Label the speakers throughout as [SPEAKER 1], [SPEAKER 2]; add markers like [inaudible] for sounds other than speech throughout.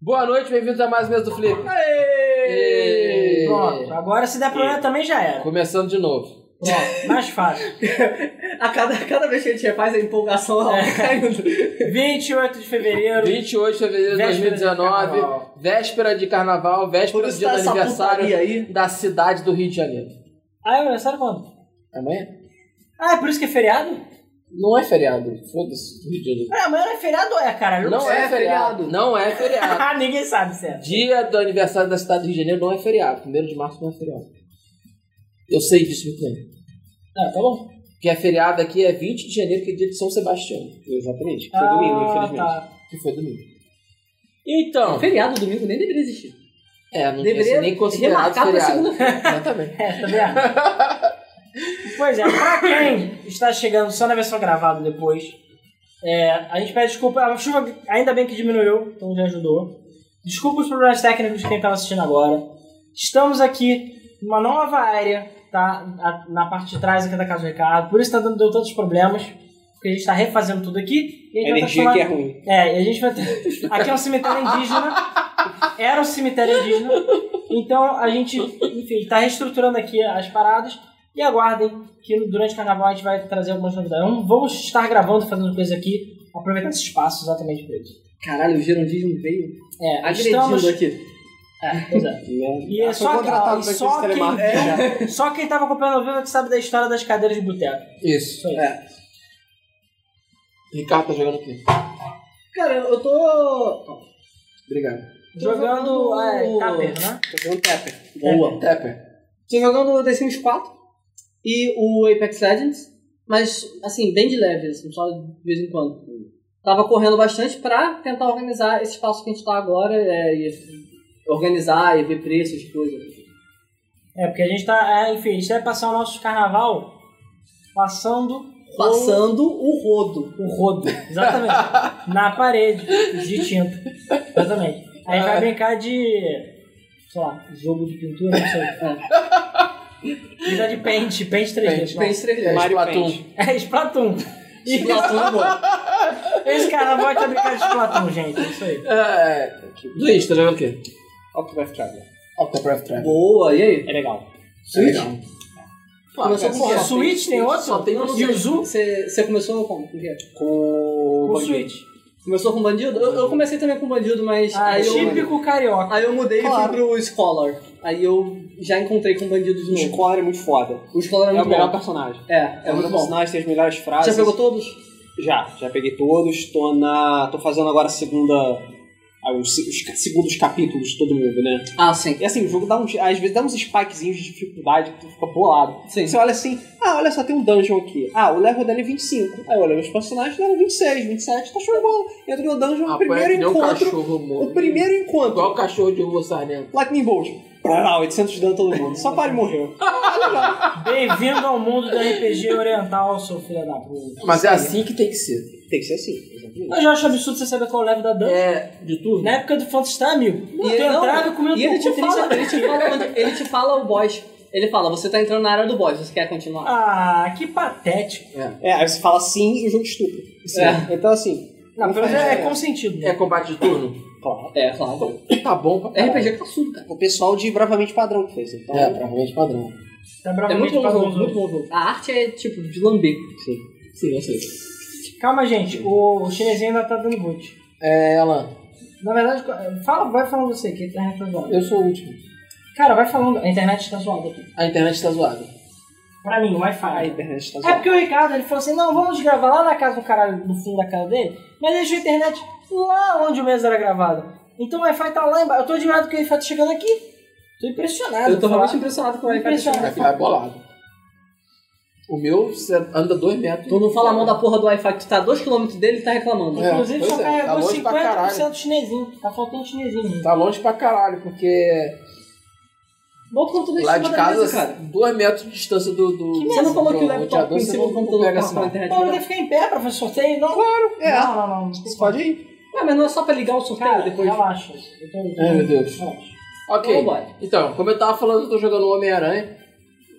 [SPEAKER 1] Boa noite, bem-vindos a mais um mês do Flip.
[SPEAKER 2] Aê!
[SPEAKER 1] Ê.
[SPEAKER 2] Pronto, agora se der problema também já [laughs] era.
[SPEAKER 1] Começando de novo.
[SPEAKER 2] Pronto, mais fácil.
[SPEAKER 3] A cada, a cada vez que a gente refaz a empolgação ela
[SPEAKER 1] É.
[SPEAKER 3] vai
[SPEAKER 1] [laughs]
[SPEAKER 3] caindo.
[SPEAKER 2] 28 de fevereiro.
[SPEAKER 1] 28 de fevereiro de
[SPEAKER 2] Véspera de
[SPEAKER 1] 2019,
[SPEAKER 2] carnaval.
[SPEAKER 1] véspera de carnaval,
[SPEAKER 3] Por
[SPEAKER 1] véspera do
[SPEAKER 3] isso
[SPEAKER 1] dia
[SPEAKER 3] tá
[SPEAKER 1] do
[SPEAKER 3] essa putaria
[SPEAKER 1] aniversário
[SPEAKER 3] aí.
[SPEAKER 1] da cidade do Rio de Janeiro.
[SPEAKER 2] Ah, é aniversário quando?
[SPEAKER 1] Amanhã?
[SPEAKER 2] Ah, é por isso que é feriado?
[SPEAKER 1] Não é feriado, foda-se, Rio de Janeiro.
[SPEAKER 2] Ah, amanhã é feriado ou é, caralho?
[SPEAKER 1] Não é
[SPEAKER 3] é
[SPEAKER 1] feriado,
[SPEAKER 3] feriado.
[SPEAKER 1] não é feriado.
[SPEAKER 2] Ah, [laughs] ninguém sabe se é.
[SPEAKER 1] Dia do aniversário da cidade do Rio de Janeiro não é feriado, 1 de março não é feriado. Eu sei disso muito bem.
[SPEAKER 2] Ah, tá bom.
[SPEAKER 1] Que é feriado aqui é 20 de janeiro, que é dia de São Sebastião. Eu já aprendi, que foi domingo, infelizmente.
[SPEAKER 2] Ah, Tá.
[SPEAKER 1] Que foi domingo. Então,
[SPEAKER 3] Feriado domingo nem deveria existir.
[SPEAKER 1] É, não
[SPEAKER 3] Deveria
[SPEAKER 1] tinha sido nem considerado
[SPEAKER 3] remarcar pra
[SPEAKER 1] feriado.
[SPEAKER 3] segunda-feira.
[SPEAKER 1] [laughs] Exatamente.
[SPEAKER 2] É, tá vendo? pois é, pra quem está chegando só na versão gravada depois, é, a gente pede desculpa. A chuva ainda bem que diminuiu, então já ajudou. Desculpa os problemas técnicos de quem estava assistindo agora. Estamos aqui numa nova área, tá? Na- Na parte de trás aqui da Casa do Ricardo. Por isso tá dando, deu tantos problemas. Porque a gente está refazendo tudo aqui. E a gente vai
[SPEAKER 3] A energia
[SPEAKER 2] transformar-
[SPEAKER 3] aqui é ruim.
[SPEAKER 2] é, e a gente vai ter. [laughs] Aqui é um cemitério indígena. Era um cemitério indígena. Então a gente, enfim, tá reestruturando aqui as paradas. E aguardem que durante o carnaval a gente vai trazer algumas novidades. Vamos- Vamos estar gravando, fazendo coisas aqui, aproveitar esse espaço exatamente para isso.
[SPEAKER 3] Caralho, o girondismo veio
[SPEAKER 2] É,
[SPEAKER 3] agredindo
[SPEAKER 2] estamos.
[SPEAKER 3] aqui.
[SPEAKER 2] É, pois é. E é
[SPEAKER 3] Ah, foi
[SPEAKER 2] só,
[SPEAKER 3] contratado
[SPEAKER 2] e
[SPEAKER 3] pra
[SPEAKER 2] só,
[SPEAKER 3] esse
[SPEAKER 2] quem,
[SPEAKER 3] telemarketing
[SPEAKER 2] viu- só quem tava acompanhando ao vivo é que sabe da história das cadeiras de boteco.
[SPEAKER 1] Isso.
[SPEAKER 2] Isso aí.
[SPEAKER 3] É.
[SPEAKER 1] Ricardo tá jogando o quê?
[SPEAKER 3] Cara, eu tô.
[SPEAKER 1] Obrigado.
[SPEAKER 2] Jogando é, Tapper, né?
[SPEAKER 3] Tô jogando Pepper.
[SPEAKER 1] Boa. Tepper.
[SPEAKER 3] Tô jogando The Sims 4 e o Apex Legends, mas assim, bem de leve, assim, só de vez em quando. Tava correndo bastante pra tentar organizar esse espaço que a gente tá agora é, e organizar e ver preços de coisa.
[SPEAKER 2] É, porque a gente tá. é, enfim, a gente deve passar o nosso carnaval passando. o-
[SPEAKER 3] Passando o rodo.
[SPEAKER 2] o rodo, exatamente. na parede, de tinta. Exatamente. Aí vai brincar de. sei lá, jogo de pintura, não sei. É. Brincar de pente, pente 3D.
[SPEAKER 1] Paint,
[SPEAKER 2] não.
[SPEAKER 3] Tem estrela.
[SPEAKER 1] É,
[SPEAKER 3] Mario
[SPEAKER 1] Splatoon.
[SPEAKER 3] Paint.
[SPEAKER 2] É Splatoon.
[SPEAKER 3] Splatoon, boa.
[SPEAKER 2] Esse cara vai tá brincar de Splatoon, gente. É isso aí.
[SPEAKER 1] É. Luiz, tá jogando o quê?
[SPEAKER 4] Octopath Traveler.
[SPEAKER 1] Octopath Travel.
[SPEAKER 3] [laughs] Boa, e aí?
[SPEAKER 4] É legal.
[SPEAKER 3] Switch?
[SPEAKER 1] Começou
[SPEAKER 3] Começou
[SPEAKER 1] com
[SPEAKER 3] com
[SPEAKER 2] Porra,
[SPEAKER 3] Só
[SPEAKER 2] Switch tem outro?
[SPEAKER 1] um Só tem um
[SPEAKER 2] E o Zu?
[SPEAKER 3] Você você começou como? Com o quê?
[SPEAKER 4] Com
[SPEAKER 2] O
[SPEAKER 4] Bandido.
[SPEAKER 2] Switch.
[SPEAKER 3] Começou com bandido? Eu, eu comecei também com bandido, mas
[SPEAKER 2] Ah,
[SPEAKER 3] aí, eu,
[SPEAKER 2] típico carioca.
[SPEAKER 3] aí eu mudei
[SPEAKER 4] Claro.
[SPEAKER 3] e fui pro Scholar. Aí eu já encontrei com bandido de
[SPEAKER 4] O
[SPEAKER 3] novo.
[SPEAKER 4] Score é muito foda.
[SPEAKER 3] O Scholar é
[SPEAKER 4] É o
[SPEAKER 3] muito
[SPEAKER 4] melhor
[SPEAKER 3] bom.
[SPEAKER 4] personagem.
[SPEAKER 3] É,
[SPEAKER 4] É o melhor personagem, tem as melhores
[SPEAKER 3] Você
[SPEAKER 4] frases.
[SPEAKER 3] pegou todos?
[SPEAKER 4] Já, já peguei todos. Tô na. tô fazendo agora a segunda. ah, Os se- os ca- segundos capítulos de todo mundo, né?
[SPEAKER 3] Ah, sim.
[SPEAKER 4] E assim, o jogo dá uns. Às vezes dá uns spikezinhos de dificuldade que tu fica bolado.
[SPEAKER 3] Sim.
[SPEAKER 4] Você olha assim, ah, olha só, tem um dungeon aqui. Ah, o level dele é 25. Aí eu olhei meus personagens, level 26, 27, tá show de bola. Entra no dungeon,
[SPEAKER 3] Ah,
[SPEAKER 4] o
[SPEAKER 3] é
[SPEAKER 4] primeiro
[SPEAKER 1] um
[SPEAKER 4] encontro.
[SPEAKER 1] cachorro morto.
[SPEAKER 4] O primeiro encontro.
[SPEAKER 1] Igual o cachorro de rua Sarnento.
[SPEAKER 4] Lightning Bolt. Brau, 800 de dano a todo
[SPEAKER 3] [laughs]
[SPEAKER 4] mundo. Só para e morreu.
[SPEAKER 2] Bem-vindo ao mundo do RPG oriental, seu filho da puta.
[SPEAKER 1] Mas é assim que tem que ser.
[SPEAKER 4] Tem que ser assim, exatamente.
[SPEAKER 2] Eu já acho absurdo você saber qual é o level da dança.
[SPEAKER 1] É, de turno?
[SPEAKER 2] Na época do Phantasy, amigo. Não,
[SPEAKER 3] ele-
[SPEAKER 2] tu entrava e comia
[SPEAKER 3] e ele te,
[SPEAKER 2] teu cu, fala.
[SPEAKER 3] fala, ele, te fala onde- ele te fala o boss. Ele fala, você tá entrando na área do boss, você quer continuar?
[SPEAKER 2] Ah, que patético.
[SPEAKER 4] É, aí você fala sim e o jogo estupro.
[SPEAKER 3] É.
[SPEAKER 4] Então assim.
[SPEAKER 2] Não, pelo
[SPEAKER 4] faz
[SPEAKER 2] menos é
[SPEAKER 4] ideia.
[SPEAKER 2] consentido.
[SPEAKER 1] É
[SPEAKER 2] Né?
[SPEAKER 1] combate de turno?
[SPEAKER 4] Claro.
[SPEAKER 3] É, claro.
[SPEAKER 1] Tá bom pra caralho.
[SPEAKER 3] RPG classudo, cara.
[SPEAKER 4] O pessoal de Bravamente Padrão que fez. Então,
[SPEAKER 1] É, pra realmente padrão.
[SPEAKER 2] Tá
[SPEAKER 3] É muito
[SPEAKER 2] bravamente
[SPEAKER 3] bom
[SPEAKER 2] pagando
[SPEAKER 3] jogo,
[SPEAKER 2] os
[SPEAKER 3] muito
[SPEAKER 2] outros.
[SPEAKER 3] bom jogo. A arte é tipo de lamber.
[SPEAKER 1] Sim, eu sei.
[SPEAKER 2] Calma, gente. O, o chinesinho ainda tá dando boot.
[SPEAKER 1] É, Alan,
[SPEAKER 2] Na verdade, fala, vai falando você, que a internet tá zoada.
[SPEAKER 1] eu sou o último.
[SPEAKER 2] Cara, vai falando. A internet tá zoada aqui.
[SPEAKER 1] A internet tá zoada.
[SPEAKER 2] Pra mim, o
[SPEAKER 4] A
[SPEAKER 2] Wi-Fi.
[SPEAKER 4] internet tá
[SPEAKER 2] É
[SPEAKER 4] zoada.
[SPEAKER 2] porque o Ricardo, ele falou assim, não, vamos gravar lá na casa do caralho, no fundo da casa dele, mas deixou a internet lá onde o mês era gravado. Então o Wi-Fi tá lá embaixo. Eu tô admirado que o Wi-Fi tá chegando aqui. Tô impressionado.
[SPEAKER 3] Eu
[SPEAKER 2] vou
[SPEAKER 3] tô
[SPEAKER 2] falar.
[SPEAKER 3] realmente impressionado com o RPG.
[SPEAKER 2] Impressionado.
[SPEAKER 3] cara.
[SPEAKER 1] Vai ficar bolado. O meu cê anda dois metros.
[SPEAKER 3] Tu não fala mal da porra do Wi-Fi que tu tá a 2km dele e tá reclamando.
[SPEAKER 1] É,
[SPEAKER 2] Inclusive,
[SPEAKER 1] pois
[SPEAKER 2] só
[SPEAKER 1] é, tá
[SPEAKER 2] carregou
[SPEAKER 1] longe pra
[SPEAKER 2] 50%
[SPEAKER 1] caralho.
[SPEAKER 2] chinesinho. Tá faltando chinesinho.
[SPEAKER 1] Tá longe pra caralho, porque
[SPEAKER 3] Bota o computador em
[SPEAKER 1] lá
[SPEAKER 3] cima
[SPEAKER 1] de
[SPEAKER 3] da
[SPEAKER 1] casa,
[SPEAKER 3] mesa, cara.
[SPEAKER 1] dois metros de distância do. do
[SPEAKER 3] Você não coloca o
[SPEAKER 1] do
[SPEAKER 3] laptop
[SPEAKER 1] roteador,
[SPEAKER 3] em
[SPEAKER 1] você
[SPEAKER 3] cima do
[SPEAKER 1] não
[SPEAKER 3] computador tá
[SPEAKER 1] pega
[SPEAKER 3] pra
[SPEAKER 1] assim,
[SPEAKER 3] falar na
[SPEAKER 1] não.
[SPEAKER 3] internet.
[SPEAKER 2] Não, eu
[SPEAKER 3] melhor.
[SPEAKER 2] ia ficar em pé pra fazer sorteio? Não. Claro,
[SPEAKER 4] é.
[SPEAKER 2] Não, não, não. não.
[SPEAKER 4] Você pode ir.
[SPEAKER 3] Ah, mas não é só pra ligar o
[SPEAKER 2] Cara,
[SPEAKER 3] sorteio depois.
[SPEAKER 2] relaxa. Eu tô...
[SPEAKER 1] Ai, meu Deus.
[SPEAKER 2] Relaxa.
[SPEAKER 1] Ok.
[SPEAKER 3] Vambora.
[SPEAKER 1] Então, como eu tava falando, eu tô jogando o Homem-Aranha,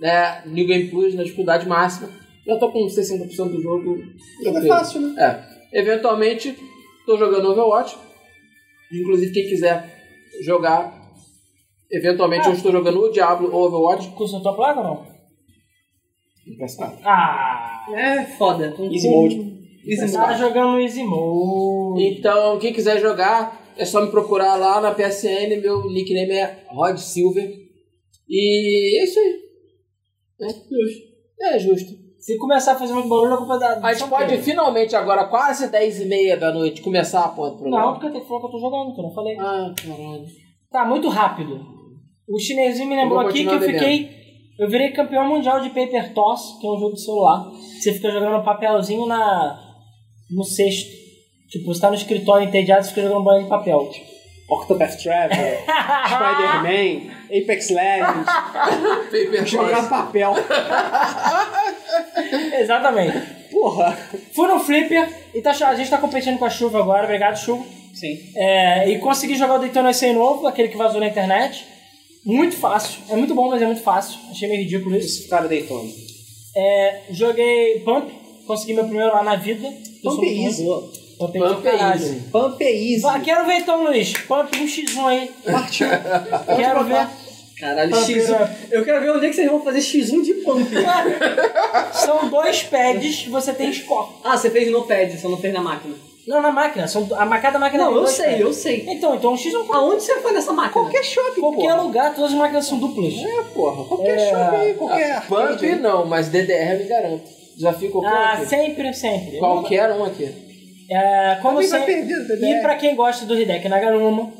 [SPEAKER 1] né? New Game Plus na dificuldade máxima. Já tô com 60% do jogo.
[SPEAKER 4] Jogo é
[SPEAKER 1] tranquilo.
[SPEAKER 4] fácil, né?
[SPEAKER 1] É. Eventualmente, tô jogando Overwatch. Inclusive, quem quiser jogar, eventualmente
[SPEAKER 2] Ah.
[SPEAKER 1] eu estou jogando o Diablo ou Overwatch.
[SPEAKER 2] Consultou a placa ou não?
[SPEAKER 1] Não peço nada.
[SPEAKER 2] Ah!
[SPEAKER 3] É foda. Não
[SPEAKER 4] Easy
[SPEAKER 3] tem-
[SPEAKER 4] mode.
[SPEAKER 3] Easy
[SPEAKER 2] Você tá
[SPEAKER 3] mode.
[SPEAKER 2] jogando Easy Mode.
[SPEAKER 1] Então, quem quiser jogar, é só me procurar lá na PSN. Meu nickname é Rod Silver. E é isso aí. É justo. É justo.
[SPEAKER 2] Se começar a fazer muito barulho, é culpa da.
[SPEAKER 1] A gente Ah, pode finalmente, agora quase 10 e meia da noite, começar a porra do
[SPEAKER 2] Não,
[SPEAKER 1] programa.
[SPEAKER 2] porque eu falou que eu tô jogando, que eu não falei.
[SPEAKER 1] Ah, caralho.
[SPEAKER 2] Tá, muito rápido. O chinesinho me lembrou
[SPEAKER 1] Eu vou
[SPEAKER 2] aqui que
[SPEAKER 1] continuar
[SPEAKER 2] eu fiquei. Eu virei campeão mundial de Paper Toss, que é um jogo de celular. Você fica jogando um papelzinho na. no cesto. Tipo, você tá no escritório entediado, você fica jogando bola de papel.
[SPEAKER 4] Octopath Traveler,
[SPEAKER 2] Ah!
[SPEAKER 4] Spider-Man, Apex Legends,
[SPEAKER 1] Paper
[SPEAKER 4] jogar
[SPEAKER 1] Toys.
[SPEAKER 4] papel.
[SPEAKER 2] [laughs] Exatamente.
[SPEAKER 4] Porra.
[SPEAKER 2] Fui no Flipper e tá, cho- a gente tá competindo com a chuva agora, obrigado, chuva.
[SPEAKER 4] Sim.
[SPEAKER 2] É, e consegui jogar o Daytona sem novo, aquele que vazou na internet. Muito fácil. É muito bom, mas é muito fácil. Achei meio ridículo isso.
[SPEAKER 4] Esse cara deitou.
[SPEAKER 2] É, joguei Pump, consegui meu primeiro lá na vida. Eu sou
[SPEAKER 4] Pump é
[SPEAKER 2] muito
[SPEAKER 4] easy.
[SPEAKER 2] bom. Pump é
[SPEAKER 1] Pump
[SPEAKER 2] easy.
[SPEAKER 1] é
[SPEAKER 2] caralho.
[SPEAKER 1] easy.
[SPEAKER 4] Pump é easy.
[SPEAKER 2] Vá, Quero ver então, Luiz. Pump um x1 aí.
[SPEAKER 4] Partiu.
[SPEAKER 2] Quero ver.
[SPEAKER 3] Caralho,
[SPEAKER 2] Pump né?
[SPEAKER 3] X1. Eu quero ver onde é que vocês vão fazer X1 de pump.
[SPEAKER 2] São dois pads, você tem score.
[SPEAKER 3] Ah, você fez no pad, você não fez na máquina.
[SPEAKER 2] Não, na máquina. São, a ma- cada máquina
[SPEAKER 3] Não,
[SPEAKER 2] tem
[SPEAKER 3] eu
[SPEAKER 2] dois
[SPEAKER 3] sei,
[SPEAKER 2] pads.
[SPEAKER 3] eu sei.
[SPEAKER 2] Então, então um x1 pra
[SPEAKER 3] Aonde você foi nessa máquina?
[SPEAKER 4] Qualquer shopping,
[SPEAKER 2] qualquer
[SPEAKER 4] porra.
[SPEAKER 2] lugar, todas as máquinas são duplas.
[SPEAKER 4] É, porra. Qualquer
[SPEAKER 2] É.
[SPEAKER 4] shopping aí, qualquer
[SPEAKER 1] Ah, Pump
[SPEAKER 4] arcade.
[SPEAKER 1] não, mas DDR me garanto. Desafio qualquer um
[SPEAKER 2] Ah,
[SPEAKER 1] aqui.
[SPEAKER 2] sempre, sempre.
[SPEAKER 1] Qualquer um aqui.
[SPEAKER 2] É, como
[SPEAKER 4] Alguém vai
[SPEAKER 2] sempre-
[SPEAKER 4] perder o DDR.
[SPEAKER 2] E pra quem gosta do Hideki Nagaruma,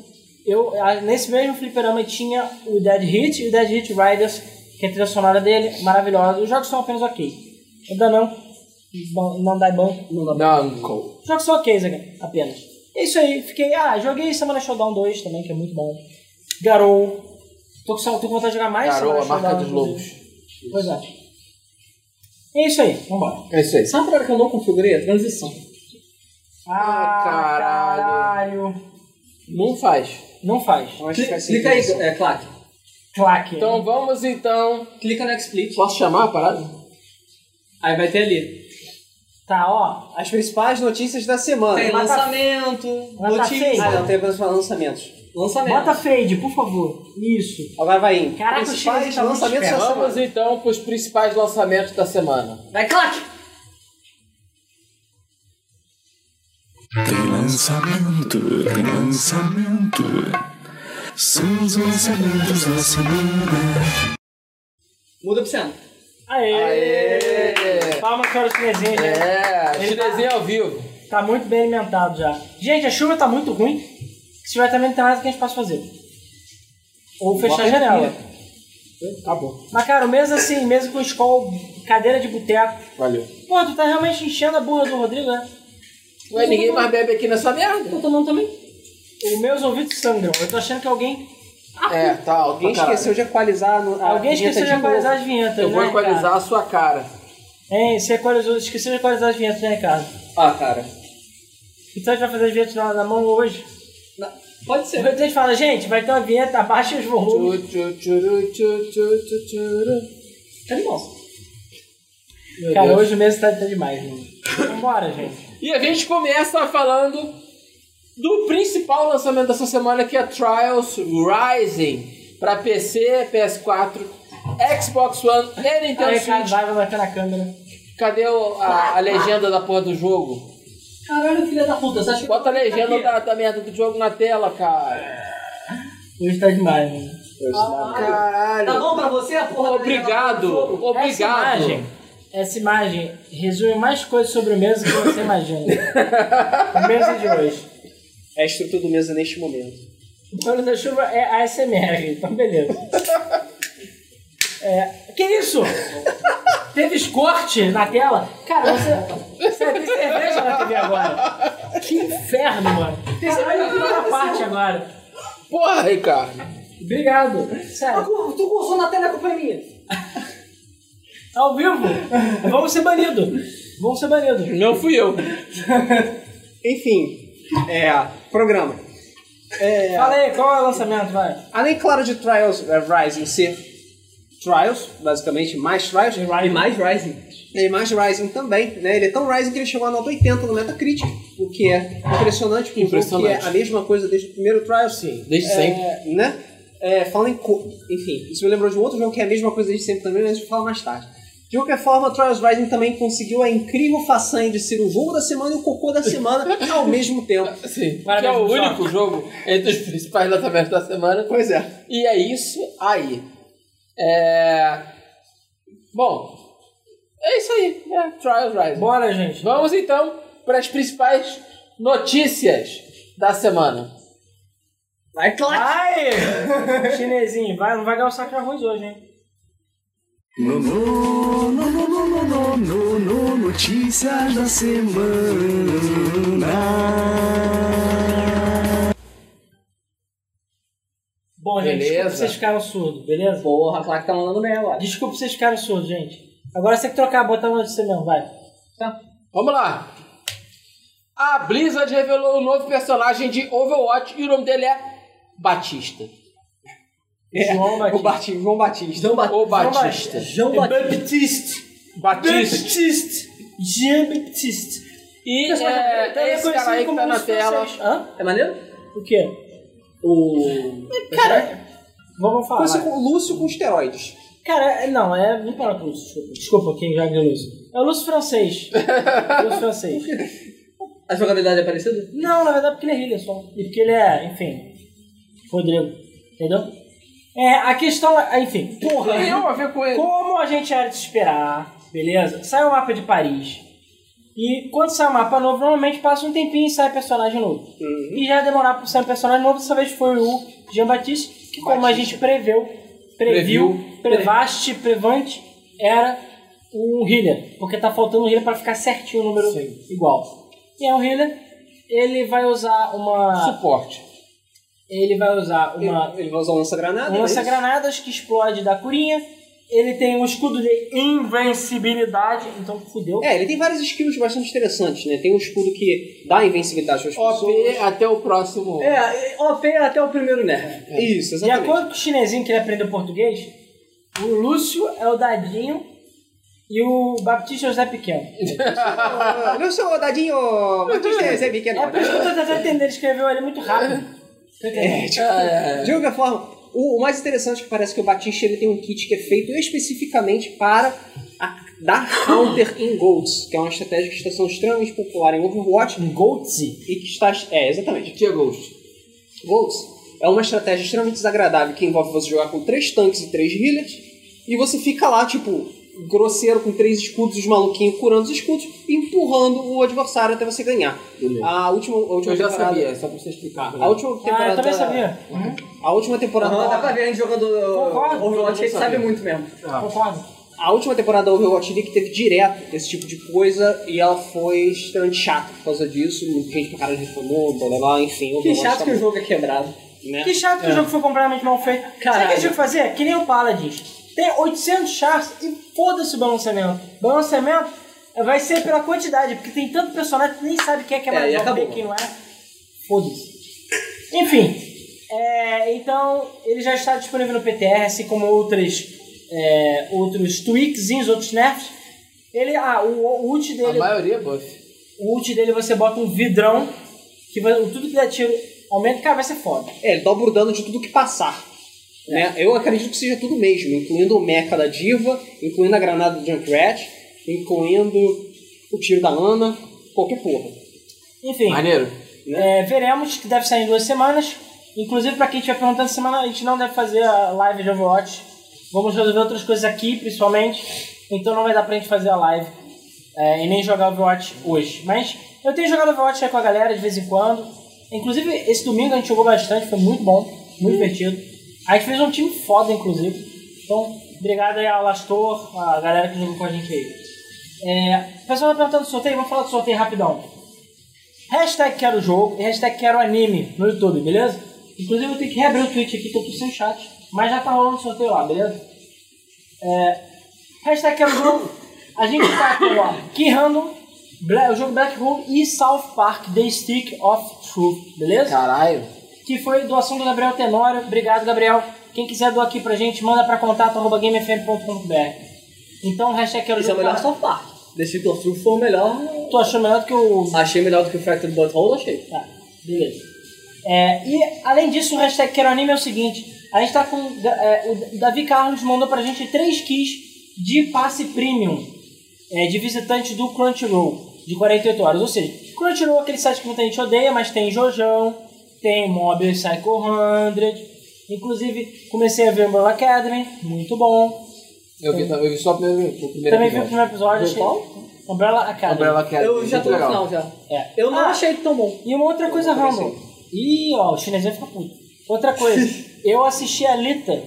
[SPEAKER 2] eu, a- nesse mesmo fliperama tinha o Dead Hit e o Dead Hit Riders, que é a trilha sonora dele, maravilhosa. Os jogos são apenas ok. Ainda não. Bom, Não dá bom.
[SPEAKER 1] Nanko.
[SPEAKER 2] Os jogos são ok, Zaga, apenas. É isso aí. Fiquei. Ah, joguei Semana Showdown 2 também, que é muito bom. Garou. Tô com, sa- tô com vontade de jogar mais
[SPEAKER 1] Garou, a
[SPEAKER 2] Samana
[SPEAKER 1] marca
[SPEAKER 2] Showdown,
[SPEAKER 1] dos
[SPEAKER 2] inclusive.
[SPEAKER 1] lobos.
[SPEAKER 2] Pois é. É isso aí, vambora.
[SPEAKER 1] É isso aí.
[SPEAKER 3] Sabe uma parada que eu não configurei? A transição.
[SPEAKER 1] Ah, caralho.
[SPEAKER 2] caralho.
[SPEAKER 1] Não faz.
[SPEAKER 2] Não faz.
[SPEAKER 4] Eu acho que
[SPEAKER 3] Cli-
[SPEAKER 4] vai ser
[SPEAKER 3] clica aí,
[SPEAKER 4] isso.
[SPEAKER 3] é, claque.
[SPEAKER 2] Claque.
[SPEAKER 1] Então vamos então.
[SPEAKER 3] Clica no XSplit.
[SPEAKER 1] Posso chamar a parada?
[SPEAKER 3] Aí vai ter ali.
[SPEAKER 2] Tá, ó.
[SPEAKER 4] As principais notícias da semana.
[SPEAKER 3] Tem
[SPEAKER 2] Mata-
[SPEAKER 3] lançamento,
[SPEAKER 2] Mata
[SPEAKER 3] notícias.
[SPEAKER 2] feio.
[SPEAKER 4] Ah, não, tem apenas lançamentos.
[SPEAKER 3] Lançamento.
[SPEAKER 2] Bota fade, por favor. Isso.
[SPEAKER 4] Agora vai indo.
[SPEAKER 2] Caraca, o
[SPEAKER 4] principais
[SPEAKER 2] chinês tá muito
[SPEAKER 4] lançamentos da
[SPEAKER 2] esperto.
[SPEAKER 1] Vamos
[SPEAKER 4] semana.
[SPEAKER 1] então para os principais lançamentos da semana.
[SPEAKER 3] Vai, claque!
[SPEAKER 5] Tem lançamento, tem lançamento. São os lançamentos da semana.
[SPEAKER 3] Muda pro cena.
[SPEAKER 2] Aê!
[SPEAKER 1] Aê!
[SPEAKER 2] Palmas para o chinesinho, gente.
[SPEAKER 1] É,
[SPEAKER 2] Ele
[SPEAKER 1] chinesinho ao vivo.
[SPEAKER 2] Tá muito bem alimentado já. Gente, a chuva tá muito ruim. Se tiver também não tem nada que a gente possa fazer. Ou fechar a janela.
[SPEAKER 1] Tá bom.
[SPEAKER 2] Mas, cara, mesmo assim, mesmo com escol, cadeira de boteco.
[SPEAKER 1] Valeu.
[SPEAKER 2] Pô, tu tá realmente enchendo a burra do Rodrigo, né?
[SPEAKER 1] Ué, ninguém mais bebe aqui nessa merda.
[SPEAKER 3] Tô tomando também.
[SPEAKER 2] Os meus ouvidos sangram. Eu tô achando que alguém.
[SPEAKER 1] É, tá.
[SPEAKER 4] Alguém esqueceu de equalizar
[SPEAKER 1] Ah,
[SPEAKER 4] no, a
[SPEAKER 2] Alguém
[SPEAKER 4] vinheta
[SPEAKER 2] esqueceu de equalizar as vinhetas.
[SPEAKER 1] Eu vou
[SPEAKER 2] né, cara?
[SPEAKER 1] equalizar a sua cara.
[SPEAKER 2] Hein, você equalizou, esqueceu de equalizar as vinhetas, né, Ricardo?
[SPEAKER 3] Ah, cara.
[SPEAKER 2] Então a gente vai fazer as vinhetas na- na mão hoje.
[SPEAKER 3] Na- Pode ser.
[SPEAKER 2] Depois a gente fala, gente, vai ter uma vinheta, abaixa os volumes.
[SPEAKER 1] Tchu, tchu, tchuru, tchu, tchu, tchu, tchuru.
[SPEAKER 3] Cadê o nosso?
[SPEAKER 1] Meu
[SPEAKER 2] Cara,
[SPEAKER 1] Deus.
[SPEAKER 2] hoje o mês tá, tá demais, mano. Vambora, gente.
[SPEAKER 1] E a gente começa falando do principal lançamento dessa semana, que é Trials Rising para PC, PS4, Xbox One e Nintendo
[SPEAKER 2] Aí, cara,
[SPEAKER 1] Switch.
[SPEAKER 2] vai, vai bater na câmera.
[SPEAKER 1] Cadê o- a, a legenda da porra do jogo?
[SPEAKER 3] Caralho, filha da puta. Você acha que
[SPEAKER 1] Bota a
[SPEAKER 3] eu vou ficar
[SPEAKER 1] legenda
[SPEAKER 3] aqui?
[SPEAKER 1] da, da merda do jogo na tela, cara.
[SPEAKER 2] Hoje tá demais, mano.
[SPEAKER 3] Tá
[SPEAKER 1] Caralho.
[SPEAKER 3] bom pra você, a porra? Tá da legenda
[SPEAKER 1] Obrigado,
[SPEAKER 3] do jogo?
[SPEAKER 2] Essa imagem,
[SPEAKER 1] obrigado.
[SPEAKER 2] essa imagem resume mais coisas sobre o mês que você [laughs] imagina. o mês de hoje.
[SPEAKER 4] É a estrutura do mesa neste momento.
[SPEAKER 2] Mano da chuva é ASMR, então beleza. É, que isso? Teve escorte na tela? Cara, você, você tem cerveja na TV agora. Que inferno, mano. Tem cerveja na primeira parte agora.
[SPEAKER 1] Porra, Ricardo.
[SPEAKER 2] Obrigado.
[SPEAKER 3] Ah,
[SPEAKER 2] Sério.
[SPEAKER 3] tu tu gozou na tela, a culpa é minha.
[SPEAKER 2] Tá Ao vivo. Vamos ser banidos. Vamos ser banidos.
[SPEAKER 1] Não fui eu.
[SPEAKER 4] Enfim, é. Programa.
[SPEAKER 2] Fala aí, qual é o lançamento, vai?
[SPEAKER 4] Além, claro, de Trials eh, Rising ser Trials, basicamente, mais Trials,
[SPEAKER 3] E mais Rising.
[SPEAKER 4] né, e mais Rising também, né? Ele é tão Rising que ele chegou a nota 80 no Metacritic, o que é impressionante, porque o jogo
[SPEAKER 1] Impressionante.
[SPEAKER 4] que é a mesma coisa desde o primeiro trial,
[SPEAKER 1] Sim, desde
[SPEAKER 4] é,
[SPEAKER 1] sempre.
[SPEAKER 4] Né? É, fala em co- Enfim, isso me lembrou de um outro jogo que é a mesma coisa desde sempre também, mas a gente fala mais tarde. De qualquer forma, Trials Rising também conseguiu a incrível façanha de ser o jogo da semana e o cocô da [laughs] semana ao mesmo tempo.
[SPEAKER 1] Sim. Que é
[SPEAKER 2] assim, Parabéns,
[SPEAKER 1] o
[SPEAKER 2] pessoal.
[SPEAKER 1] único jogo entre os principais lançamentos da semana.
[SPEAKER 4] Pois é.
[SPEAKER 1] E é isso aí. É... Bom, é isso aí. É Trials Rising.
[SPEAKER 2] Bora, gente.
[SPEAKER 1] Vamos então para as principais notícias da semana.
[SPEAKER 3] Vai, claro.
[SPEAKER 2] Ai! Chinesinho, vai, não vai ganhar o saco de arroz hoje, hein?
[SPEAKER 5] No, no, no, no, no, no, no, no, no, notícias da semana.
[SPEAKER 2] Bom, gente, desculpa
[SPEAKER 1] Beleza.
[SPEAKER 2] se vocês ficaram surdos, beleza?
[SPEAKER 3] Porra, claro que tá mandando bem agora.
[SPEAKER 2] Desculpa se vocês ficaram surdos, gente. Agora você tem que trocar, botar uma notícia mesmo, vai.
[SPEAKER 1] Vamos lá. A Blizzard revelou o novo personagem de Overwatch e o nome dele é Batista.
[SPEAKER 2] João
[SPEAKER 4] O
[SPEAKER 2] Batista.
[SPEAKER 4] Batista, João Batista.
[SPEAKER 3] João Bat-
[SPEAKER 1] O Batista.
[SPEAKER 3] João Batista.
[SPEAKER 2] Baptiste.
[SPEAKER 1] Batista.
[SPEAKER 2] Jean Baptiste.
[SPEAKER 1] E é, esse cara aí que tá na tela.
[SPEAKER 2] Hã?
[SPEAKER 3] É maneiro?
[SPEAKER 2] O quê?
[SPEAKER 3] O.
[SPEAKER 2] Cara, vamos falar.
[SPEAKER 4] Coisa com Lúcio com esteroides.
[SPEAKER 2] Cara, é- não, é. Vamos parar com o Lúcio, desculpa. Desculpa quem joga Lúcio. É o Lúcio [laughs] francês. Lúcio francês.
[SPEAKER 3] A jogabilidade é parecida?
[SPEAKER 2] Não, na verdade, porque ele é healer só. E porque ele é, enfim. Rodrigo. Entendeu? É, a questão é. Enfim. Porra.
[SPEAKER 1] Tem a ver com ele.
[SPEAKER 2] Como a gente era de se esperar, beleza? Sai o mapa de Paris. E quando sai um mapa novo, normalmente passa um tempinho e sai personagem novo. E já ia demorar pra sair um personagem novo, dessa vez foi o Jean Batiste, que como a gente preveu, previu, prevaste, prevante, era um healer. Porque tá faltando um healer pra ficar certinho o número igual. E é um healer, ele vai usar uma.
[SPEAKER 1] Suporte.
[SPEAKER 2] Ele vai usar uma
[SPEAKER 4] Ele, ele vai usar o lança-granada.
[SPEAKER 2] um
[SPEAKER 4] né?
[SPEAKER 2] lança-granadas que explode da curinha. Ele tem um escudo de invencibilidade, então fudeu.
[SPEAKER 4] É, ele tem várias skills bastante interessantes, né? Tem um escudo que dá invencibilidade para as
[SPEAKER 1] OP
[SPEAKER 4] pessoas.
[SPEAKER 1] até o próximo.
[SPEAKER 4] É, OP até o primeiro nerf. Isso,
[SPEAKER 2] de
[SPEAKER 4] exatamente.
[SPEAKER 2] acordo com o chinesinho que ele aprendeu português, o Lúcio é o dadinho e o Baptista é o Zé Pequeno.
[SPEAKER 4] Ah, Não sou o dadinho Batista é Zé
[SPEAKER 2] É
[SPEAKER 4] Pequeno.
[SPEAKER 2] por isso que eu tô tentando entender, ele escreveu ele muito rápido.
[SPEAKER 4] Uhum.
[SPEAKER 2] Tá entendendo?
[SPEAKER 4] É, De qualquer forma, o, o mais interessante é que parece que o Batista ele tem um kit que é feito especificamente para a- dar counter em Golds, que é uma estratégia que está sendo extremamente popular em Overwatch
[SPEAKER 2] Um Goltz.
[SPEAKER 4] e que está. É, exatamente.
[SPEAKER 1] Que é Ghost.
[SPEAKER 4] Golds é uma estratégia extremamente desagradável que envolve você jogar com três tanques e três healers e você fica lá, tipo, grosseiro com três escudos, os maluquinhos curando os escudos e empurrando o adversário até você ganhar. A última, a última
[SPEAKER 1] Eu já
[SPEAKER 4] temporada-
[SPEAKER 1] sabia, só pra você explicar.
[SPEAKER 4] A última temporada. Uhum.
[SPEAKER 2] Ah, eu também sabia.
[SPEAKER 4] A última temporada.
[SPEAKER 3] Aham, dá pra ver a gente jogando
[SPEAKER 2] Concordo.
[SPEAKER 3] uh, Overwatch, a gente
[SPEAKER 1] Concordo.
[SPEAKER 3] sabe muito mesmo.
[SPEAKER 2] Concordo.
[SPEAKER 4] A última temporada da Overwatch League teve direto esse tipo de coisa e ela foi extremamente chata por causa disso. Muita gente pra caralho reclamou, blá blá blá, enfim.
[SPEAKER 3] Que
[SPEAKER 4] Overwatch
[SPEAKER 3] chato
[SPEAKER 4] tá
[SPEAKER 3] que o
[SPEAKER 4] muito,
[SPEAKER 3] jogo é quebrado.
[SPEAKER 4] né?
[SPEAKER 2] Que chato que o jogo foi completamente mal feito. Sabe o que a gente tinha que fazer? Que nem o Paladins. Tem 800 chars e foda-se o balanceamento. Balanceamento vai ser pela quantidade, porque tem tanto personagem que nem sabe quem é que é
[SPEAKER 3] É,
[SPEAKER 2] mais
[SPEAKER 3] e
[SPEAKER 2] OP,
[SPEAKER 3] acabou.
[SPEAKER 2] quem não é. Foda-se. Enfim, é, então ele já está disponível no PTR, assim como outros, é, outros tweakzinhos, outros nerfs. Ele, ah, o, o ult
[SPEAKER 1] A
[SPEAKER 2] dele,
[SPEAKER 1] maioria é buff.
[SPEAKER 2] o ult dele você bota um vidrão, que vai- tudo que dá tiro aumenta, cara, vai ser foda.
[SPEAKER 4] É, ele dobra o dano de tudo que passar. Né? Eu acredito que seja tudo mesmo, incluindo o mecha da diva, incluindo a granada do Junkrat, incluindo o tiro da Ana, qualquer porra.
[SPEAKER 2] Enfim.
[SPEAKER 1] Maneiro.
[SPEAKER 2] É, veremos, que deve sair em duas semanas. Inclusive, pra quem estiver perguntando, semana a gente não deve fazer a live de Overwatch. Vamos resolver outras coisas aqui, principalmente. Então não vai dar pra gente fazer a live é, e nem jogar Overwatch hoje. Mas eu tenho jogado Overwatch aí com a galera de vez em quando. Inclusive, esse domingo a gente jogou bastante, foi muito bom, muito divertido. A gente fez um time foda, inclusive. Então, obrigado aí ao Lastor, a galera que jogou com a gente aí. É, o pessoal tá perguntando do sorteio, vamos falar do sorteio rapidão. Hashtag quero jogo e hashtag quero anime no YouTube, beleza? Inclusive eu tenho que reabrir o tweet aqui que eu tô sem chat. Mas já tá rolando sorteio lá, beleza? É, hashtag quero jogo. A gente tá com ó, Key Random, Bla- o jogo Black Hole e South Park The Stick of Truth,
[SPEAKER 3] Tá.
[SPEAKER 2] beleza?
[SPEAKER 1] Caralho.
[SPEAKER 2] que foi doação do Gabriel Tenório. Obrigado, Gabriel. Quem quiser doar aqui pra gente, manda pra contato arroba gamefm.com.br. Então, hashtag quero
[SPEAKER 3] Isso é o
[SPEAKER 2] jogo.
[SPEAKER 3] melhor
[SPEAKER 2] tá-
[SPEAKER 3] South Park. The Secret Truth foi o melhor.
[SPEAKER 2] Tu achou melhor do que o
[SPEAKER 3] Achei melhor do que o Fractured Butthole, achei.
[SPEAKER 2] Tá, beleza. É, e além disso, o hashtag Quero Anime é o seguinte: a gente tá com. é, o Davi Carlos mandou pra gente três kits de passe premium é, de visitante do Crunchyroll de 48 horas. Ou seja, Crunchyroll é aquele site que muita gente odeia, mas tem Jojão, tem Mobile Psycho 100. Inclusive, comecei a ver Umbrella Academy, muito bom.
[SPEAKER 1] Eu vi, eu vi só o primeiro, o primeiro
[SPEAKER 2] Também vi o
[SPEAKER 1] episódio.
[SPEAKER 2] primeiro episódio.
[SPEAKER 3] Viu qual?
[SPEAKER 2] achei- Umbrella Academy.
[SPEAKER 1] Umbrella Academy,
[SPEAKER 3] Eu já
[SPEAKER 1] muito
[SPEAKER 3] tô no
[SPEAKER 1] legal.
[SPEAKER 3] final já.
[SPEAKER 2] É.
[SPEAKER 3] Eu não
[SPEAKER 2] Ah,
[SPEAKER 3] achei tão bom.
[SPEAKER 2] E uma outra coisa
[SPEAKER 1] comecei.
[SPEAKER 2] random. Ih, ó, o chinesinho fica puto. Outra
[SPEAKER 4] [laughs]
[SPEAKER 2] coisa, eu assisti a Lita.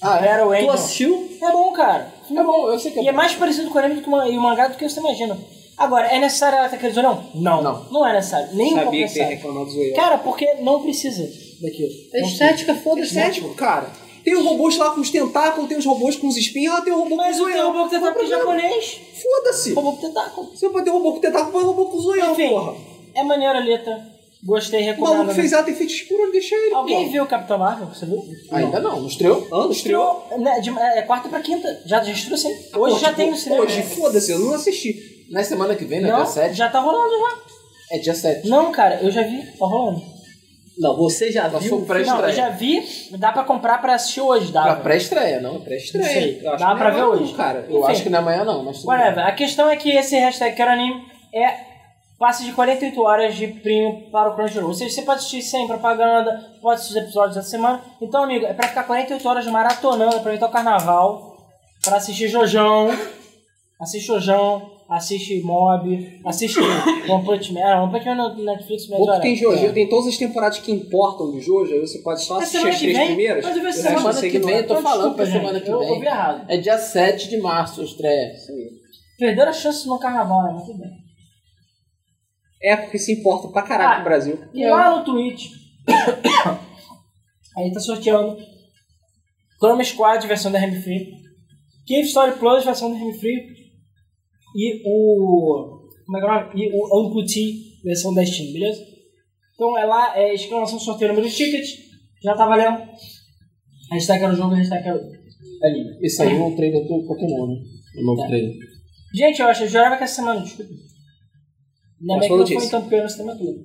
[SPEAKER 1] Ah, é?
[SPEAKER 2] Battle
[SPEAKER 3] Tu
[SPEAKER 2] Angel.
[SPEAKER 3] assistiu?
[SPEAKER 2] É bom, cara.
[SPEAKER 1] É bom, eu sei que
[SPEAKER 2] E é mais parecido com o anime do que uma- e o mangá do que você imagina. Agora, é necessário ela ter aqueles ou não? Não.
[SPEAKER 1] Não.
[SPEAKER 2] é necessário. Nem um pouco
[SPEAKER 4] Sabia que você ia
[SPEAKER 2] necessário.
[SPEAKER 4] reclamar do zoeiro.
[SPEAKER 2] Cara, porque não precisa daquilo.
[SPEAKER 3] É
[SPEAKER 2] Não
[SPEAKER 3] estética,
[SPEAKER 4] É
[SPEAKER 3] foda-se. né?
[SPEAKER 4] cético, cara. Tem os robôs lá com os tentáculos, tem os robôs com os espinhos, ela tem o robô com
[SPEAKER 2] precisa. Mas tem um
[SPEAKER 4] zoião.
[SPEAKER 2] robô que
[SPEAKER 4] Qual o
[SPEAKER 2] tentáculo
[SPEAKER 4] problema?
[SPEAKER 2] japonês.
[SPEAKER 4] Foda-se.
[SPEAKER 2] Robô que tentáculo.
[SPEAKER 4] Você pode ter um robô com tentáculo, mas robô com zoião,
[SPEAKER 2] Enfim,
[SPEAKER 4] porra.
[SPEAKER 2] é maneiro a letra. Gostei,
[SPEAKER 4] O
[SPEAKER 2] recomendo.
[SPEAKER 4] maluco fez ela ter feito escuro, deixa ele.
[SPEAKER 2] Alguém
[SPEAKER 4] porra.
[SPEAKER 2] viu o Capitão Marvel? Você viu?
[SPEAKER 1] Ainda não, não estreou?
[SPEAKER 4] Anos, estreou?
[SPEAKER 2] Né, de- é, é quarta pra quinta. Já, já estreou sim. Hoje
[SPEAKER 4] Pô,
[SPEAKER 2] já
[SPEAKER 4] tipo,
[SPEAKER 2] tem no cinema.
[SPEAKER 4] Hoje, foda-se, eu não assisti.
[SPEAKER 1] Não é semana que vem, né?
[SPEAKER 2] não,
[SPEAKER 1] Dia 7?
[SPEAKER 2] já tá rolando já.
[SPEAKER 1] É dia 7.
[SPEAKER 2] Não, cara, eu já vi. Tá rolando.
[SPEAKER 3] Não, você já
[SPEAKER 1] Passou
[SPEAKER 3] viu?
[SPEAKER 1] pré-estreia.
[SPEAKER 2] Não, eu já vi, dá pra comprar pra assistir hoje, dá.
[SPEAKER 1] Pra pré-estreia, não?
[SPEAKER 4] Estranho.
[SPEAKER 2] Não sei,
[SPEAKER 4] Eu acho
[SPEAKER 2] dá pra
[SPEAKER 4] que não é
[SPEAKER 2] ver
[SPEAKER 4] bom,
[SPEAKER 2] hoje.
[SPEAKER 4] Cara,
[SPEAKER 1] Eu
[SPEAKER 2] Enfim.
[SPEAKER 1] acho que não é amanhã, não, mas tudo bem.
[SPEAKER 2] Whatever. A questão é que esse hashtag Quero Anime é passe de 48 horas de primo para o Crunchyroll. Ou seja, você pode assistir sem propaganda, pode assistir os episódios da semana. Então, amigo, é pra ficar 48 horas maratonando, aproveitar o carnaval, pra assistir Jojão. Assiste Jojão, assiste Mob, assiste [coughs] One Punch Man. Ah, One Punch Man no Netflix mesmo.
[SPEAKER 4] Outro tem Jojo,
[SPEAKER 2] é.
[SPEAKER 4] tem todas as temporadas que importam do Jojo, aí você pode só
[SPEAKER 2] É
[SPEAKER 4] assistir
[SPEAKER 2] semana que
[SPEAKER 4] as três
[SPEAKER 2] vem?
[SPEAKER 4] primeiras.
[SPEAKER 2] Mas eu vi
[SPEAKER 4] o
[SPEAKER 2] essa
[SPEAKER 4] resto
[SPEAKER 1] semana
[SPEAKER 4] você
[SPEAKER 1] que vem,
[SPEAKER 4] ignora.
[SPEAKER 1] eu tô
[SPEAKER 2] Então,
[SPEAKER 1] falando
[SPEAKER 2] desculpa,
[SPEAKER 1] pra semana
[SPEAKER 2] gente,
[SPEAKER 1] que
[SPEAKER 2] eu
[SPEAKER 1] vem.
[SPEAKER 2] ouvi errado.
[SPEAKER 1] É dia 7 de março a estreia.
[SPEAKER 2] Perderam a chance no carnaval, né? Muito bem.
[SPEAKER 4] É, porque se importa pra caraca
[SPEAKER 2] Ah.
[SPEAKER 4] no Brasil.
[SPEAKER 2] E lá no [coughs] Twitch, aí tá sorteando Chroma Squad, versão da Remy Free, Cave Story Plus, versão da Remy Free, e o. Como é que é o nome? E o Uncle T, versão da Steam, beleza? Então é lá, é exclamação sorteio número de tickets, já tá valendo. Hashtag era o jogo, hashtag era o anime.
[SPEAKER 1] E saiu o é um trailer do Pokémon, né? O novo
[SPEAKER 2] É.
[SPEAKER 1] trailer.
[SPEAKER 2] Gente, eu acho, eu jurava que essa semana, desculpa. Ainda bem
[SPEAKER 4] Mas
[SPEAKER 2] que
[SPEAKER 4] foi
[SPEAKER 2] não foi
[SPEAKER 4] notícia.
[SPEAKER 2] tão pior essa tema tudo.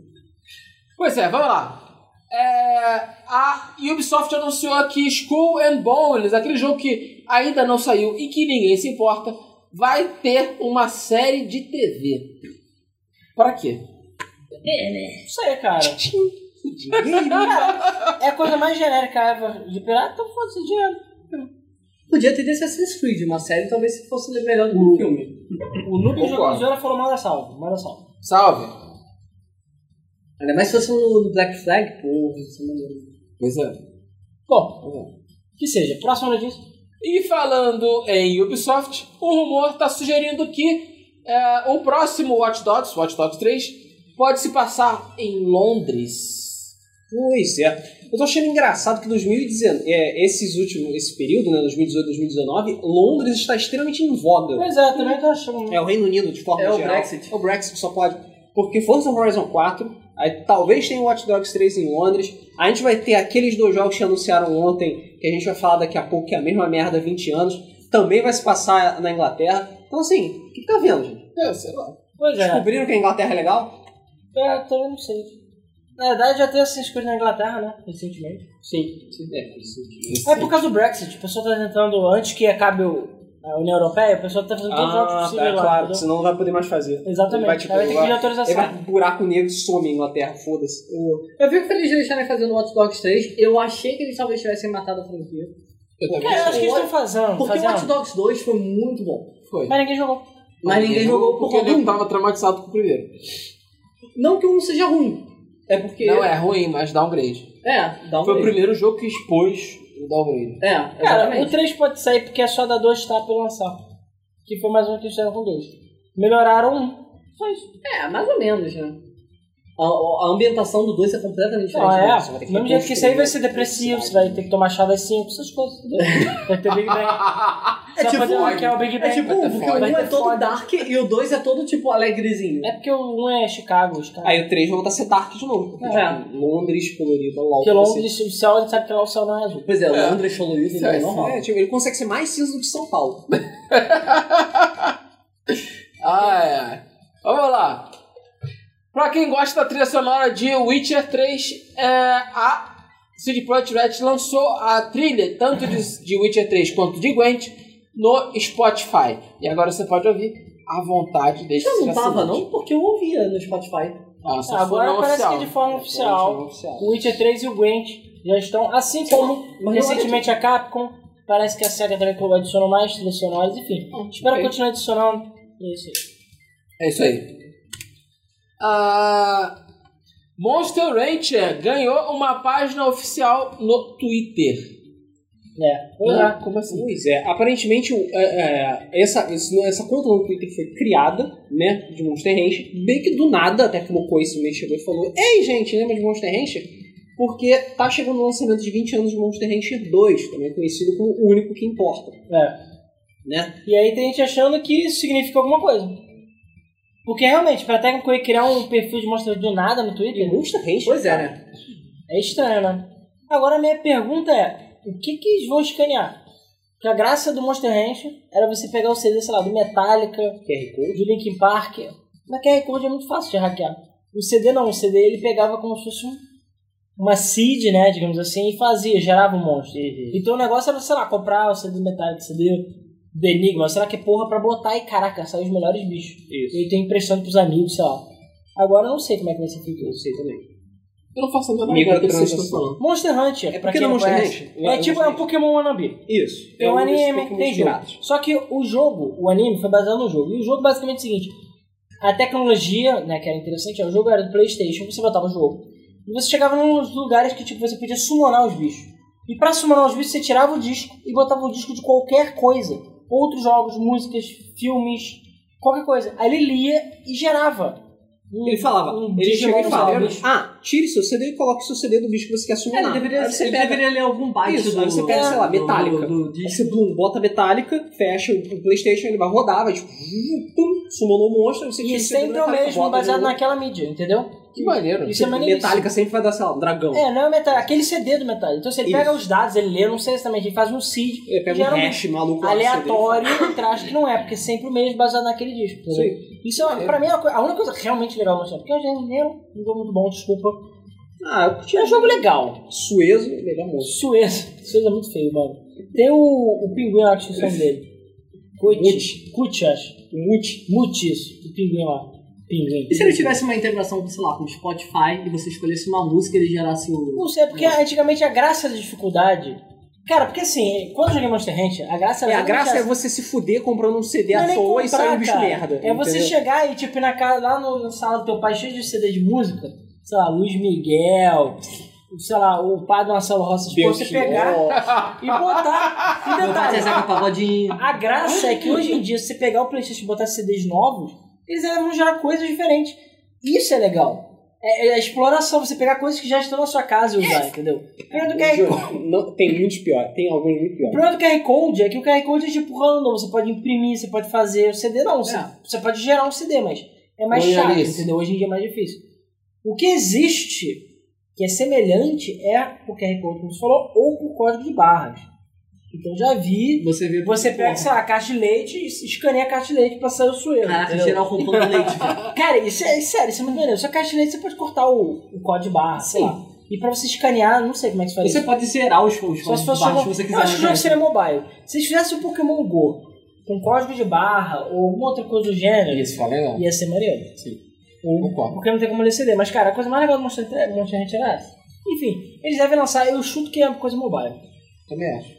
[SPEAKER 1] Pois é, vamos lá. É, a Ubisoft anunciou aqui School and Bones, aquele jogo que ainda não saiu e que ninguém se importa, vai ter uma série de TV. Pra quê?
[SPEAKER 2] Isso aí, cara. É a coisa mais genérica ever de pirata, então foda-se dinheiro.
[SPEAKER 3] Podia ter desse Assassin's Creed, uma série talvez se fosse melhor do que
[SPEAKER 4] Hum.
[SPEAKER 3] um filme.
[SPEAKER 2] O Nuke
[SPEAKER 1] Concordo.
[SPEAKER 2] Jogadora falou: manda salve, manda salve.
[SPEAKER 1] Salve.
[SPEAKER 3] Ainda mais se fosse no no Black Flag, porra, isso é maneiro.
[SPEAKER 1] Pois é.
[SPEAKER 2] Bom, que seja, próxima notícia.
[SPEAKER 1] E falando em Ubisoft, o rumor está sugerindo que é, o próximo Watch Dogs, Watch Dogs 3, pode se passar em Londres.
[SPEAKER 4] Pois é. Eu tô achando engraçado que 2019, é, esses últimos, esse período, né, 2018, 2019, Londres está extremamente em voga.
[SPEAKER 2] Pois é, também tô achando.
[SPEAKER 4] É o Reino Unido, de forma
[SPEAKER 3] É o
[SPEAKER 4] geral.
[SPEAKER 3] Brexit.
[SPEAKER 4] O Brexit só pode. Porque Forza Horizon 4, aí talvez tenha o Watch Dogs 3 em Londres, a gente vai ter aqueles dois jogos que anunciaram ontem, que a gente vai falar daqui a pouco, que é a mesma merda há 20 anos, também vai se passar na Inglaterra. Então assim, o que, que tá vendo, gente?
[SPEAKER 1] É, sei lá.
[SPEAKER 2] Pois é,
[SPEAKER 4] Descobriram que a Inglaterra é legal?
[SPEAKER 2] é, também não sei. Na verdade, já tem Assassin's Creed na Inglaterra, né? Recentemente.
[SPEAKER 4] Sim. É, sim.
[SPEAKER 2] É por causa do Brexit. O pessoal tá tentando, antes que acabe o- a União Europeia, o pessoal tá fazendo todo o troca
[SPEAKER 4] Ah,
[SPEAKER 2] possível
[SPEAKER 4] tá,
[SPEAKER 2] lá.
[SPEAKER 4] claro,
[SPEAKER 2] entendeu?
[SPEAKER 4] senão não vai poder mais fazer.
[SPEAKER 2] Exatamente.
[SPEAKER 4] Vai, tipo,
[SPEAKER 2] Aí vai ter que
[SPEAKER 4] lá-
[SPEAKER 2] pedir
[SPEAKER 4] Ele
[SPEAKER 2] autorização.
[SPEAKER 4] vai pro um buraco negro e some a Inglaterra, foda-se.
[SPEAKER 3] Eu fico feliz de deixarem fazendo Watch Dogs 3. Eu achei que eles talvez tivessem matado a franquia.
[SPEAKER 1] Eu também
[SPEAKER 2] Cara, eu acho que eles estão fazendo.
[SPEAKER 3] Porque o
[SPEAKER 2] fazendo.
[SPEAKER 3] Watch Dogs 2 foi muito bom.
[SPEAKER 1] foi.
[SPEAKER 2] Mas ninguém jogou.
[SPEAKER 3] Mas ninguém jogou por
[SPEAKER 1] porque
[SPEAKER 3] conta
[SPEAKER 1] ele
[SPEAKER 2] tá-
[SPEAKER 3] do
[SPEAKER 1] tava traumatizado com o primeiro.
[SPEAKER 3] Não que um seja ruim. É porque.
[SPEAKER 1] Não é ruim, mas downgrade.
[SPEAKER 3] É, dá um.
[SPEAKER 1] Foi o
[SPEAKER 3] meio.
[SPEAKER 1] primeiro jogo que expôs o [laughs] downgrade.
[SPEAKER 3] É,
[SPEAKER 2] Cara,
[SPEAKER 3] exatamente.
[SPEAKER 2] o 3 pode sair porque é só da 2 tá pra lançar. Que foi mais uma que eles fizeram com 2. Melhoraram um. Só isso.
[SPEAKER 3] É, mais ou menos, né? A, a ambientação do 2 é completamente diferente.
[SPEAKER 2] Não,
[SPEAKER 3] do
[SPEAKER 2] é.
[SPEAKER 3] outro, vai ter
[SPEAKER 2] Do
[SPEAKER 3] que
[SPEAKER 2] mesmo jeito que isso aí vai ser
[SPEAKER 3] reconstruir.
[SPEAKER 2] depressivo, você vai ter que tomar chá das 5, essas coisas. entendeu?
[SPEAKER 3] [laughs]
[SPEAKER 2] Vai ter Big Bang.
[SPEAKER 3] É
[SPEAKER 2] Só
[SPEAKER 3] tipo
[SPEAKER 2] fazer
[SPEAKER 3] um-
[SPEAKER 2] o que é o Big
[SPEAKER 3] É
[SPEAKER 2] Bang.
[SPEAKER 3] tipo,
[SPEAKER 1] Vai ter
[SPEAKER 3] porque
[SPEAKER 1] foda,
[SPEAKER 3] o 1
[SPEAKER 2] vai
[SPEAKER 3] é
[SPEAKER 2] ter
[SPEAKER 3] todo
[SPEAKER 2] foda.
[SPEAKER 3] dark e o 2 é todo, tipo, alegrezinho.
[SPEAKER 2] É porque o 1 é Chicago, os caras.
[SPEAKER 4] Aí o 3 volta a ser Dark de novo. Porque,
[SPEAKER 3] É.
[SPEAKER 4] tipo, Londres colorido, LOL.
[SPEAKER 2] Porque
[SPEAKER 4] vai ser-
[SPEAKER 2] Londres, o céu, a gente sabe que lá o céu não é azul.
[SPEAKER 3] Pois é,
[SPEAKER 1] É.
[SPEAKER 3] Londres colorido não é
[SPEAKER 1] Isso
[SPEAKER 3] normal.
[SPEAKER 4] É, tipo, ele consegue ser mais cinza do que São Paulo.
[SPEAKER 1] Ah, é. Vamos lá. Pra quem gosta da trilha sonora de Witcher 3, é, a CD Projekt Red lançou a trilha tanto de, de Witcher 3 quanto de Gwent no Spotify. E agora você pode ouvir à vontade desde
[SPEAKER 3] Eu não tava, não, porque eu ouvia no Spotify.
[SPEAKER 2] É,
[SPEAKER 1] Ah, só
[SPEAKER 2] Agora
[SPEAKER 3] é
[SPEAKER 1] foi não
[SPEAKER 2] parece
[SPEAKER 1] oficial.
[SPEAKER 2] que de forma
[SPEAKER 1] Não
[SPEAKER 2] oficial,
[SPEAKER 1] oficial.
[SPEAKER 2] o Witcher 3 e o Gwent já estão, assim como
[SPEAKER 3] Mas é
[SPEAKER 2] recentemente a Capcom, parece que a SEGA também adicionou mais trilhas sonoras, enfim. Espero
[SPEAKER 1] ok.
[SPEAKER 2] continuar adicionando. E é isso aí.
[SPEAKER 1] É isso aí. Ah, Monster Rancher ganhou uma página oficial no Twitter.
[SPEAKER 2] É, pois é.
[SPEAKER 1] como assim?
[SPEAKER 4] Pois é, aparentemente o- é, é, essa, esse- essa conta no Twitter foi criada, né, de Monster Rancher, bem que do nada até que o Coice meio chegou e falou Ei, gente, lembra de Monster Rancher? Porque tá chegando o lançamento de 20 anos de Monster Rancher 2, também conhecido como o único que importa,
[SPEAKER 2] É.
[SPEAKER 4] né?
[SPEAKER 2] E aí tem gente achando que isso significa alguma coisa. Porque realmente, pra técnico ele criar um perfil de monstro do nada no
[SPEAKER 4] E
[SPEAKER 2] Twitter,
[SPEAKER 4] Monster Rancher,
[SPEAKER 3] Pois é,
[SPEAKER 4] cara,
[SPEAKER 3] né?
[SPEAKER 2] é estranho, né? Agora a minha pergunta é, o que que eles vão escanear? Porque a graça do Monster Ranch era você pegar o CD, sei lá, do Metallica,
[SPEAKER 4] QR Code.
[SPEAKER 2] do Linkin Park. Mas QR Code é muito fácil de hackear. O CD não, o CD ele pegava como se fosse um- uma seed, né, digamos assim, e fazia, gerava um monstro. Então o negócio era, sei lá, comprar o CD do Metallica, o CD do Enigma, será que porra pra botar e caraca, saiu os melhores bichos.
[SPEAKER 4] Isso.
[SPEAKER 2] E aí tem emprestando pros amigos, sei lá. Agora eu não sei como é que vai ser feito
[SPEAKER 4] Não
[SPEAKER 2] isso.
[SPEAKER 4] sei também.
[SPEAKER 1] Eu não faço nada
[SPEAKER 4] Microtransação.
[SPEAKER 1] do que vocês estão falando.
[SPEAKER 2] Monster Hunter,
[SPEAKER 4] É
[SPEAKER 2] pra
[SPEAKER 4] porque
[SPEAKER 2] quem
[SPEAKER 4] não
[SPEAKER 2] não
[SPEAKER 4] Monster
[SPEAKER 2] conhece,
[SPEAKER 4] Hunter?
[SPEAKER 2] é tipo é um Pokémon Wannabe.
[SPEAKER 4] Isso. É
[SPEAKER 2] Tem um
[SPEAKER 4] desses
[SPEAKER 2] anime,
[SPEAKER 4] Pokémon
[SPEAKER 2] tem jogo.
[SPEAKER 4] piratas.
[SPEAKER 2] Só que o jogo, o anime, foi baseado no jogo. E o jogo basicamente é o seguinte: a tecnologia, né, que era interessante, ó, o jogo era do PlayStation, você botava o jogo. E você chegava nos lugares que tipo, você podia summonar os bichos. E pra summonar os bichos, você tirava o disco e botava o disco de qualquer coisa. Outros jogos, músicas, filmes, qualquer coisa. Aí ele lia e gerava. Um-
[SPEAKER 4] Ele falava,
[SPEAKER 2] um
[SPEAKER 4] ele
[SPEAKER 2] Digimon
[SPEAKER 4] chegou e falava,
[SPEAKER 2] maneiro.
[SPEAKER 4] ah, tire seu CD e coloque seu CD do bicho que você quer
[SPEAKER 3] É,
[SPEAKER 4] summonar.
[SPEAKER 3] ele deveria,
[SPEAKER 4] Aí você
[SPEAKER 3] ele
[SPEAKER 4] pega-
[SPEAKER 3] deveria ler algum byte
[SPEAKER 4] Isso,
[SPEAKER 3] do...
[SPEAKER 4] aí você pega, sei lá,
[SPEAKER 3] do- do-
[SPEAKER 4] Metallica.
[SPEAKER 3] do
[SPEAKER 4] Aí
[SPEAKER 3] disco.
[SPEAKER 4] você blum, bota metálica, fecha o o Playstation, ele vai rodar, vai tipo, pum, sumou no monstro, aí você
[SPEAKER 2] E
[SPEAKER 4] tira
[SPEAKER 2] sempre é o mesmo, baseado naquela mídia, entendeu?
[SPEAKER 1] Que maneiro.
[SPEAKER 2] Isso é maneiríssimo.
[SPEAKER 4] Metálica sempre vai dar, sei lá, um dragão.
[SPEAKER 2] É, não é o metal, aquele CD do metal. Então se ele
[SPEAKER 4] Isso.
[SPEAKER 2] pega os dados, ele lê, não sei exatamente, ele faz um seed,
[SPEAKER 4] Ele pega
[SPEAKER 2] gera
[SPEAKER 4] um
[SPEAKER 2] um
[SPEAKER 4] hash maluco lá do CD.
[SPEAKER 2] aleatório e traz que não é, porque é sempre o mesmo baseado naquele disco. entendeu?
[SPEAKER 4] Sim.
[SPEAKER 2] Isso é, uma- pra mim é uma coi- a única coisa realmente legal do Monster Hunter, porque é um gênero, um jogo muito bom, desculpa.
[SPEAKER 4] Ah, eu curti.
[SPEAKER 2] É um jogo legal.
[SPEAKER 4] Suezo, melhor monstro.
[SPEAKER 2] Suez, Suez é muito feio, mano. Tem o, o pinguim lá, que esqueci o nome dele. Cuti. Cuti, acho. Muti. Muti, isso. O pinguim lá. Pinguim.
[SPEAKER 3] E se ele tivesse uma integração, com, sei lá, com o Spotify e você escolhesse uma música e ele gerasse o...
[SPEAKER 2] Não sei, é
[SPEAKER 4] Hum.
[SPEAKER 2] porque antigamente a graça da dificuldade... Cara, porque assim, quando eu joguei Monster Hunter, a graça era
[SPEAKER 4] É, a
[SPEAKER 2] exatamente
[SPEAKER 4] graça
[SPEAKER 2] essa.
[SPEAKER 4] é você se fuder comprando um CD
[SPEAKER 2] Não é
[SPEAKER 4] à
[SPEAKER 2] nem
[SPEAKER 4] toa e
[SPEAKER 2] comprar,
[SPEAKER 4] sair um bicho
[SPEAKER 2] cara.
[SPEAKER 4] merda.
[SPEAKER 2] É você
[SPEAKER 4] entendeu?
[SPEAKER 2] chegar e, tipo, ir na casa, lá no, na sala do teu pai, cheio de CD de música, sei lá, Luiz Miguel, sei lá, o padre Marcelo Rossi, tipo, você
[SPEAKER 4] Belchior.
[SPEAKER 2] pegar e botar.
[SPEAKER 4] [laughs]
[SPEAKER 2] E
[SPEAKER 3] Você
[SPEAKER 2] detalhe,
[SPEAKER 3] Zeca Pagodinho.
[SPEAKER 2] a graça é que hoje em dia, se você pegar o Playstation e botar CDs novos, eles ainda vão gerar coisas diferentes. Isso é legal. É, é a exploração, você pegar coisas que já estão na sua casa e usar, entendeu? Pegando o
[SPEAKER 4] Um
[SPEAKER 2] QR
[SPEAKER 4] Juro, [laughs] não- tem muitos piores, tem alguns muito
[SPEAKER 2] o
[SPEAKER 4] piores.
[SPEAKER 2] problema do QR Code é que o QR Code é tipo random, você pode imprimir, você pode fazer. O CD não, você, você pode gerar um CD, mas é mais
[SPEAKER 1] Olha
[SPEAKER 2] chato,
[SPEAKER 1] isso.
[SPEAKER 2] entendeu? Hoje em dia é mais difícil. O que existe, que é semelhante, é o QR Code, como você falou, ou o código de barras. Então já vi.
[SPEAKER 3] Você vê...
[SPEAKER 2] Você pega, sei lá, a caixa de leite e escaneia a caixa de leite pra sair o suelo.
[SPEAKER 3] Caraca,
[SPEAKER 2] entendeu?
[SPEAKER 3] geral [laughs] comprando leite.
[SPEAKER 2] Cara, isso é sério, isso é muito maneiro. Só que a caixa de leite você pode cortar o, o código de barra, sei lá. E pra você escanear, não sei como é que você faz
[SPEAKER 3] Você pode zerar os shows
[SPEAKER 2] só se fosse
[SPEAKER 3] baixos
[SPEAKER 2] algum-
[SPEAKER 3] se você quiser.
[SPEAKER 2] Eu acho que o
[SPEAKER 3] né,
[SPEAKER 2] jogo
[SPEAKER 3] cara?
[SPEAKER 2] seria mobile. Se eles fizessem um Pokémon Go com código de barra ou alguma outra coisa do gênero,
[SPEAKER 1] É Isso, foi legal.
[SPEAKER 2] ia ser maneiro.
[SPEAKER 1] Sim.
[SPEAKER 2] Ou,
[SPEAKER 1] Concordo.
[SPEAKER 2] porque não tem como ler CD. Mas, cara, a coisa mais legal do Monster Hunter é Monster Hunter era essa. Enfim, eles devem lançar, eu chuto que é uma coisa mobile.
[SPEAKER 1] Também acho.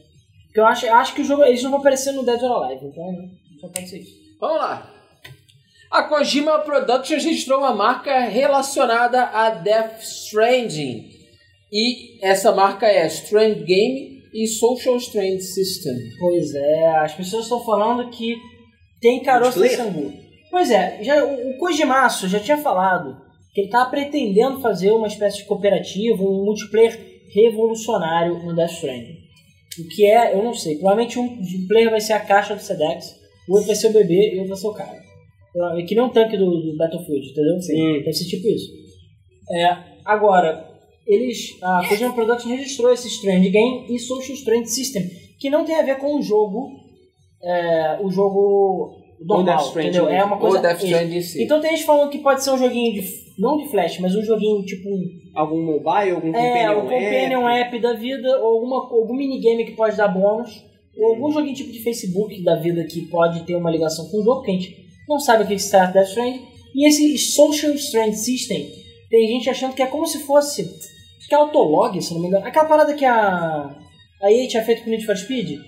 [SPEAKER 2] Porque eu acho, eu acho que o jogo, eles não vão aparecer no Dead or Alive, então né? só pode ser isso.
[SPEAKER 1] Vamos lá. A Kojima Productions registrou uma marca relacionada a Death Stranding. E essa marca é Strand Game e Social Strand System.
[SPEAKER 2] Pois é, as pessoas estão falando que tem caroço de
[SPEAKER 4] Multiplayer?
[SPEAKER 2] sangue. Pois é, já, o, o Kojimaço já tinha falado que ele estava pretendendo fazer uma espécie de cooperativo, um multiplayer revolucionário no Death Stranding. O que é, eu não sei, provavelmente um de player vai ser a caixa do Sedex, o outro vai ser o bebê e o outro vai ser o cara. É que nem um tanque do, do Battlefield, entendeu?
[SPEAKER 4] Sim.
[SPEAKER 2] Vai ser tipo isso. É, agora, eles, a Kojima Productions registrou esse Strand Game e Social Strand System, que não tem a ver com o jogo, é, o jogo
[SPEAKER 1] Ou Death
[SPEAKER 2] normal,
[SPEAKER 1] Stranding
[SPEAKER 2] entendeu? É uma
[SPEAKER 1] mesmo.
[SPEAKER 2] coisa
[SPEAKER 1] Ou Death
[SPEAKER 2] extra.
[SPEAKER 1] Stranding em si.
[SPEAKER 2] Então tem gente falando que pode ser um joguinho de... Não de flash, mas um joguinho tipo...
[SPEAKER 4] Algum mobile, algum
[SPEAKER 2] É, o
[SPEAKER 4] um companion
[SPEAKER 2] companion
[SPEAKER 4] app.
[SPEAKER 2] app. da vida, ou alguma, algum minigame que pode dar bônus, ou algum joguinho tipo de Facebook da vida que pode ter uma ligação com o jogo, que a gente não sabe o que se trata Death Stranding. E esse Social Strand System, tem gente achando que é como se fosse acho que é Autolog, se não me engano. Aquela parada que a, a EA tinha feito com o Need for Speed,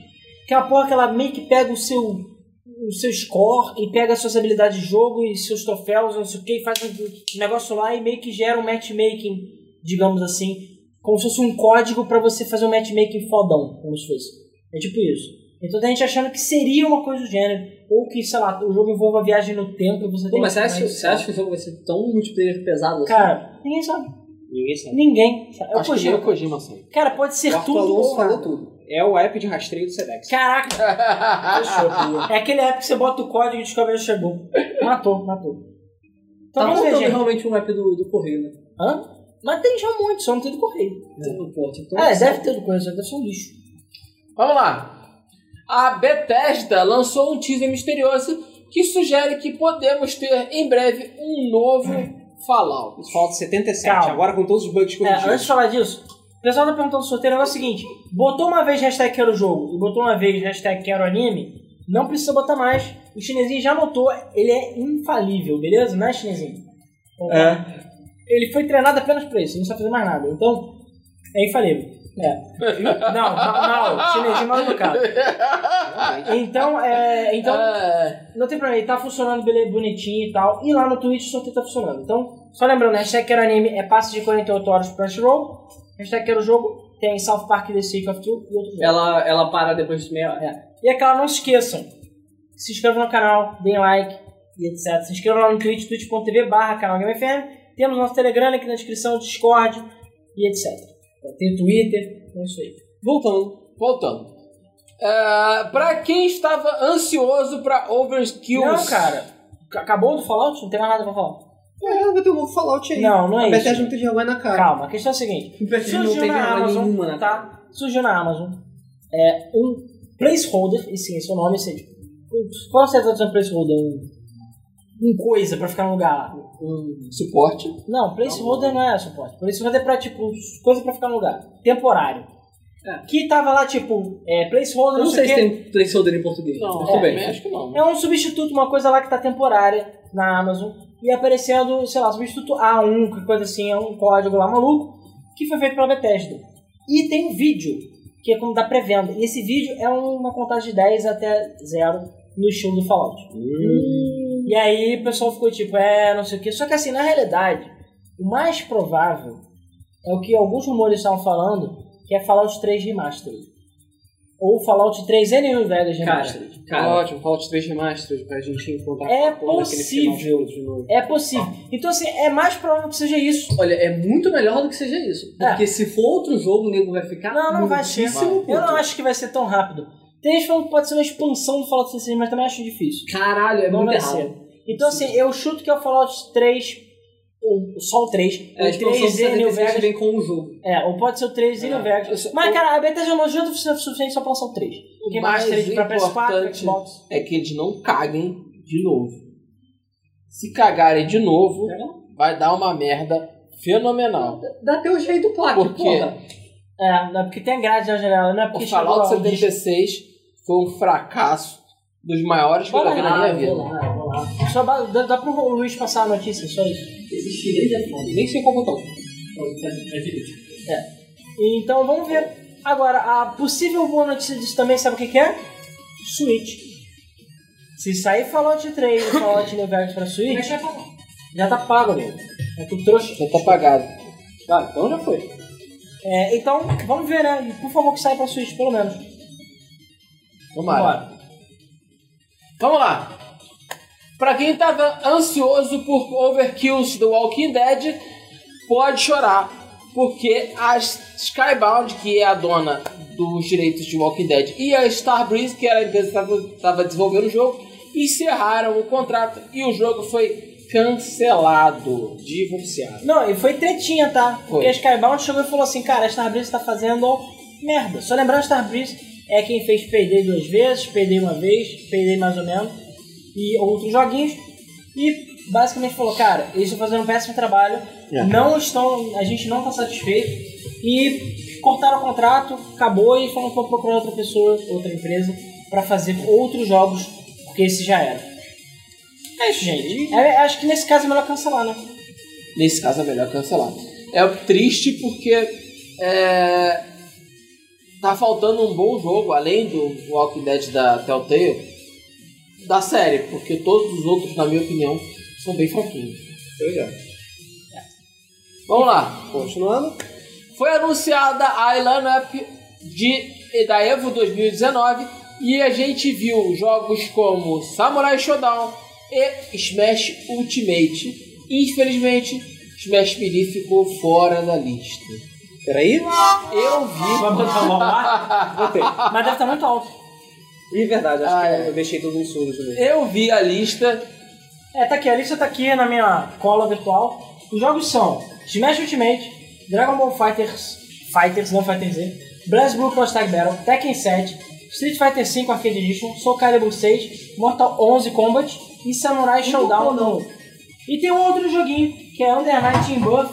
[SPEAKER 2] que é uma porra que ela meio que pega o seu o seu score e pega as suas habilidades de jogo e seus troféus, não sei o que, e faz um negócio lá e meio que gera um matchmaking, digamos assim, como se fosse um código pra você fazer um matchmaking fodão, como se fosse. É tipo isso. Então tem gente achando que seria uma coisa do gênero, ou que, sei lá, o jogo envolva viagem no tempo e você
[SPEAKER 3] Pô,
[SPEAKER 2] tem
[SPEAKER 3] mas você acha,
[SPEAKER 2] mais-
[SPEAKER 3] você acha que o jogo vai ser tão multiplayer pesado assim?
[SPEAKER 2] Cara, ninguém sabe.
[SPEAKER 4] Ninguém sabe.
[SPEAKER 2] Ninguém. sabe. É o
[SPEAKER 1] Acho que é
[SPEAKER 2] Kojima.
[SPEAKER 1] o Kojima, sim.
[SPEAKER 2] Cara, pode ser
[SPEAKER 4] Arthur
[SPEAKER 2] tudo.
[SPEAKER 4] Alonso
[SPEAKER 2] ou nada.
[SPEAKER 4] falou tudo. É o app de rastreio do Sedex.
[SPEAKER 2] Caraca,
[SPEAKER 1] [laughs]
[SPEAKER 2] é aquele app que você bota o código e descobre que chegou. Matou, matou. Então
[SPEAKER 3] Tá
[SPEAKER 2] vamos ver,
[SPEAKER 3] faltando
[SPEAKER 2] gente.
[SPEAKER 3] realmente um app do, do correio, né?
[SPEAKER 2] Hã? Mas tem já muito, só não tem do correio.
[SPEAKER 3] Então, pô, tipo,
[SPEAKER 2] Ah, é, deve ter do correio, só deve ser um lixo.
[SPEAKER 1] Vamos lá. A Bethesda lançou um teaser misterioso que sugere que podemos ter em breve um novo Fallout.
[SPEAKER 4] Falta 77,
[SPEAKER 2] Calma.
[SPEAKER 4] agora com todos os bugs
[SPEAKER 2] É,
[SPEAKER 4] corrigidos.
[SPEAKER 2] antes de falar disso, o pessoal tá perguntando do sorteio, o negócio é o seguinte: botou uma vez hashtag quero jogo e botou uma vez hashtag quero anime, não precisa botar mais. O chinesinho já notou, ele é infalível, beleza? Não é chinesinho?
[SPEAKER 4] É.
[SPEAKER 2] Ele foi treinado apenas pra isso, não sabe fazer mais nada. Então, é infalível. É. Não, não, não, chinesinho mal educado. Então, é, então
[SPEAKER 1] É,
[SPEAKER 2] não tem problema, ele tá funcionando bele- bonitinho e tal. E lá no Twitch o sorteio tá funcionando. Então, só lembrando, hashtag quero anime é passe de 48 horas pro Crunchyroll. Hashtag quero jogo tem South Park The Sick of Two e outro jogo.
[SPEAKER 3] ela, ela para depois de meia hora.
[SPEAKER 2] E é claro, não se esqueçam, se inscrevam no canal, deem like e etc. Se inscrevam lá no Twitch, twitch.tv barra canal GameFM. Temos nosso Telegram aqui na descrição, Discord e etc. Tem o Twitter, é isso aí.
[SPEAKER 4] Voltando.
[SPEAKER 1] voltando. É, pra quem estava ansioso pra Overkill,
[SPEAKER 2] Não, cara, ac- acabou do Fallout? Não tem mais nada pra falar.
[SPEAKER 4] É, vai ter um novo Fallout aí.
[SPEAKER 2] Não, não é
[SPEAKER 4] a Bethesda
[SPEAKER 2] isso.
[SPEAKER 4] não tem vergonha na cara.
[SPEAKER 2] Calma, a questão é a seguinte.
[SPEAKER 3] Não
[SPEAKER 2] Surgiu
[SPEAKER 3] teve
[SPEAKER 2] na
[SPEAKER 3] arma
[SPEAKER 2] Amazon,
[SPEAKER 3] nenhuma, né?
[SPEAKER 2] tá? Surgiu na Amazon é, um placeholder, e sim, esse é o nome, esse é tipo, um- qual é a tradução de placeholder? Um, um coisa pra ficar no lugar lá. Um-
[SPEAKER 1] suporte.
[SPEAKER 2] não, placeholder não é suporte. Placeholder é pra, tipo, coisa pra ficar no lugar. Temporário.
[SPEAKER 3] É.
[SPEAKER 2] Que tava lá, tipo, é, placeholder,
[SPEAKER 3] Eu não sei se
[SPEAKER 2] o quê.
[SPEAKER 3] tem placeholder em português.
[SPEAKER 1] Não,
[SPEAKER 3] mas tudo bem.
[SPEAKER 1] também acho que não.
[SPEAKER 2] É um substituto, uma coisa lá que tá temporária na Amazon e aparecendo, sei lá, substituto A1, que coisa assim, é um código lá maluco, que foi feito pela Bethesda. E tem um vídeo, que é como da pré-venda. E esse vídeo é uma contagem de 10 até 0 no estilo do Fallout. E aí o pessoal ficou tipo, é, não sei o quê. Só que assim, na realidade, o mais provável é o que alguns rumores estavam falando, que é Fallout 3 Remastered. Ou Fallout 3 N1 Vegas Remastered.
[SPEAKER 3] Cara, cara,
[SPEAKER 1] um
[SPEAKER 4] Ótimo, Fallout 3 Remastered pra gente encontrar
[SPEAKER 2] É
[SPEAKER 4] com a porra daquele
[SPEAKER 2] possível.
[SPEAKER 4] final de novo.
[SPEAKER 2] É possível. Então, assim, é mais provável que seja isso.
[SPEAKER 3] olha, é muito melhor do que seja isso.
[SPEAKER 2] É.
[SPEAKER 3] Porque se for outro jogo, o nego vai ficar.
[SPEAKER 2] Não, não vai ser.
[SPEAKER 3] muitíssimo puto.
[SPEAKER 2] Eu não acho que vai ser tão rápido. Tem gente falando que pode ser uma expansão do Fallout 66, mas também acho difícil.
[SPEAKER 3] Caralho, é
[SPEAKER 2] não
[SPEAKER 3] muito
[SPEAKER 2] vai
[SPEAKER 3] errado.
[SPEAKER 2] ser. Então, assim, eu chuto que é o Fallout 3, ou só o 3,
[SPEAKER 3] É, a
[SPEAKER 2] ou
[SPEAKER 3] expansão
[SPEAKER 2] 3 e New
[SPEAKER 3] 77
[SPEAKER 2] Vegas.
[SPEAKER 3] vem com o jogo.
[SPEAKER 2] É, ou pode ser o 3 e New Vegas.
[SPEAKER 1] Isso-
[SPEAKER 2] Mas, cara, a Bethesda não adianta o suficiente só pra lançar o 3.
[SPEAKER 1] O
[SPEAKER 2] Porque mais
[SPEAKER 1] mais
[SPEAKER 2] 3 pra PS4,
[SPEAKER 1] importante
[SPEAKER 2] Xbox.
[SPEAKER 1] é que eles não caguem de novo. Se cagarem de novo, vai dar uma merda fenomenal.
[SPEAKER 3] Dá até o jeito placa,
[SPEAKER 1] Por quê?
[SPEAKER 3] porra.
[SPEAKER 2] É, não é porque tem grade na janela, não é porque
[SPEAKER 1] O Fallout
[SPEAKER 2] chegou lá um disco.
[SPEAKER 1] 76 foi um fracasso dos maiores que eu já
[SPEAKER 3] É Ah,
[SPEAKER 1] vi na minha
[SPEAKER 2] vou
[SPEAKER 1] vida.
[SPEAKER 2] lá, vou lá. Só ba- dá, dá pro Luiz passar a notícia, só isso.
[SPEAKER 3] Esse chinês é foda. É
[SPEAKER 4] Nem sei qual botão.
[SPEAKER 2] Então vamos ver. Agora, a possível boa notícia disso também, sabe o que, que é? Switch. Se sair Fallout 3 e Fallout New Vegas pra Switch, já, tá pago, amigo. É tu trouxa.
[SPEAKER 1] Já tá pagado.
[SPEAKER 4] Ah, então já foi.
[SPEAKER 2] É, então, vamos ver, né? E por favor que saia pra Switch, pelo menos.
[SPEAKER 1] Tomara. Vamos lá. Pra quem tava ansioso por overkills do Walking Dead, pode chorar, porque a Skybound, que é a dona dos direitos de Walking Dead, e a Starbreeze, que era a empresa que tava- tava desenvolvendo o jogo, encerraram o contrato e o jogo foi cancelado.
[SPEAKER 4] Divorciado.
[SPEAKER 2] Não, e foi tretinha, tá? Porque
[SPEAKER 1] Foi.
[SPEAKER 2] a Skybound chegou e falou assim, cara, a Starbreeze tá fazendo merda. Só lembrar, a Starbreeze é quem fez perder duas vezes, perder uma vez, perder mais ou menos. e outros joguinhos. E basicamente falou, cara, eles estão fazendo um péssimo trabalho, não estão, a gente não está satisfeito. E cortaram o contrato, acabou e foram procurar outra pessoa, outra empresa, para fazer outros jogos, porque esse já era. É isso, gente. É, acho que nesse caso é melhor cancelar, né?
[SPEAKER 1] Nesse caso é melhor cancelar. É triste porque é, tá faltando um bom jogo, além do Walking Dead da Telltale, da série, porque todos os outros, na minha opinião, são bem fraquinhos. Vamos lá.
[SPEAKER 4] Continuando.
[SPEAKER 1] Foi anunciada a lineup de da Evo 2019 e a gente viu jogos como Samurai Shodown e Smash Ultimate. Infelizmente, Smash Melee ficou fora da lista.
[SPEAKER 4] Peraí.
[SPEAKER 1] Eu vi.
[SPEAKER 2] Vai botar o lá,
[SPEAKER 4] Botei.
[SPEAKER 2] mas deve estar muito alto.
[SPEAKER 4] Ih, verdade, acho
[SPEAKER 1] Ah,
[SPEAKER 4] que
[SPEAKER 1] é.
[SPEAKER 4] eu deixei todo mundo surdo também.
[SPEAKER 1] Eu vi a lista.
[SPEAKER 2] É, tá aqui, a lista tá aqui na minha cola virtual. Os jogos são Smash Ultimate, Dragon Ball Fighters, Fighters, não Fighter Z, BlazBlue Cross Tag Battle, Tekken 7, Street Fighter 5 Arcade Edition, Soul Calibur 6, Mortal 11 Kombat e Samurai Showdown não. E tem um outro joguinho, que é Under Night Team Buff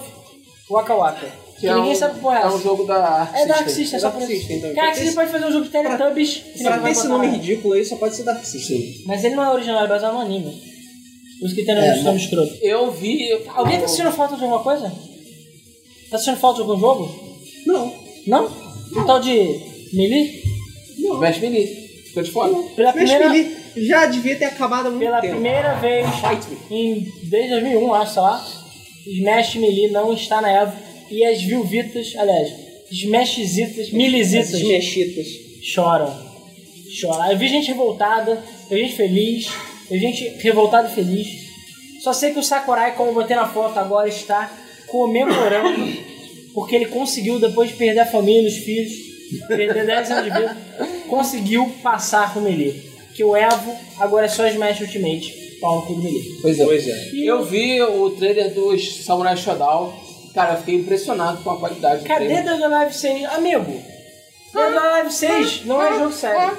[SPEAKER 2] Waka Waka, que,
[SPEAKER 1] é
[SPEAKER 2] ninguém
[SPEAKER 1] um-
[SPEAKER 2] sabe qual é
[SPEAKER 1] É um
[SPEAKER 2] essa.
[SPEAKER 1] jogo da Arc
[SPEAKER 2] É Dark
[SPEAKER 1] System.
[SPEAKER 2] System,
[SPEAKER 4] É
[SPEAKER 2] só
[SPEAKER 4] Dark
[SPEAKER 2] por isso.
[SPEAKER 4] System, então.
[SPEAKER 2] Cara,
[SPEAKER 4] Pra
[SPEAKER 2] você
[SPEAKER 4] ter-
[SPEAKER 2] pode fazer um jogo de Teletubbies. que
[SPEAKER 4] Pra
[SPEAKER 2] ninguém
[SPEAKER 4] ter
[SPEAKER 2] vai
[SPEAKER 4] esse
[SPEAKER 2] botar
[SPEAKER 4] nome
[SPEAKER 2] nada.
[SPEAKER 4] ridículo aí, só pode ser Dark System.
[SPEAKER 2] Mas ele não é original, é baseado no anime. Por isso que tem um nome escroto.
[SPEAKER 1] Eu vi.
[SPEAKER 2] Alguém tá sentindo falta de alguma coisa? Tá sentindo falta de algum jogo?
[SPEAKER 4] Não.
[SPEAKER 2] Não? Um tal de Melee?
[SPEAKER 1] Não, Smash Melee. Ficou de fora.
[SPEAKER 2] Pela
[SPEAKER 4] Smash
[SPEAKER 2] primeira,
[SPEAKER 4] Melee já devia ter acabado há muito
[SPEAKER 2] pela
[SPEAKER 4] tempo.
[SPEAKER 2] primeira vez
[SPEAKER 4] um Fight me.
[SPEAKER 2] em, desde 2001, acho, sei lá, Smash Melee não está na Evo. E as Vilvitas, aliás, Smashzitas,
[SPEAKER 4] Essas
[SPEAKER 2] Milizitas
[SPEAKER 4] mexitas.
[SPEAKER 2] choram. Choram. Eu vi gente revoltada, eu vi gente feliz, eu vi gente revoltada e feliz. Só sei que o Sakurai, como eu botei na foto agora, está comemorando porque ele conseguiu, depois de perder a família e os filhos, perder 10 anos de vida, conseguiu passar com o Melee. Que o Evo agora é só Smash Ultimate, pau no cu do Melee.
[SPEAKER 1] Pois é.
[SPEAKER 4] Pois é.
[SPEAKER 1] Eu vi o trailer dos Samurai Shodown. Cara, eu fiquei impressionado com a qualidade do
[SPEAKER 2] Cadê
[SPEAKER 1] trailer.
[SPEAKER 2] Dead or Alive 6? Amigo, Dead or Alive 6 não é jogo sério.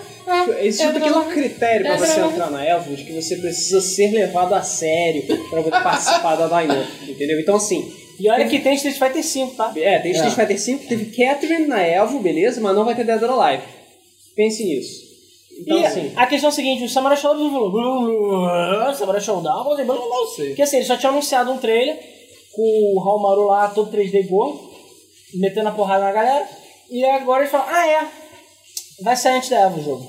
[SPEAKER 4] Existe
[SPEAKER 6] É
[SPEAKER 4] aquele
[SPEAKER 6] pra-
[SPEAKER 4] um critério pra
[SPEAKER 6] é
[SPEAKER 4] você
[SPEAKER 6] pra-
[SPEAKER 4] entrar na Elfos que você precisa ser levado a sério pra poder participar da Dynamo, entendeu? Então assim,
[SPEAKER 2] E olha que tem Street Fighter 5, tá?
[SPEAKER 4] é, tem Street
[SPEAKER 1] É.
[SPEAKER 4] Fighter 5, teve Catherine na Elvo, beleza, mas não vai ter Dead or Alive. Pense nisso. Então
[SPEAKER 2] e
[SPEAKER 4] assim,
[SPEAKER 2] a questão é a seguinte, o Samurai Showdown falou "Blu, blu, blu, Samurai Showdown, blá, blá, blá, blá".
[SPEAKER 1] Sei.
[SPEAKER 2] Porque assim, eles só tinham anunciado um trailer com o Hallmaru lá, todo 3D gordo, metendo a porrada na galera, e agora eles falam, ah é, vai sair antes da Evo o jogo.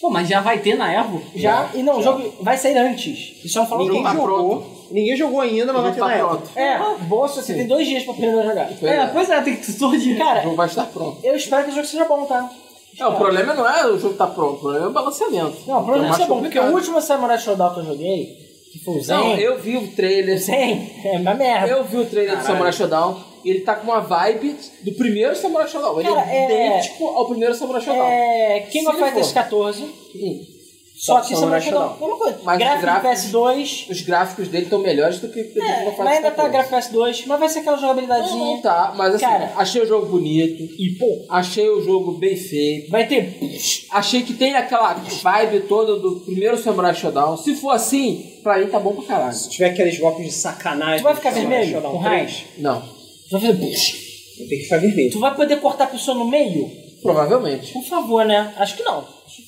[SPEAKER 3] Pô, mas já vai ter na Evo?
[SPEAKER 2] Já, e não, o jogo vai sair antes. Eles só falam
[SPEAKER 4] ninguém
[SPEAKER 1] tá
[SPEAKER 4] jogou, ninguém jogou ainda, mas
[SPEAKER 1] O
[SPEAKER 4] vai
[SPEAKER 1] jogo
[SPEAKER 4] ter
[SPEAKER 1] tá
[SPEAKER 4] na Elvo.
[SPEAKER 1] pronto.
[SPEAKER 2] É, boa, se você tem dois dias pra aprender a jogar.
[SPEAKER 1] Pois é.
[SPEAKER 3] É, pois é, tem que tudo de
[SPEAKER 1] O
[SPEAKER 2] Cara,
[SPEAKER 1] jogo vai estar pronto.
[SPEAKER 2] eu espero que o jogo seja bom, tá?
[SPEAKER 1] É, o problema não é o jogo tá pronto, o problema é o balanceamento.
[SPEAKER 2] Não, o problema é
[SPEAKER 1] mais
[SPEAKER 2] ser bom, porque o
[SPEAKER 1] complicado.
[SPEAKER 2] último Samurai Showdown que eu joguei, que foi o Zen,
[SPEAKER 1] Não, eu vi o trailer.
[SPEAKER 2] Zen é uma merda.
[SPEAKER 1] Eu vi o trailer do Samurai Shodown e ele tá com uma vibe do primeiro Samurai Shodown. Ele
[SPEAKER 2] Cara,
[SPEAKER 1] é
[SPEAKER 2] é-
[SPEAKER 1] idêntico ao primeiro Samurai Shodown.
[SPEAKER 2] É. King
[SPEAKER 1] Se
[SPEAKER 2] of
[SPEAKER 1] ele
[SPEAKER 2] Fighters
[SPEAKER 1] for.
[SPEAKER 2] 14.
[SPEAKER 1] Hum,
[SPEAKER 2] Só que isso é
[SPEAKER 4] Samurai
[SPEAKER 2] uma mesma coisa.
[SPEAKER 1] Mas
[SPEAKER 2] gráfico
[SPEAKER 1] os gráficos-
[SPEAKER 2] de PS2.
[SPEAKER 1] Os gráficos dele estão melhores do que o primeiro
[SPEAKER 2] É,
[SPEAKER 1] Final
[SPEAKER 2] mas
[SPEAKER 1] Fantasy
[SPEAKER 2] ainda tá
[SPEAKER 1] XIV.
[SPEAKER 2] gráfico PS2, mas vai ser aquela
[SPEAKER 1] Não, não
[SPEAKER 2] jogabilidadezinha.
[SPEAKER 1] tá, mas assim,
[SPEAKER 2] Cara.
[SPEAKER 1] achei o jogo bonito,
[SPEAKER 2] E pô,
[SPEAKER 1] achei o jogo bem feito.
[SPEAKER 2] vai ter.
[SPEAKER 1] Achei que tem aquela vibe toda do primeiro Samurai Shodown. Se for assim, pra mim tá bom pra caralho.
[SPEAKER 4] Se tiver aqueles golpes de sacanagem,
[SPEAKER 2] Tu vai ficar
[SPEAKER 4] sei lá,
[SPEAKER 2] vermelho?
[SPEAKER 4] deixa eu dar um
[SPEAKER 2] Com
[SPEAKER 4] três.
[SPEAKER 2] raiva?
[SPEAKER 1] Não,
[SPEAKER 2] Tu vai fazer.
[SPEAKER 4] Eu tenho que ficar vermelho.
[SPEAKER 2] Tu vai poder cortar a pessoa no meio?
[SPEAKER 1] provavelmente.
[SPEAKER 2] Por favor, né? Acho que não. Acho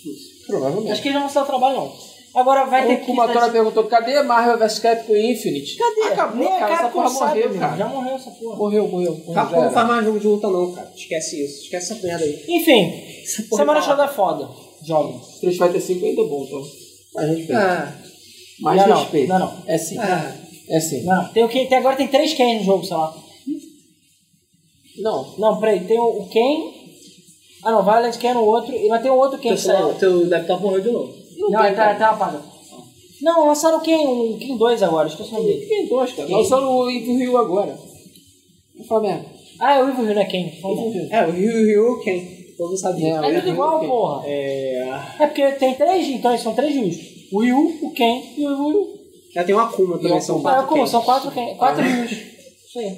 [SPEAKER 1] Provavelmente.
[SPEAKER 2] que eles não vão o trabalho, não. Agora vai ter
[SPEAKER 1] O
[SPEAKER 2] que.
[SPEAKER 1] Kumatora perguntou: cadê Marvel vs Capcom Infinite?
[SPEAKER 2] Cadê?
[SPEAKER 1] Acabou,
[SPEAKER 2] Nem a
[SPEAKER 1] cara, essa
[SPEAKER 2] Capcom
[SPEAKER 1] porra
[SPEAKER 2] sabe,
[SPEAKER 1] morreu,
[SPEAKER 2] meu.
[SPEAKER 1] cara.
[SPEAKER 2] Já morreu essa porra.
[SPEAKER 1] Morreu, morreu. morreu, já
[SPEAKER 4] Capcom
[SPEAKER 1] era.
[SPEAKER 4] não faz mais jogo de luta não, cara. Esquece isso. Esquece essa merda aí.
[SPEAKER 2] Enfim,
[SPEAKER 4] porra
[SPEAKER 2] Samurai
[SPEAKER 4] tá
[SPEAKER 2] Shodown é foda. Joga.
[SPEAKER 1] Street Fighter 5 ainda é bom, então. Mais
[SPEAKER 2] É,
[SPEAKER 1] respeito.
[SPEAKER 4] Ah,
[SPEAKER 1] Mais
[SPEAKER 2] Não, não,
[SPEAKER 1] respeito.
[SPEAKER 2] não, não.
[SPEAKER 1] É sim.
[SPEAKER 4] ah.
[SPEAKER 1] É sim.
[SPEAKER 2] Não, tem o Ken. Até agora tem três Kens no jogo, sei lá.
[SPEAKER 1] Não.
[SPEAKER 2] Não, peraí, tem o, o Ken. Ah não, Violent Ken o outro. e- Mas tem o outro Ken
[SPEAKER 3] Teu,
[SPEAKER 2] que saiu.
[SPEAKER 3] celular- teu laptop morreu de novo.
[SPEAKER 2] Não,
[SPEAKER 1] tem,
[SPEAKER 2] tá,
[SPEAKER 1] cara.
[SPEAKER 2] tá apagado. Não, lançaram o Ken, o Ken 2 agora, esqueci o nome dele.
[SPEAKER 1] Quem dois, cara? Lançando É o Evil Rio agora. O Flamengo.
[SPEAKER 2] Ah, é o Evil Hill, né, Ken?
[SPEAKER 4] É, o Ryu Ryu Ken. Todo mundo
[SPEAKER 1] É,
[SPEAKER 4] sabia.
[SPEAKER 1] o
[SPEAKER 2] É tudo
[SPEAKER 1] Evil
[SPEAKER 2] igual,
[SPEAKER 1] Ken.
[SPEAKER 2] porra.
[SPEAKER 4] É...
[SPEAKER 2] É porque tem três, então são três Rios. O Ryu, o Ken e o Evil.
[SPEAKER 4] Já tem uma Akuma também,
[SPEAKER 1] Tem
[SPEAKER 4] são
[SPEAKER 1] Akuma.
[SPEAKER 4] quatro
[SPEAKER 2] É, como?
[SPEAKER 4] Kens.
[SPEAKER 2] São quatro Ken, quatro Rios. Isso aí.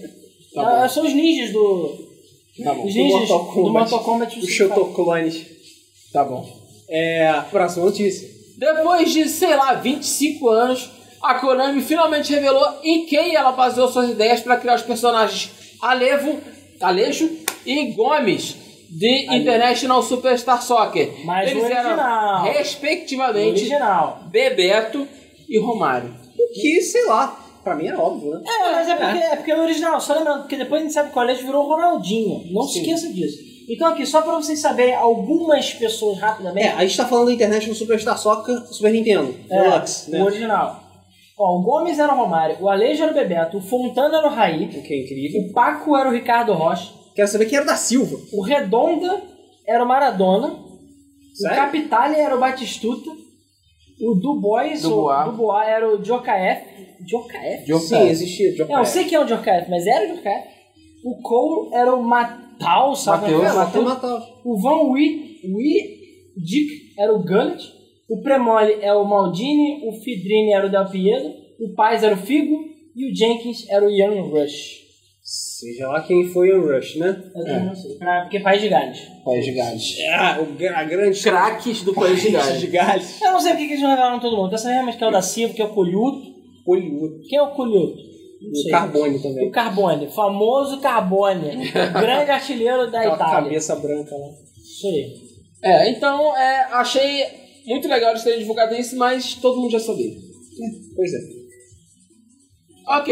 [SPEAKER 1] Tá
[SPEAKER 2] Ah,
[SPEAKER 1] bom.
[SPEAKER 2] são os ninjas do.
[SPEAKER 1] Tá bom.
[SPEAKER 2] Os ninjas
[SPEAKER 4] Mortal
[SPEAKER 2] do
[SPEAKER 4] Kombat.
[SPEAKER 2] Mortal Kombat.
[SPEAKER 4] Os Shotokulones.
[SPEAKER 1] Tá bom.
[SPEAKER 4] É... Próxima notícia.
[SPEAKER 1] Depois de, sei lá, 25 anos, a Konami finalmente revelou em quem ela baseou suas ideias para criar os personagens Alevo, Alejo e Gomes de International Superstar Soccer.
[SPEAKER 2] Mas
[SPEAKER 1] Eles eram,
[SPEAKER 2] original.
[SPEAKER 1] respectivamente,
[SPEAKER 2] Original.
[SPEAKER 1] Bebeto e Romário.
[SPEAKER 4] Que, sei lá, pra mim é óbvio, né?
[SPEAKER 2] É, mas é porque é, porque é o original. Só lembrando, porque depois a gente sabe que o Alex virou Ronaldinho. Não se esqueça disso. Então aqui, só pra vocês saberem algumas pessoas
[SPEAKER 4] É,
[SPEAKER 2] rapidamente.
[SPEAKER 4] a gente tá falando da internet no Superstar Soccer Super Nintendo.
[SPEAKER 2] É,
[SPEAKER 4] Deluxe, né?
[SPEAKER 2] o original. Ó, o Gomes era o Romário, o Alejo era o Bebeto, o Fontana era o Raí,
[SPEAKER 4] O que é incrível.
[SPEAKER 2] o Paco era o Ricardo Rocha,
[SPEAKER 4] Quero saber quem era da Silva.
[SPEAKER 2] o Redonda era o Maradona,
[SPEAKER 4] Sério?
[SPEAKER 2] o Capitale era o Batistuta, o Dubois,
[SPEAKER 1] Dubois.
[SPEAKER 2] o Dubois era o Jokaef. Jokaef?
[SPEAKER 4] Sim, existia. Joe
[SPEAKER 2] Não, eu sei que é o Jokaef, mas era o Jokaef. O Cole era o Matal, sabe?
[SPEAKER 1] Mateus.
[SPEAKER 4] É,
[SPEAKER 2] Mateus.
[SPEAKER 4] matou, matou.
[SPEAKER 2] O Van Wi- Wi- Dick era o Gullet. O Premoli é o Maldini. O Fidrini era o Del Piero. O Paz era o Figo. E o Jenkins era o Young Rush.
[SPEAKER 4] Seja lá quem foi o Rush, né?
[SPEAKER 2] Eu não sei. Pra- Porque Paz de Gales.
[SPEAKER 1] País de Gales.
[SPEAKER 4] Ah, o, gra- a grande...
[SPEAKER 1] Craques do País
[SPEAKER 4] é.
[SPEAKER 1] de Gales.
[SPEAKER 4] Gigalhos.
[SPEAKER 2] Eu não sei porque que eles não revelaram todo mundo. Eu sei realmente que é o da Silva, que é o Colhuto.
[SPEAKER 4] Hollywood.
[SPEAKER 2] Quem é o Colhuto? Não
[SPEAKER 4] O
[SPEAKER 2] sei.
[SPEAKER 4] Carbone
[SPEAKER 2] O
[SPEAKER 4] também.
[SPEAKER 2] Carbone, famoso
[SPEAKER 4] [laughs]
[SPEAKER 2] Carbone, grande artilheiro da
[SPEAKER 4] Aquela
[SPEAKER 2] Itália.
[SPEAKER 4] cabeça branca lá.
[SPEAKER 2] Isso aí.
[SPEAKER 1] É, então, é, achei muito legal eles terem divulgado isso, mas todo mundo já sabia.
[SPEAKER 4] Pois é.
[SPEAKER 1] Ok.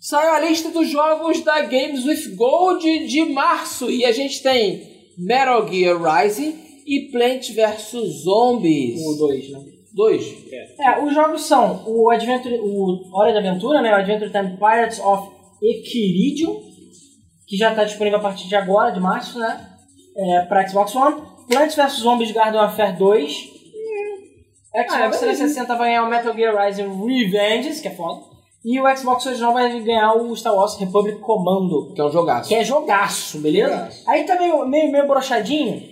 [SPEAKER 1] Saiu a lista dos jogos da Games with Gold de março e a gente tem Metal Gear Rising e Plant vs Zombies.
[SPEAKER 4] Um
[SPEAKER 2] O 2, né?
[SPEAKER 1] Dois.
[SPEAKER 2] É, os jogos são o Adventure, o Hora de Aventura, né? O Adventure Time Pirates of Equiridium, que já está disponível a partir de agora, de março, né? É, para Xbox One. Plants vs Zombies Garden Warfare 2. Xbox 360 vai ganhar o Metal Gear Rising Revengeance, que é foda. E o Xbox original vai ganhar o Star Wars Republic Commando.
[SPEAKER 1] Que é um jogaço.
[SPEAKER 2] Que é jogaço, beleza?
[SPEAKER 4] Jogaço.
[SPEAKER 2] Aí tá meio, meio, meio brochadinho,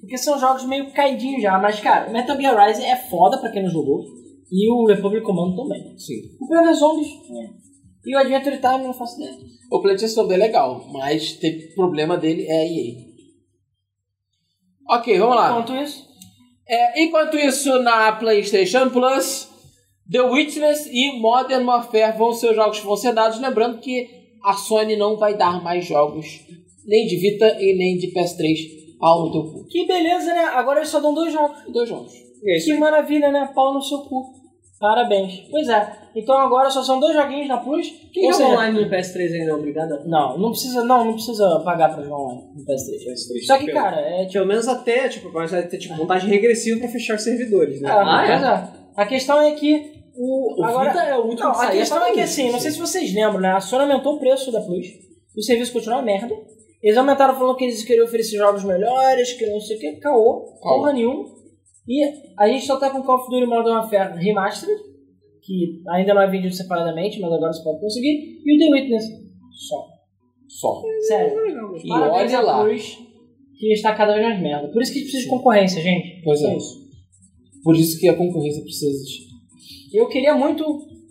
[SPEAKER 2] porque são jogos meio caidinhos já, mas cara, Metal Gear Rising é foda pra quem não jogou. E o Republic Commando também.
[SPEAKER 1] Sim.
[SPEAKER 2] O Planet Zombies.
[SPEAKER 4] É.
[SPEAKER 2] né? E o Adventure Time eu não faço ideia.
[SPEAKER 1] O Plant vs Zombies é legal, mas tem problema dele é a EA. Ok,
[SPEAKER 4] Ah.
[SPEAKER 1] vamos lá.
[SPEAKER 2] Enquanto isso,
[SPEAKER 1] É, enquanto isso, na PlayStation Plus, The Witness e Modern Warfare vão ser os jogos que vão ser dados. Lembrando que a Sony não vai dar mais jogos, nem de Vita e nem de PS3, pau no teu cu.
[SPEAKER 2] que beleza, né? Agora eles só dão dois jogos.
[SPEAKER 1] Dois jogos.
[SPEAKER 4] E é isso.
[SPEAKER 2] Que maravilha, né? Pau no seu cu. Parabéns. Pois é. Então agora só são dois joguinhos na Plus.
[SPEAKER 3] Quem
[SPEAKER 2] ou
[SPEAKER 3] joga
[SPEAKER 2] seja,
[SPEAKER 3] online no PS3 ainda é obrigado?
[SPEAKER 2] Não, não precisa, não, não precisa pagar pra jogar online no PS3.
[SPEAKER 4] PS3.
[SPEAKER 2] Só que,
[SPEAKER 4] Pelo-
[SPEAKER 2] cara, é
[SPEAKER 4] Pelo menos até, tipo, mas vai ter tipo, montagem regressiva pra fechar os servidores, né?
[SPEAKER 2] Ah,
[SPEAKER 3] Ah, é?
[SPEAKER 2] pois é. A questão é que o,
[SPEAKER 3] O
[SPEAKER 2] agora
[SPEAKER 3] Vita é o último
[SPEAKER 2] não,
[SPEAKER 3] que
[SPEAKER 2] a
[SPEAKER 3] saía,
[SPEAKER 2] questão
[SPEAKER 3] tá
[SPEAKER 2] é que
[SPEAKER 3] aí,
[SPEAKER 2] assim, não sei se vocês lembram, né? A Sony aumentou o preço da Plus, o serviço continua uma merda. Eles aumentaram falando que eles queriam oferecer jogos melhores, que não sei o que, caô, porra nenhuma. E a gente só tá com Call of Duty Modern Warfare Remastered, que ainda não é vendido separadamente, mas agora você pode conseguir, e o The Witness. Só.
[SPEAKER 1] Só.
[SPEAKER 2] Sério.
[SPEAKER 1] E
[SPEAKER 2] Parabéns
[SPEAKER 1] olha
[SPEAKER 2] à
[SPEAKER 1] lá.
[SPEAKER 2] Plus, que está cada vez mais merda. Por isso que a gente precisa de concorrência, gente.
[SPEAKER 1] Pois é.
[SPEAKER 2] É isso.
[SPEAKER 1] Por isso que a concorrência precisa existir.
[SPEAKER 2] Eu queria muito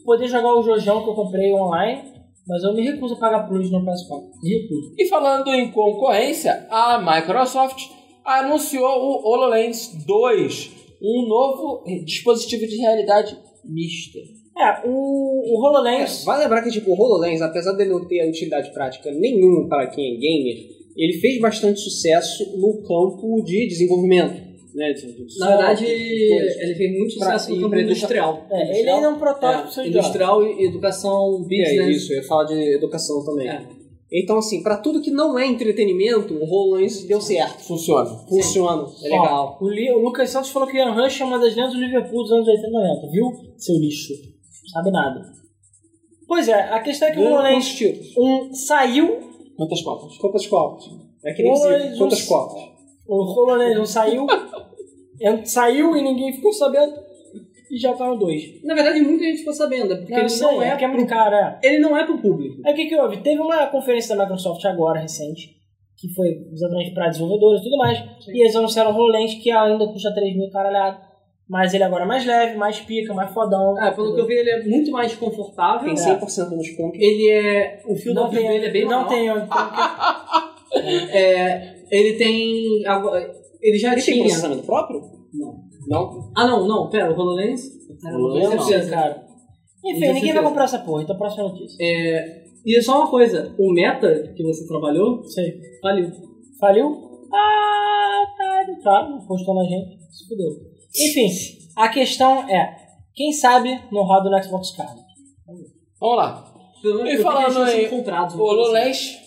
[SPEAKER 2] poder jogar o Jojão que eu comprei online, mas eu me recuso a pagar plus no PS4. Me recuso.
[SPEAKER 1] E falando em concorrência, a Microsoft anunciou o HoloLens 2, um novo dispositivo de realidade mista.
[SPEAKER 2] É, o, o
[SPEAKER 4] É,
[SPEAKER 2] HoloLens.
[SPEAKER 4] Vai lembrar que tipo, o HoloLens, apesar dele não ter utilidade prática nenhuma para quem é gamer, ele fez bastante sucesso no campo de desenvolvimento. Né? de- de-
[SPEAKER 3] Na verdade,
[SPEAKER 4] coisa.
[SPEAKER 3] ele fez muito
[SPEAKER 4] Pra-
[SPEAKER 3] sucesso
[SPEAKER 4] e
[SPEAKER 3] no campo
[SPEAKER 4] pra
[SPEAKER 3] industrial.
[SPEAKER 2] É, ele ainda é um protótipo
[SPEAKER 3] É,
[SPEAKER 2] seu idiota.
[SPEAKER 3] industrial e educação
[SPEAKER 4] É
[SPEAKER 3] business.
[SPEAKER 4] isso, eu ia falar de educação também.
[SPEAKER 3] É.
[SPEAKER 4] Então, assim, para tudo que não é entretenimento, o HoloLens deu certo.
[SPEAKER 1] Funciona.
[SPEAKER 4] Funciona, é legal.
[SPEAKER 2] Ó, o, Li- o Lucas Santos falou que Ian Rush é uma das lendas do Liverpool dos anos 80 e 90, viu? Seu lixo. Sabe nada. Pois é, a questão é que o
[SPEAKER 4] Ganha
[SPEAKER 2] HoloLens
[SPEAKER 4] quantos tiros?
[SPEAKER 2] um, saiu,
[SPEAKER 1] Quantas copas?
[SPEAKER 4] Quantas copas? É que nem
[SPEAKER 2] Ô,
[SPEAKER 4] dizer, quantas
[SPEAKER 2] Jesus.
[SPEAKER 4] copas?
[SPEAKER 2] o HoloLens um saiu, en- saiu e ninguém ficou sabendo, e já tá no 2.
[SPEAKER 3] Na verdade, muita gente ficou sabendo, é porque
[SPEAKER 2] Não,
[SPEAKER 3] ele, não
[SPEAKER 2] sei,
[SPEAKER 3] é,
[SPEAKER 2] é que é muito caro, é.
[SPEAKER 3] ele não é pro público.
[SPEAKER 2] Aí o que, que houve? Teve uma conferência da Microsoft agora, recente, que foi exatamente para desenvolvedores e tudo mais, e eles anunciaram o HoloLens, que ainda custa 3 mil caralhado, mas ele agora é mais leve, mais pica, mais fodão.
[SPEAKER 3] Ah, pelo que eu vi, ele é muito mais confortável.
[SPEAKER 4] Tem
[SPEAKER 3] né?
[SPEAKER 4] 100% no desconto.
[SPEAKER 3] Ele é. O fio
[SPEAKER 2] não
[SPEAKER 3] da
[SPEAKER 2] tem,
[SPEAKER 3] fio dele é bem
[SPEAKER 2] não
[SPEAKER 3] maior. Ah,
[SPEAKER 2] tem, não tem-
[SPEAKER 3] É, ele tem. agora- Ele já
[SPEAKER 4] Ele tem
[SPEAKER 3] tinha.
[SPEAKER 4] processamento próprio? Não?
[SPEAKER 3] Ah, não, não, pera, o HoloLens? é Era uma coisa assim,
[SPEAKER 2] Não sei,
[SPEAKER 3] certeza.
[SPEAKER 2] cara. Enfim,
[SPEAKER 3] Não
[SPEAKER 2] ninguém
[SPEAKER 3] certeza.
[SPEAKER 2] vai comprar essa porra, então próxima notícia.
[SPEAKER 3] É. E só uma coisa, o meta que você trabalhou,
[SPEAKER 2] Sei.
[SPEAKER 3] valeu.
[SPEAKER 2] Faliu? Ah, tá, claro, postou na gente, se fudeu. Enfim, a questão é, quem sabe no roda do Xbox Card?
[SPEAKER 1] Vamos lá.
[SPEAKER 3] Pelo menos
[SPEAKER 1] E
[SPEAKER 3] eu
[SPEAKER 1] falando
[SPEAKER 3] tenho
[SPEAKER 1] em
[SPEAKER 3] isso comprado.
[SPEAKER 1] HoloLens,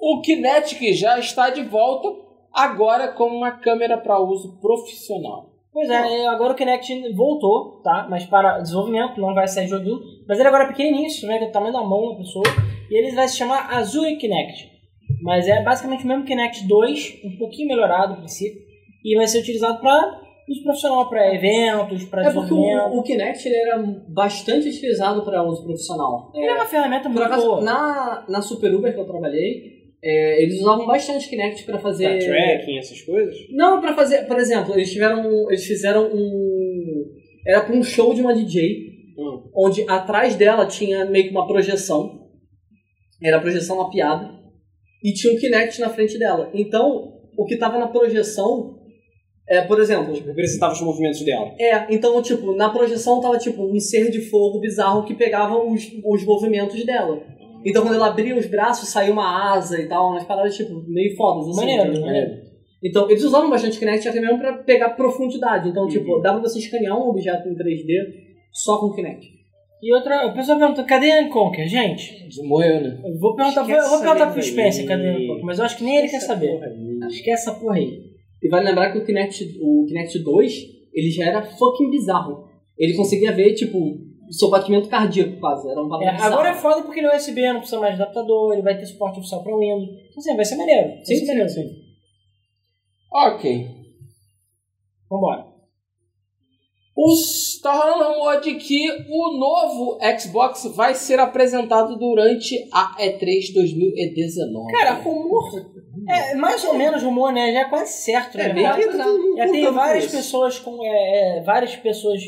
[SPEAKER 1] o Kinetic já está de volta, agora com uma câmera para uso profissional.
[SPEAKER 2] Pois é, agora o Kinect voltou, tá? Mas para desenvolvimento, não vai sair joguinho. Mas ele agora é pequenininho, se tiver do tamanho da mão da pessoa. E ele vai se chamar Azure Kinect. Mas é basicamente o mesmo Kinect 2, um pouquinho melhorado a princípio. E vai ser utilizado para uso profissional, para eventos, para
[SPEAKER 3] É porque
[SPEAKER 2] desenvolvimento.
[SPEAKER 3] o, o Kinect ele era bastante utilizado para uso profissional.
[SPEAKER 2] Ele é uma ferramenta
[SPEAKER 3] Por
[SPEAKER 2] muito
[SPEAKER 3] acaso,
[SPEAKER 2] boa.
[SPEAKER 3] na, na Super Uber que eu trabalhei, é, eles usavam bastante Kinect para
[SPEAKER 4] Pra
[SPEAKER 3] fazer.
[SPEAKER 4] Tá, tracking, essas coisas?
[SPEAKER 3] Não, pra fazer. Por exemplo, eles tiveram. um- Eles fizeram um. Era pra um show de uma DJ,
[SPEAKER 4] Hum.
[SPEAKER 3] onde atrás dela tinha meio que uma projeção. Era a projeção mapeada. E tinha um Kinect na frente dela. Então, o que tava na projeção. É, por exemplo,
[SPEAKER 4] Representava os movimentos dela.
[SPEAKER 3] é, então, tipo, na projeção tava, tipo, um ser de fogo bizarro que pegava os, os movimentos dela. Então, quando ela abria os braços, saía uma asa e tal, umas paradas, tipo, meio fodas, assim.
[SPEAKER 2] Maneiro,
[SPEAKER 3] né?
[SPEAKER 2] maneiro.
[SPEAKER 3] Então, eles usavam bastante Kinect até mesmo pra pegar profundidade. Então,
[SPEAKER 2] Uhum.
[SPEAKER 3] tipo, dá pra você escanear um objeto em 3D só com Kinect.
[SPEAKER 2] E outra, o pessoal perguntou, cadê a Conker? Gente,
[SPEAKER 1] Desmoeu, né?
[SPEAKER 2] eu vou perguntar, vou, eu vou
[SPEAKER 4] Esquece
[SPEAKER 2] perguntar
[SPEAKER 4] essa
[SPEAKER 2] pro Spencer,
[SPEAKER 4] merda
[SPEAKER 2] cadê a
[SPEAKER 4] aí.
[SPEAKER 2] Conker? Mas eu acho que nem ele quer saber.
[SPEAKER 4] Porra,
[SPEAKER 2] Esquece essa porra aí.
[SPEAKER 3] E vale lembrar que o Kinect, o Kinect 2, ele já era fucking bizarro. Ele conseguia ver, tipo, seu batimento cardíaco quase. Era um
[SPEAKER 2] É,
[SPEAKER 3] batimento
[SPEAKER 2] agora é foda porque ele é USB, não precisa mais de adaptador, ele vai ter suporte oficial pra Windows. Então, assim, vai ser maneiro. Vai ser maneiro.
[SPEAKER 1] Ok.
[SPEAKER 2] Vambora.
[SPEAKER 1] Os, tá rolando rumor de que o novo Xbox vai ser apresentado durante a E3 2019.
[SPEAKER 2] Cara, rumor. É mais ou menos rumor, né? Já é quase certo, né?
[SPEAKER 4] É, meio que tá todo mundo
[SPEAKER 2] Já tem
[SPEAKER 4] contando
[SPEAKER 2] várias
[SPEAKER 4] com isso.
[SPEAKER 2] pessoas com. é, é, várias pessoas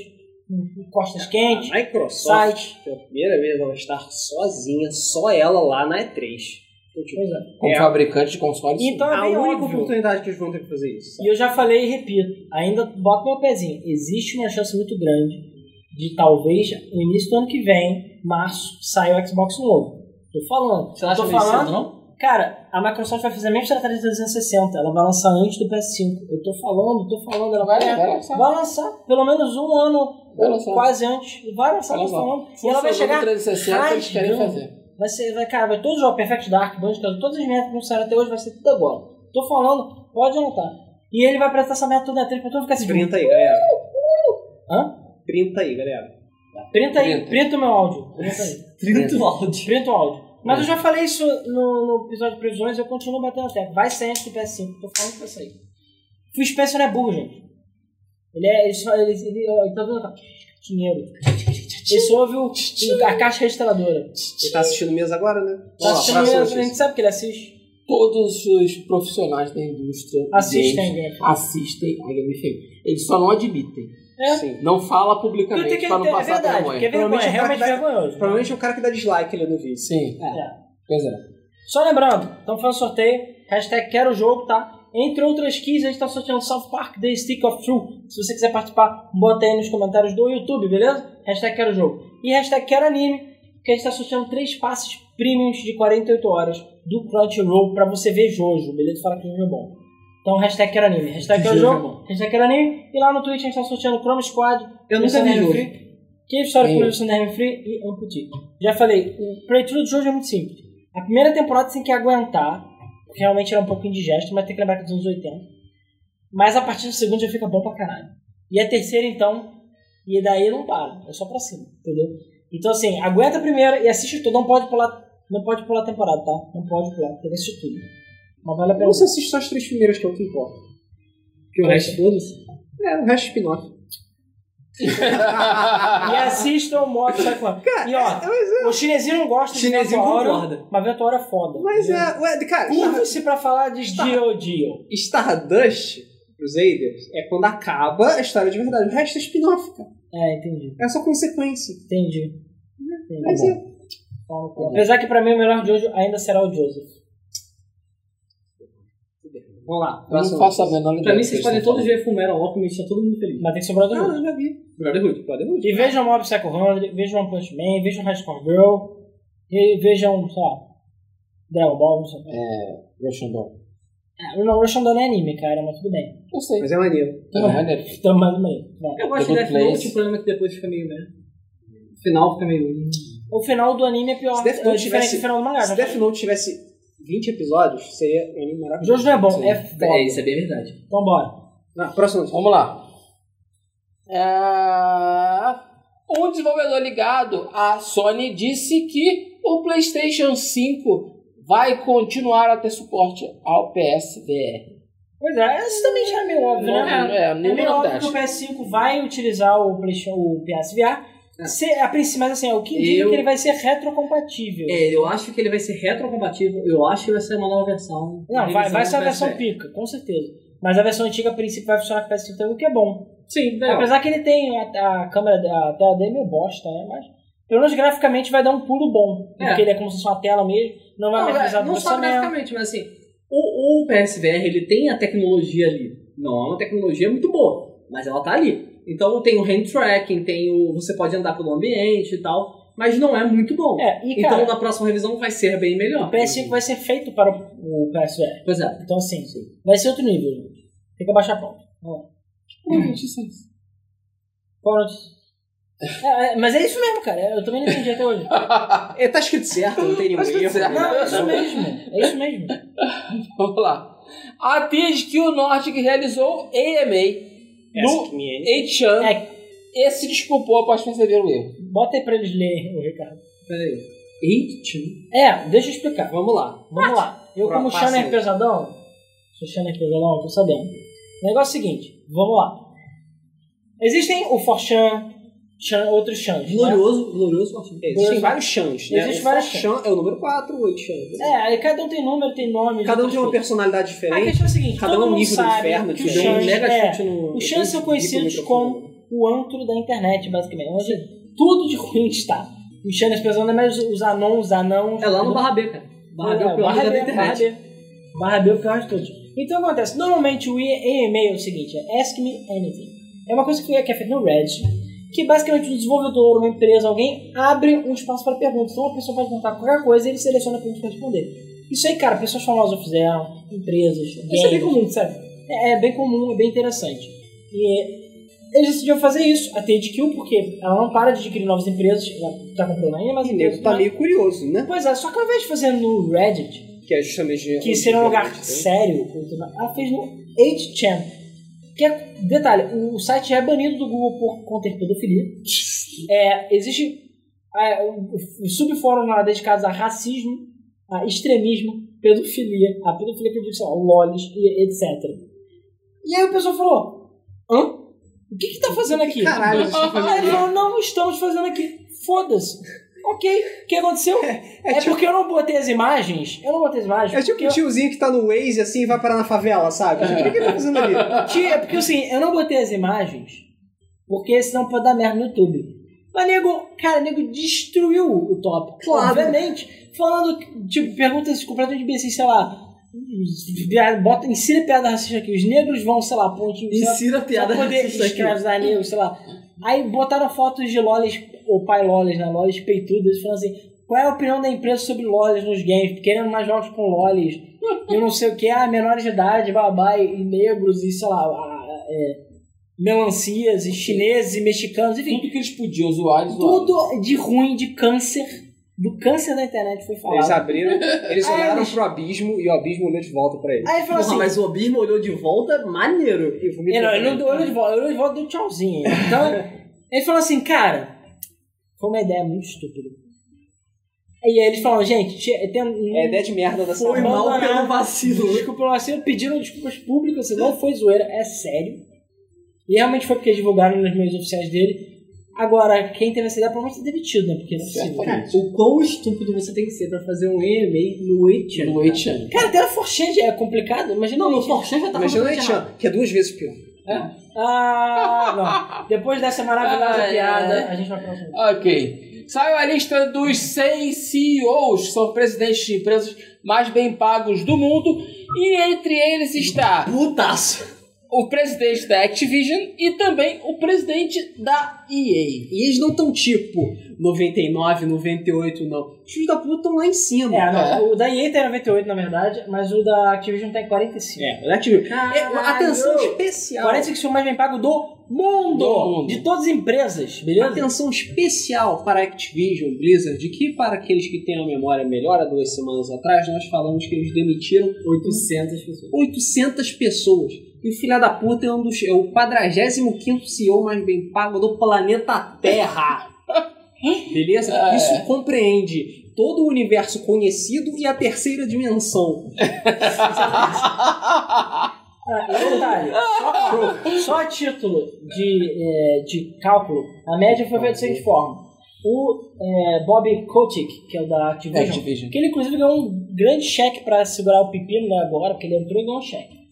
[SPEAKER 2] com costas quentes,
[SPEAKER 4] A Microsoft,
[SPEAKER 2] sites.
[SPEAKER 4] pela primeira vez, ela vai estar sozinha, só ela lá na E3. Então, tipo,
[SPEAKER 2] Pois é.
[SPEAKER 1] como
[SPEAKER 4] é.
[SPEAKER 1] fabricante de consoles.
[SPEAKER 2] Então é
[SPEAKER 4] a
[SPEAKER 2] bem
[SPEAKER 4] única
[SPEAKER 2] óbvio.
[SPEAKER 4] oportunidade que eles vão ter que fazer isso.
[SPEAKER 2] E eu já falei e repito, ainda boto meu pezinho. Existe uma chance muito grande de talvez no início do ano que vem, março, saia o Xbox novo. Tô falando.
[SPEAKER 3] Você acha
[SPEAKER 2] Tô
[SPEAKER 3] meio cedo,
[SPEAKER 2] falando.
[SPEAKER 3] não?
[SPEAKER 2] Cara, a Microsoft vai fazer a mesma estratégia da 360. Ela vai lançar antes do PS5. Eu tô falando, tô falando, ela vai lançar.
[SPEAKER 1] vai lançar.
[SPEAKER 2] Vai lançar pelo menos um ano,
[SPEAKER 1] Vai lançar.
[SPEAKER 2] quase antes. Vai lançar,
[SPEAKER 1] Vai
[SPEAKER 2] tô
[SPEAKER 1] lançar.
[SPEAKER 2] falando. E ela
[SPEAKER 1] Funcionou
[SPEAKER 2] vai chegar. né?
[SPEAKER 1] no 360 eles querem
[SPEAKER 2] rasgando.
[SPEAKER 1] fazer.
[SPEAKER 2] Vai ser, vai, cara, vai todos os jogos, Perfect Dark, Bandicoot, todas as merdas que não saíram até hoje, vai ser tudo agora. Tô falando, pode anotar. E ele vai apresentar essa merda toda na 3 pra todo mundo ficar assim.
[SPEAKER 4] Printa aí, galera.
[SPEAKER 2] Hã?
[SPEAKER 4] Printa aí, galera.
[SPEAKER 2] Printa aí,
[SPEAKER 1] Printa.
[SPEAKER 2] printa o meu áudio. Printa aí.
[SPEAKER 1] [laughs]
[SPEAKER 3] Trinta áudio.
[SPEAKER 2] Printa o áudio. Mas
[SPEAKER 1] É.
[SPEAKER 2] eu já falei isso no, no episódio de previsões, eu continuo batendo a tecla. Vai sair antes do PS5, tô falando que vai sair. O Spencer não é burro, gente. Ele é. Ele, só, ele, ele, ele tá dando dinheiro. Ele só ouve o, a caixa registradora.
[SPEAKER 4] Você tá assistindo mesmo agora, né?
[SPEAKER 2] Tá
[SPEAKER 4] Vamos lá,
[SPEAKER 2] assistindo,
[SPEAKER 4] próxima
[SPEAKER 2] a
[SPEAKER 4] notícia.
[SPEAKER 2] gente sabe que ele assiste.
[SPEAKER 1] todos os profissionais da indústria de
[SPEAKER 2] Assistem,
[SPEAKER 1] games
[SPEAKER 2] né?
[SPEAKER 1] assistem a Game FM. Eles só não admitem.
[SPEAKER 2] É.
[SPEAKER 4] Sim.
[SPEAKER 1] Não fala
[SPEAKER 2] Porque tem
[SPEAKER 1] publicamente
[SPEAKER 2] que
[SPEAKER 1] para não
[SPEAKER 2] é
[SPEAKER 1] passar
[SPEAKER 2] verdade, porque é
[SPEAKER 1] vergonha.
[SPEAKER 2] vergonha, é realmente
[SPEAKER 4] Provavelmente o cara que vai-
[SPEAKER 2] vergonhoso.
[SPEAKER 4] Provavelmente é o cara que dá dislike ali no vídeo.
[SPEAKER 1] Sim,
[SPEAKER 2] É.
[SPEAKER 1] pois [laughs] é.
[SPEAKER 2] Só lembrando, estamos fazendo sorteio, hashtag quero o jogo, tá? Entre outras keys, a gente está sorteando South Park The Stick of Truth. Se você quiser participar, bota aí nos comentários do YouTube, beleza? Hashtag quero o jogo. E hashtag quero anime, que a gente está sorteando três passes premiums de 48 horas do Crunchyroll para você ver Jojo, beleza? Fala que Jojo é bom. Então, hashtag quero anime, hashtag quero
[SPEAKER 3] Jojo é
[SPEAKER 2] jogo, hashtag quero anime. E lá no Twitch a gente está sorteando Chrome Squad,
[SPEAKER 3] Eu nunca
[SPEAKER 2] Luciano
[SPEAKER 3] vi jogo.
[SPEAKER 2] Free. Que história
[SPEAKER 1] Nem
[SPEAKER 2] por
[SPEAKER 1] eu.
[SPEAKER 2] Luciano Herman Free e Amputi. Já falei, o playthrough de Jojo é muito simples. A primeira temporada você tem que aguentar, porque realmente era um pouco indigesto, mas tem que lembrar que é dos anos 80. Mas a partir do segundo já fica bom pra caralho. E a terceira, então, e daí não para, é só pra cima, entendeu? Então assim, aguenta a primeira e assiste tudo, não pode pular, não pode pular a temporada, tá? Não pode pular, tem que assistir tudo. Mas vale a
[SPEAKER 4] Eu
[SPEAKER 2] pena.
[SPEAKER 4] não sei assiste só as três primeiras, que é o que importa.
[SPEAKER 3] Que o resto todos.
[SPEAKER 4] É, o resto é spin-off.
[SPEAKER 2] E assistam o modo, sabe qual?
[SPEAKER 4] [laughs]
[SPEAKER 2] é? E ó,
[SPEAKER 4] Mas é,
[SPEAKER 2] o chinesinho não gosta
[SPEAKER 3] Chinesinho
[SPEAKER 2] de Ventura,
[SPEAKER 3] concorda.
[SPEAKER 2] mas Ventura é foda.
[SPEAKER 4] mas
[SPEAKER 2] entendeu?
[SPEAKER 4] é. Tá. Ué, cara,
[SPEAKER 2] Curve-se pra falar de Dio Dio.
[SPEAKER 4] Stardust Crusaders é quando acaba a história de verdade. O resto é spin-off, cara.
[SPEAKER 2] É, entendi.
[SPEAKER 4] É só consequência.
[SPEAKER 2] Entendi. Entendi.
[SPEAKER 4] Mas é.
[SPEAKER 2] Bom, Apesar que pra mim o melhor de hoje ainda será o Joseph. Vamos lá.
[SPEAKER 1] Eu não faço a menor ideia.
[SPEAKER 3] Pra mim,
[SPEAKER 1] do que
[SPEAKER 3] vocês podem
[SPEAKER 1] estão
[SPEAKER 3] todos ver Fullmetal Alchemist, tá todo mundo feliz.
[SPEAKER 2] Mas tem que sobrar do
[SPEAKER 4] Não,
[SPEAKER 2] mundo.
[SPEAKER 4] eu já vi.
[SPEAKER 3] Brotherhood, Brotherhood.
[SPEAKER 2] E vejam Mob Psycho 100, vejam One Punch Man, vejam Hardcore Girl, e vejam, sei lá, Dragon Ball, não sei. o quê.
[SPEAKER 1] falando. Russian Doll.
[SPEAKER 2] Ah, não, Russian Dawn é anime, cara, mas tudo bem.
[SPEAKER 1] Eu sei.
[SPEAKER 4] Mas é maneiro.
[SPEAKER 1] É maneiro.
[SPEAKER 2] Então, mais uma aí. vai.
[SPEAKER 3] Eu gosto de
[SPEAKER 1] The
[SPEAKER 3] Death
[SPEAKER 1] Good
[SPEAKER 3] Note,
[SPEAKER 1] Place.
[SPEAKER 3] o problema é que depois fica meio, né? O final fica meio.
[SPEAKER 2] O final do anime é pior,
[SPEAKER 4] Se
[SPEAKER 2] é
[SPEAKER 4] Death Note
[SPEAKER 2] diferente
[SPEAKER 4] tivesse-
[SPEAKER 2] do final do mangá. Ah, né? já
[SPEAKER 4] Se Death
[SPEAKER 2] falei.
[SPEAKER 4] Note tivesse 20 episódios, seria um anime maravilhoso.
[SPEAKER 2] Jojo não é bom,
[SPEAKER 4] Sim.
[SPEAKER 2] é foda.
[SPEAKER 6] isso é bem verdade.
[SPEAKER 2] Então bora.
[SPEAKER 4] Ah, próximo.
[SPEAKER 1] Vamos lá. É... Um desenvolvedor ligado à Sony disse que o PlayStation 5 vai continuar a ter suporte ao PSVR.
[SPEAKER 2] Pois é, isso também já é meio óbvio, né?
[SPEAKER 1] é, é,
[SPEAKER 2] É
[SPEAKER 1] nenhuma
[SPEAKER 2] meio óbvio que
[SPEAKER 1] novidade.
[SPEAKER 2] o PS5 vai utilizar o, PlayStation, o PSVR, se- a princípio, mas assim, é o que indica
[SPEAKER 3] Eu-
[SPEAKER 2] que ele vai ser retrocompatível.
[SPEAKER 3] É, eu acho que ele vai ser retrocompatível, eu acho que vai ser uma nova versão.
[SPEAKER 2] Não, vai, vai ser a versão
[SPEAKER 3] PSVR.
[SPEAKER 2] pica, com certeza. Mas a versão antiga, a princípio, vai funcionar com o PS5 também, o que é bom.
[SPEAKER 3] Sim, legal.
[SPEAKER 2] Apesar que ele tem a, a câmera, a tela dele é meio bosta, né? Mas, pelo menos graficamente, vai dar um pulo bom.
[SPEAKER 3] É.
[SPEAKER 2] Porque ele é como se fosse uma tela mesmo, não vai
[SPEAKER 3] Não,
[SPEAKER 2] precisar
[SPEAKER 3] é,
[SPEAKER 2] do
[SPEAKER 3] não só
[SPEAKER 2] processamento.
[SPEAKER 3] graficamente, mas assim, o, o PSVR ele tem a tecnologia ali. Não é uma tecnologia muito boa, mas ela tá ali. Então tem o hand tracking, tem o. você pode andar pelo ambiente e tal, mas não é muito bom.
[SPEAKER 2] É, e
[SPEAKER 3] então
[SPEAKER 2] cara,
[SPEAKER 3] na próxima revisão vai ser bem melhor.
[SPEAKER 2] o PS5 vai ser feito para o o PSVR.
[SPEAKER 3] Pois é.
[SPEAKER 2] Então, assim, vai ser outro nível, gente. Tem que abaixar a ponta. Vamos lá.
[SPEAKER 1] [laughs]
[SPEAKER 2] Qual
[SPEAKER 4] [laughs]
[SPEAKER 2] a notícia? É, é, mas é isso mesmo, cara. Eu também não entendi até hoje.
[SPEAKER 4] É, tá escrito certo, não tem nenhum
[SPEAKER 1] Tá escrito
[SPEAKER 4] erro.
[SPEAKER 1] certo.
[SPEAKER 2] Não, é isso mesmo. É isso mesmo.
[SPEAKER 1] [laughs] Vamos lá. A atriz que o Nordic realizou AMA no
[SPEAKER 4] Ask me anything.
[SPEAKER 1] 8chan e se desculpou após perceber o erro.
[SPEAKER 2] É, Bota aí pra eles lerem, ô, Ricardo.
[SPEAKER 3] Eita.
[SPEAKER 2] É, deixa eu explicar.
[SPEAKER 4] Vamos lá.
[SPEAKER 2] Vamos lá. Eu,
[SPEAKER 4] Pra-
[SPEAKER 2] como
[SPEAKER 4] passa
[SPEAKER 2] Shanner
[SPEAKER 4] aí.
[SPEAKER 2] pesadão, sou Shanner pesadão, eu tô sabendo. O negócio é o seguinte, vamos lá. Existem o Forchan, Chan, outros Chans. Né?
[SPEAKER 3] Glorioso, glorioso Martin.
[SPEAKER 4] Existem assim, vários chans, né?
[SPEAKER 2] Existe
[SPEAKER 4] O
[SPEAKER 2] vários
[SPEAKER 4] Four chan. É o número 4, o 8 chan.
[SPEAKER 2] É, aí cada um tem número, tem nome.
[SPEAKER 4] né? Cada um tem uma
[SPEAKER 2] outras coisas.
[SPEAKER 4] personalidade
[SPEAKER 2] A
[SPEAKER 4] diferente.
[SPEAKER 2] questão é a seguinte,
[SPEAKER 4] Cada
[SPEAKER 2] todo
[SPEAKER 4] um é um
[SPEAKER 2] mundo
[SPEAKER 4] nível do
[SPEAKER 2] sabe
[SPEAKER 4] inferno,
[SPEAKER 2] que
[SPEAKER 4] tipo,
[SPEAKER 2] o
[SPEAKER 4] deu um
[SPEAKER 2] Xande
[SPEAKER 4] mega
[SPEAKER 2] é
[SPEAKER 4] chute no.
[SPEAKER 2] o Xande são
[SPEAKER 4] Ridículo
[SPEAKER 2] conhecidos
[SPEAKER 4] no
[SPEAKER 2] como-
[SPEAKER 4] microfone.
[SPEAKER 2] o antro da internet, basicamente. Onde tudo de [laughs] ruim está. O Xande Espesão é mais os anãos, os anãos.
[SPEAKER 3] É lá no Barra B, cara. Barra B é o pior lugar da
[SPEAKER 2] Barra B, Barra
[SPEAKER 3] internet.
[SPEAKER 2] B. Barra B é o pior de todos. Então o que acontece? Normalmente o e-mail é o seguinte, é Ask Me Anything. É uma coisa que é que é feita no Reddit, que basicamente o desenvolvedor, uma empresa, alguém abre um espaço para perguntas. Então a pessoa pode perguntar qualquer coisa e ele seleciona a pergunta para responder. Isso aí, cara, pessoas famosas fizeram, empresas,
[SPEAKER 3] Isso é bem
[SPEAKER 2] gamers,
[SPEAKER 3] comum.
[SPEAKER 2] sabe? É, é bem comum, é bem interessante. E eles decidiram fazer isso, a THQ, um, porque ela não para de adquirir novas empresas, ela tá comprando ainda, mas...
[SPEAKER 4] O nego tá meio curioso, né?
[SPEAKER 2] Pois é, só que ao invés de fazer no Reddit,
[SPEAKER 4] Que é justamente.
[SPEAKER 2] que seria um lugar
[SPEAKER 4] né?
[SPEAKER 2] sério. Ela fez no 8chan. Que é, detalhe, o site é banido do Google por conter pedofilia. É, existe é, um- um subfórum lá dedicados a racismo, a extremismo, pedofilia, a pedofilia que eu digo, sei lá, lolis e etc. E aí o pessoal falou, hã? O que que tá fazendo aqui?
[SPEAKER 4] Caralho, você tá
[SPEAKER 2] Aí ele
[SPEAKER 4] fazendo.
[SPEAKER 2] falou, não estamos fazendo aqui. Foda-se. Ok, o que aconteceu? É,
[SPEAKER 4] [laughs] É tipo,
[SPEAKER 2] porque eu não botei as imagens. Eu não botei as imagens.
[SPEAKER 4] é tipo
[SPEAKER 2] porque
[SPEAKER 4] um
[SPEAKER 2] eu-
[SPEAKER 4] tiozinho que tá no Waze assim e vai parar na favela, sabe? Tipo, O que que ele tá fazendo
[SPEAKER 3] [laughs]
[SPEAKER 4] ali?
[SPEAKER 2] Tia, é porque assim, eu não botei as imagens, porque senão pode dar merda no YouTube. Mas nego, cara, nego destruiu o tópico.
[SPEAKER 3] Claro.
[SPEAKER 2] Obviamente. Falando, tipo, perguntas completamente imbecis, sei lá. Bota, insira piada racista aqui. Os negros vão, sei lá, ponte. sei lá,
[SPEAKER 3] Insira a piada
[SPEAKER 2] pra poder
[SPEAKER 3] racista aqui.
[SPEAKER 2] escravizar negros, sei lá. Aí botaram fotos de lolis, ou pai lolis, né? Lolis peitudas, falando assim, qual é a opinião da empresa sobre lolis nos games? Querendo mais jogos com lolis, eu não sei o que, ah, menores de idade, babá, e e negros, e sei lá, ah, é, melancias, e chineses, e mexicanos, enfim.
[SPEAKER 1] Tudo que eles podiam zoar, eles zoaram.
[SPEAKER 2] Tudo de ruim, de câncer, do câncer da internet foi
[SPEAKER 4] Eles
[SPEAKER 2] falado.
[SPEAKER 4] abriram,
[SPEAKER 2] [laughs]
[SPEAKER 4] eles
[SPEAKER 2] Ah,
[SPEAKER 4] olharam
[SPEAKER 2] eles-
[SPEAKER 4] pro abismo e o abismo olhou de volta pra eles.
[SPEAKER 2] Aí falou
[SPEAKER 3] Porra,
[SPEAKER 2] assim,
[SPEAKER 3] mas o Abismo olhou de volta, maneiro.
[SPEAKER 4] E
[SPEAKER 2] Ele
[SPEAKER 4] vomitou
[SPEAKER 3] é
[SPEAKER 2] não, ele
[SPEAKER 4] também.
[SPEAKER 2] não deu olho de volta, olho de volta deu um tchauzinho. Então, ele falou assim, cara, foi uma ideia muito estúpida. E aí eles falaram, gente, che- tem um-
[SPEAKER 4] É ideia de merda da
[SPEAKER 3] Foi
[SPEAKER 4] sua
[SPEAKER 2] Abandonar.
[SPEAKER 3] mal pelo vacilo.
[SPEAKER 2] desculpa, assim, pediram desculpas públicas, assim, não foi zoeira, é sério. E realmente foi porque divulgaram nos meios oficiais dele. Agora, quem teve essa ideia provavelmente é demitido, né? Porque não é possível.
[SPEAKER 1] Certamente.
[SPEAKER 3] O quão estúpido você tem que ser pra fazer um EMA no 8
[SPEAKER 1] No 8chan.
[SPEAKER 2] Cara, até a Forchan é complicado, imagina
[SPEAKER 3] Não,
[SPEAKER 2] o
[SPEAKER 3] no
[SPEAKER 2] Forchan.
[SPEAKER 3] Forchan já tá
[SPEAKER 4] Imagina o
[SPEAKER 3] completamente errado.
[SPEAKER 4] Enchan, que é duas vezes pior.
[SPEAKER 2] Ah, não. Depois dessa maravilhosa
[SPEAKER 1] Ai, ai.
[SPEAKER 2] piada, a gente vai pra próxima.
[SPEAKER 1] Ok. Saiu a lista dos 100 CEOs, que são presidentes de empresas mais bem pagos do mundo, E entre eles está
[SPEAKER 4] Putaço.
[SPEAKER 1] o presidente da Activision e também o presidente da EA.
[SPEAKER 4] E eles não estão tipo 99, 98, não. Os filhos da puta estão lá em cima.
[SPEAKER 2] É,
[SPEAKER 1] É.
[SPEAKER 2] não, o da EA tem 98, na verdade, mas o da Activision tem 45.
[SPEAKER 4] É, né, tipo, é uma
[SPEAKER 3] Caralho.
[SPEAKER 4] atenção especial.
[SPEAKER 2] 45 foi o mais bem pago do mundo!
[SPEAKER 1] Do mundo.
[SPEAKER 2] De todas as empresas, beleza?
[SPEAKER 4] Atenção especial para a Activision Blizzard, que para aqueles que têm a memória melhor, há duas semanas atrás, nós falamos que eles demitiram
[SPEAKER 3] 800 pessoas.
[SPEAKER 4] 800 pessoas. E o filho da puta é, um dos, é o 45 CEO mais bem pago do planeta Terra. Beleza?
[SPEAKER 1] É.
[SPEAKER 4] Isso compreende todo o universo conhecido e a terceira dimensão.
[SPEAKER 2] Ah, e detalhe, só, só a título de, é, de cálculo, a média foi feita da seguinte forma. O é, Bob Kotick, que é o da [laughs] Activision,
[SPEAKER 1] Activision.
[SPEAKER 2] que ele inclusive ganhou um grande cheque para segurar o pepino né, agora, porque ele entrou e ganhou um cheque.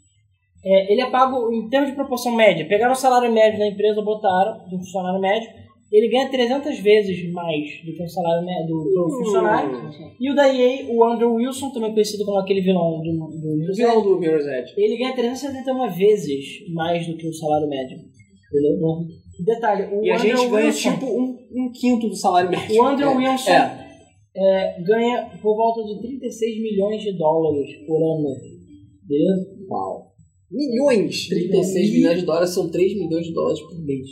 [SPEAKER 2] É, ele é pago em termos de proporção média. Pegaram o salário médio da empresa, botaram, do funcionário médio, ele ganha 300 vezes mais do que o salário médio do,
[SPEAKER 4] Uhum.
[SPEAKER 2] do funcionário. E o da EA, o Andrew Wilson, também conhecido como aquele vilão do, do
[SPEAKER 4] O vilão do Mirror's Edge.
[SPEAKER 2] ele ganha 371 vezes mais do que o salário médio. Entendeu? Bom, Detalhe, o
[SPEAKER 4] E a
[SPEAKER 2] Andrew
[SPEAKER 4] gente ganha
[SPEAKER 2] Wilson,
[SPEAKER 4] tipo um, um quinto do salário médio.
[SPEAKER 2] o Andrew Wilson
[SPEAKER 4] É.
[SPEAKER 2] é, ganha por volta de 36 milhões de dólares por ano. Beleza?
[SPEAKER 4] Uau. Milhões.
[SPEAKER 3] 36 milhões de dólares são 3 milhões de dólares por mês.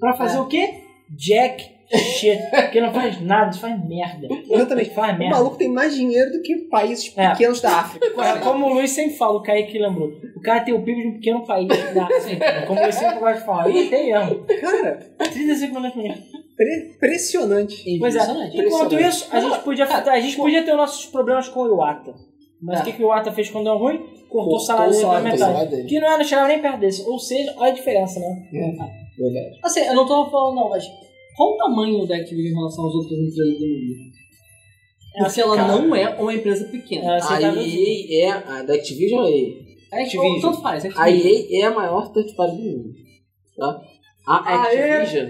[SPEAKER 2] Pra
[SPEAKER 4] É.
[SPEAKER 2] fazer o quê? Jack shit. Porque não faz nada, isso faz merda.
[SPEAKER 4] Exatamente.
[SPEAKER 2] Faz
[SPEAKER 4] O
[SPEAKER 2] merda.
[SPEAKER 4] maluco tem mais dinheiro do que países
[SPEAKER 2] É.
[SPEAKER 4] pequenos da África.
[SPEAKER 2] É como o Luiz sempre fala, o Kaique lembrou. O cara tem o PIB de um pequeno país. Da, assim, como o Luiz sempre gosta de falar. Ele tem mesmo.
[SPEAKER 4] Cara,
[SPEAKER 2] 35 milhões por mês.
[SPEAKER 4] pre- impressionante.
[SPEAKER 2] Pois é.
[SPEAKER 3] Impressionante.
[SPEAKER 2] Enquanto
[SPEAKER 4] Impressionante.
[SPEAKER 2] isso, a gente podia, a gente podia ter os nossos problemas com o Iwata. Mas
[SPEAKER 3] É.
[SPEAKER 2] o que, que o Iwata fez quando deu ruim? Cortou
[SPEAKER 4] Cortou
[SPEAKER 2] o salário
[SPEAKER 4] o
[SPEAKER 2] dele pela
[SPEAKER 4] salário dele.
[SPEAKER 2] metade. Que não era, chegava nem perto desse. Ou seja, olha a diferença, né?
[SPEAKER 4] Verdade.
[SPEAKER 3] Assim, eu não tô falando não, mas qual o tamanho da Activision em relação às outras empresas do mundo? Porque ela
[SPEAKER 2] cara.
[SPEAKER 3] não é uma empresa pequena.
[SPEAKER 2] É, você tá vendo?
[SPEAKER 6] Aí é. A da Activision ou a EA?
[SPEAKER 3] É,
[SPEAKER 6] Activision.
[SPEAKER 3] Tanto faz,
[SPEAKER 6] A
[SPEAKER 3] Activision.
[SPEAKER 6] EA é a maior third party do mundo. Tá? A
[SPEAKER 2] Aê,
[SPEAKER 6] Activision.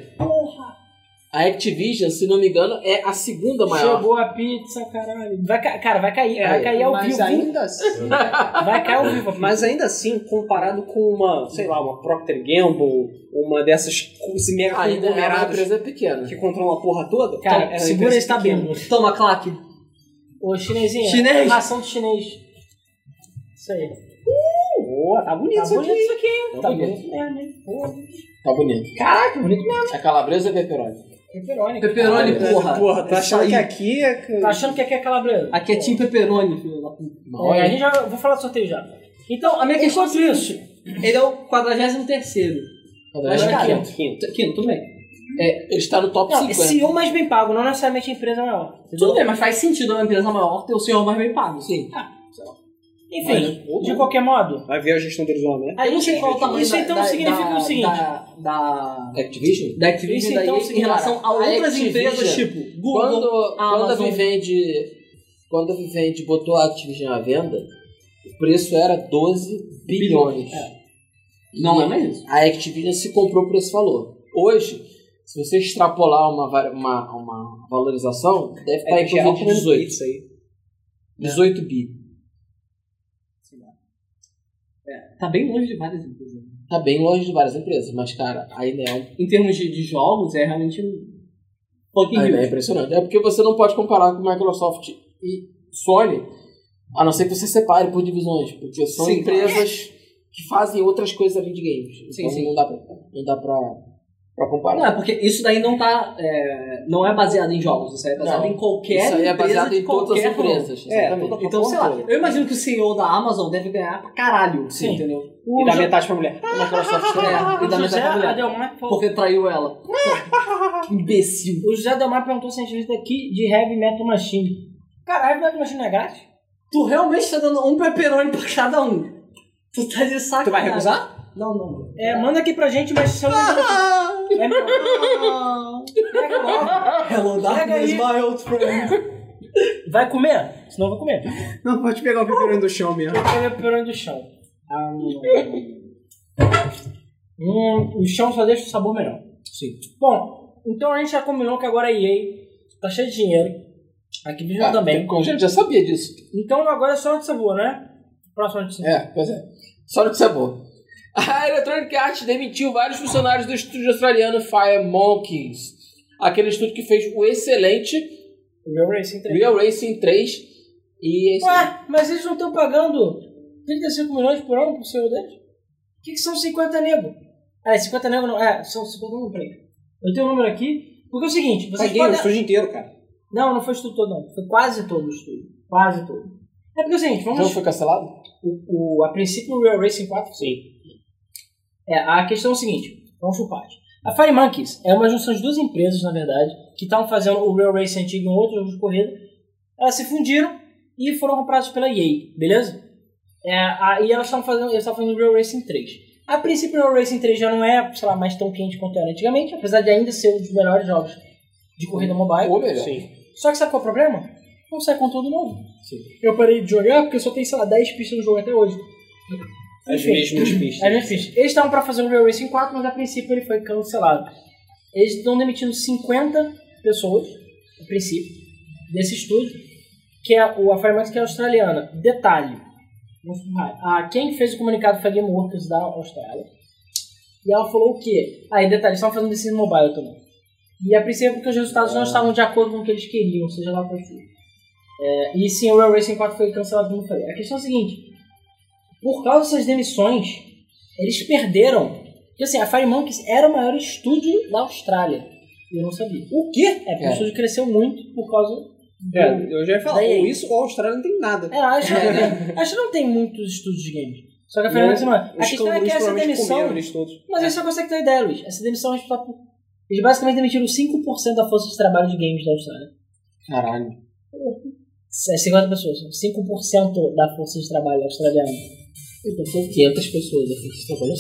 [SPEAKER 6] A Activision, se não me engano, é a segunda maior.
[SPEAKER 2] Chegou a pizza, caralho. Vai, ca- cara, vai cair. vai cair ao
[SPEAKER 4] mas
[SPEAKER 2] vivo.
[SPEAKER 4] ainda assim,
[SPEAKER 2] Vai cair ao vivo. a pizza.
[SPEAKER 4] mas ainda assim, comparado com uma, sei lá, uma Procter Gamble, uma dessas co- esse mega
[SPEAKER 6] Ainda é uma
[SPEAKER 4] conglomerados
[SPEAKER 6] empresa pequena.
[SPEAKER 4] que controla a porra toda.
[SPEAKER 2] Cara,
[SPEAKER 4] Então, é uma
[SPEAKER 2] segura
[SPEAKER 4] empresa
[SPEAKER 2] esse
[SPEAKER 4] pequena.
[SPEAKER 2] tabelo.
[SPEAKER 3] Toma, claque.
[SPEAKER 2] Ô, chinesinha. é
[SPEAKER 3] Chinês?
[SPEAKER 2] Ração do chinês. Isso aí.
[SPEAKER 4] Boa, tá bonito
[SPEAKER 2] Tá
[SPEAKER 4] isso
[SPEAKER 2] bonito
[SPEAKER 4] aqui.
[SPEAKER 2] isso aqui, hein? Tá
[SPEAKER 6] Tá
[SPEAKER 2] bonito mesmo, hein? Pô,
[SPEAKER 6] Tá bonito.
[SPEAKER 2] Caraca, bonito mesmo.
[SPEAKER 6] A calabresa é pepperoni.
[SPEAKER 2] Pepperoni.
[SPEAKER 3] Pepperoni,
[SPEAKER 6] Caralho.
[SPEAKER 3] porra.
[SPEAKER 4] Porra, tá
[SPEAKER 3] É
[SPEAKER 4] achando
[SPEAKER 3] isso
[SPEAKER 4] que
[SPEAKER 3] aí.
[SPEAKER 4] aqui é... que-
[SPEAKER 2] Tá achando que aqui é calabresa?
[SPEAKER 3] Aqui é Team Pepperoni, filho da puta.
[SPEAKER 2] É, a gente já, vou falar do sorteio já. Então, a minha questão é isso.
[SPEAKER 3] Ele é o 43º.
[SPEAKER 6] Mas,
[SPEAKER 3] Mas,
[SPEAKER 6] cara,
[SPEAKER 3] cara,
[SPEAKER 4] Quinto.
[SPEAKER 3] Quinto, tudo bem.
[SPEAKER 6] ele está no top
[SPEAKER 2] Não,
[SPEAKER 6] 50.
[SPEAKER 2] CEO mais bem pago, não necessariamente a empresa é maior. entendeu?
[SPEAKER 3] Tudo bem, mas faz sentido é uma empresa maior ter o senhor mais bem pago. Sim.
[SPEAKER 2] Enfim, de qualquer modo.
[SPEAKER 4] Vai ver a gestão deles lá, né?
[SPEAKER 2] A
[SPEAKER 3] Eu não
[SPEAKER 2] gente,
[SPEAKER 3] sei qual o tamanho
[SPEAKER 2] isso
[SPEAKER 3] da-
[SPEAKER 2] então
[SPEAKER 3] da-
[SPEAKER 2] significa
[SPEAKER 3] da-
[SPEAKER 2] o seguinte.
[SPEAKER 3] Da, da,
[SPEAKER 6] Activision?
[SPEAKER 3] da Activision
[SPEAKER 2] Isso
[SPEAKER 3] da
[SPEAKER 2] então
[SPEAKER 3] EA em
[SPEAKER 2] significa- assim,
[SPEAKER 3] relação a outras
[SPEAKER 6] Activision.
[SPEAKER 3] empresas, tipo Google,
[SPEAKER 6] Quando, quando a
[SPEAKER 3] Amazon.
[SPEAKER 6] Vivendi quando a Vivendi botou a Activision à venda, o preço era 12 bilhões.
[SPEAKER 3] É.
[SPEAKER 6] E
[SPEAKER 3] Não é mais isso.
[SPEAKER 6] A Activision se comprou por esse valor. Hoje, se você extrapolar uma, va- uma, uma valorização, deve estar
[SPEAKER 3] É
[SPEAKER 6] em torno de
[SPEAKER 3] né?
[SPEAKER 6] 18.
[SPEAKER 4] Isso aí.
[SPEAKER 6] 18 bi.
[SPEAKER 3] Tá bem longe de várias empresas.
[SPEAKER 6] Tá bem longe de várias empresas, mas, cara, ainda é, um-
[SPEAKER 3] Em termos de, de jogos, é realmente um fucking
[SPEAKER 6] ainda é
[SPEAKER 3] huge.
[SPEAKER 6] impressionante. É porque você não pode comparar com Microsoft e Sony, a não ser que você separe por divisões, porque são
[SPEAKER 4] Sim,
[SPEAKER 6] empresas
[SPEAKER 1] é.
[SPEAKER 6] que fazem outras coisas além de games. Então
[SPEAKER 3] Sim, sim.
[SPEAKER 6] não dá pra, não dá pra, pra comparar.
[SPEAKER 3] Não, é porque isso daí não tá. é, não é baseado em jogos, isso aí é baseado
[SPEAKER 6] Não.
[SPEAKER 3] em qualquer
[SPEAKER 6] Isso aí é
[SPEAKER 3] empresa
[SPEAKER 6] baseado
[SPEAKER 3] de
[SPEAKER 6] em todas as
[SPEAKER 1] um.
[SPEAKER 3] qualquer ramo.
[SPEAKER 6] empresas.
[SPEAKER 4] É,
[SPEAKER 6] exatamente.
[SPEAKER 4] toda-
[SPEAKER 3] Então, sei lá, eu imagino que o CEO da Amazon deve ganhar pra caralho,
[SPEAKER 2] Sim.
[SPEAKER 3] entendeu?
[SPEAKER 2] O
[SPEAKER 4] E dá
[SPEAKER 2] Jo-
[SPEAKER 4] metade pra mulher.
[SPEAKER 6] A Microsoft também.
[SPEAKER 3] [laughs]
[SPEAKER 2] [laughs] o
[SPEAKER 3] É, e da
[SPEAKER 2] José
[SPEAKER 3] metade da mulher.
[SPEAKER 2] Adelmar, pô,
[SPEAKER 3] Porque traiu ela.
[SPEAKER 6] [laughs]
[SPEAKER 3] que imbecil.
[SPEAKER 2] o José Adelmar perguntou se a gente lista aqui de Heavy Metal Machine. Cara, Heavy Metal Machine não é grátis?
[SPEAKER 3] Tu realmente tá dando um pepperoni pra cada um. Tu tá de saco.
[SPEAKER 4] Tu vai recusar?
[SPEAKER 3] Não, não, não.
[SPEAKER 2] É, manda aqui pra gente, mas se eu não...
[SPEAKER 6] Ah.
[SPEAKER 3] [laughs]
[SPEAKER 2] É, pega logo.
[SPEAKER 3] Hello,
[SPEAKER 2] Pega
[SPEAKER 3] darkness,
[SPEAKER 2] aí.
[SPEAKER 3] my old friend.
[SPEAKER 2] Vai comer? Senão eu vou comer.
[SPEAKER 4] Não, pode pegar o pepperoni do chão mesmo.
[SPEAKER 2] Eu peguei o pepperoni do chão. Ah, Hum, o chão só deixa o sabor melhor. Sim. Bom, então a gente já combinou que agora a EA tá cheio de dinheiro. Aqui Vision
[SPEAKER 6] Ah,
[SPEAKER 1] Tá.
[SPEAKER 2] também.
[SPEAKER 6] tem- A gente já sabia disso.
[SPEAKER 2] Então agora é só onde você voa, né? Próxima notícia.
[SPEAKER 1] [laughs] É, pois é. Só notícia boa. A Electronic Arts demitiu vários funcionários do estúdio australiano Fire Monkeys. Aquele estúdio que fez o excelente
[SPEAKER 2] O meu Racing 3.
[SPEAKER 1] Real Racing 3 e esse...
[SPEAKER 2] Ué, mas eles não estão pagando 35 milhões por ano pro CEO deles? O que, que são 50 nego? Ah, é 50 nego não. É, são 50 não, peraí. Eu tenho um número aqui. Porque é o seguinte, vocês
[SPEAKER 4] Paguei o
[SPEAKER 2] podem...
[SPEAKER 4] estúdio inteiro, cara.
[SPEAKER 2] Não, não foi o estudo todo, não. Foi quase todo o estudo. Quase todo. É porque é o seguinte,
[SPEAKER 1] O
[SPEAKER 2] vamos...
[SPEAKER 1] jogo foi cancelado?
[SPEAKER 2] O, o- a princípio, o Real Racing 4, sim. É, a questão é o seguinte, vamos por parte. A Fire Monkeys é uma junção de duas empresas, na verdade, que estavam fazendo o Real Racing antigo e um outro jogo de corrida. Elas se fundiram e foram compradas pela EA, beleza? É, a, e elas estavam fazendo, elas estavam fazendo o Real Racing 3. A princípio, o Real Racing 3 já não é, sei lá, mais tão quente quanto era antigamente, apesar de ainda ser um dos melhores jogos de corrida mobile.
[SPEAKER 1] Ou melhor.
[SPEAKER 2] Só que sabe qual é o problema? Não sai conteúdo novo. Eu parei de jogar porque só tem, sei lá, 10 pistas no jogo até hoje.
[SPEAKER 4] As
[SPEAKER 2] Enfim.
[SPEAKER 4] mesmas pistas.
[SPEAKER 2] Aí não fiz. É Eles estavam pra fazer o Real Racing 4, mas a princípio ele foi cancelado. Eles estão demitindo 50 pessoas, a princípio, desse estudo, que é o a Fireman's que é australiana. Detalhe. vamos por raio. Ah, quem fez o comunicado foi a Game Workers da Austrália. E ela falou o quê? Ah, e detalhe, eles estavam fazendo desse mobile também. E a princípio porque os resultados não estavam de acordo com o que eles queriam, seja lá qual for. É, e sim, o Real Racing 4 foi cancelado, como eu falei. A questão é a seguinte, por causa dessas demissões, eles perderam. Porque assim, a Fire Monkeys era o maior estúdio da Austrália. E eu não sabia. O quê? É, porque o
[SPEAKER 1] É.
[SPEAKER 2] estúdio cresceu muito por causa do.
[SPEAKER 4] É, eu já ia falar,
[SPEAKER 2] Daí-
[SPEAKER 4] ou isso ou a Austrália não tem nada.
[SPEAKER 2] É, acho, acho que não tem muitos estúdios de games. Só que a Fire
[SPEAKER 4] Não,
[SPEAKER 2] Monkeys não é. A questão é
[SPEAKER 4] Os
[SPEAKER 2] que
[SPEAKER 4] cangurus
[SPEAKER 2] essa
[SPEAKER 4] provavelmente
[SPEAKER 2] demissão.
[SPEAKER 4] comeram né? eles todos.
[SPEAKER 2] Mas eles só conseguem ter uma ideia, Luiz. Essa demissão é responsável por. Eles basicamente demitiram 5% da força de trabalho de games da Austrália.
[SPEAKER 1] Caralho.
[SPEAKER 2] É 50 pessoas. são 5% da força de trabalho australiana.
[SPEAKER 6] Então, são 500 pessoas aqui que estão falando.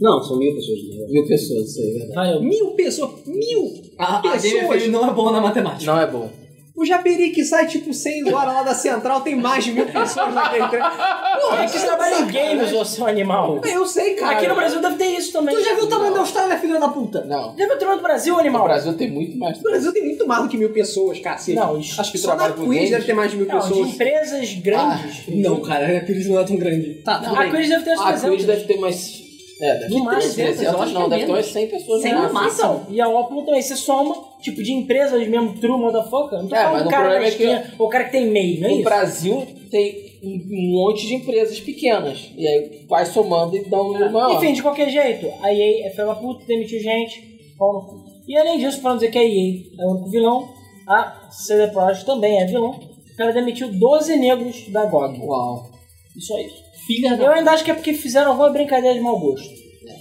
[SPEAKER 4] Não, são mil pessoas. né?
[SPEAKER 6] Mil pessoas, isso aí, é verdade.
[SPEAKER 2] Valeu.
[SPEAKER 4] Mil pessoas! Mil!
[SPEAKER 3] A, Ah, a
[SPEAKER 4] Pessoas.
[SPEAKER 3] Game FM não é boa na matemática.
[SPEAKER 6] Não é bom.
[SPEAKER 4] O Japeri que sai tipo 6 horas lá da central tem mais de mil pessoas naquele trem. Porra,
[SPEAKER 2] Eles trabalham É em games, ô seu animal.
[SPEAKER 4] Eu sei, cara.
[SPEAKER 2] Aqui no Brasil deve ter isso também. né?
[SPEAKER 3] Tu já viu o tamanho da Austrália, filha da puta?
[SPEAKER 1] Não.
[SPEAKER 2] Já viu o tamanho do Brasil,
[SPEAKER 1] O
[SPEAKER 2] animal?
[SPEAKER 1] Brasil tem muito mais.
[SPEAKER 4] No Brasil tem muito mais do que mil pessoas, cacete.
[SPEAKER 2] Não, isso-
[SPEAKER 1] Acho que
[SPEAKER 4] Só na
[SPEAKER 1] trabalha com
[SPEAKER 4] Queens deve
[SPEAKER 1] games.
[SPEAKER 4] ter mais de mil
[SPEAKER 2] Não, de
[SPEAKER 4] pessoas.
[SPEAKER 2] empresas grandes.
[SPEAKER 3] Não, cara, a Cris não é tão grande. Tá, tudo
[SPEAKER 2] a
[SPEAKER 3] bem.
[SPEAKER 2] Quiris deve ter
[SPEAKER 1] Ah, A
[SPEAKER 2] as
[SPEAKER 1] Cruz
[SPEAKER 2] 300.
[SPEAKER 1] deve ter mais... É, deve
[SPEAKER 2] No
[SPEAKER 1] ter
[SPEAKER 2] máximo,
[SPEAKER 1] mais
[SPEAKER 3] 300, eu
[SPEAKER 1] 300.
[SPEAKER 3] acho que
[SPEAKER 1] Não,
[SPEAKER 3] é
[SPEAKER 1] deve ter umas
[SPEAKER 3] menos.
[SPEAKER 1] 100 pessoas.
[SPEAKER 3] Sem
[SPEAKER 1] no
[SPEAKER 3] uma
[SPEAKER 1] máximo.
[SPEAKER 3] massa.
[SPEAKER 2] Então, e a Opulum também. Você soma, tipo, de empresas mesmo, true motherfucker. Não tô
[SPEAKER 1] É,
[SPEAKER 2] falando
[SPEAKER 1] mas
[SPEAKER 2] do
[SPEAKER 1] o
[SPEAKER 2] cara da
[SPEAKER 1] problema é que-
[SPEAKER 2] esquina, ou o cara que tem MEI, não é
[SPEAKER 1] O
[SPEAKER 2] isso?
[SPEAKER 1] Brasil tem um monte de empresas pequenas. E aí vai somando e dá um número maior.
[SPEAKER 2] Enfim, de qualquer jeito, a EA é fela puta, demitiu gente, pau no cu. E além disso, pra não dizer que a EA é o único vilão, a CD Projekt também é vilão. Ela demitiu 12 negros da GOG.
[SPEAKER 1] Uau.
[SPEAKER 2] Isso é isso.
[SPEAKER 3] Filha da
[SPEAKER 2] Eu ainda acho que é porque fizeram alguma brincadeira de mau gosto.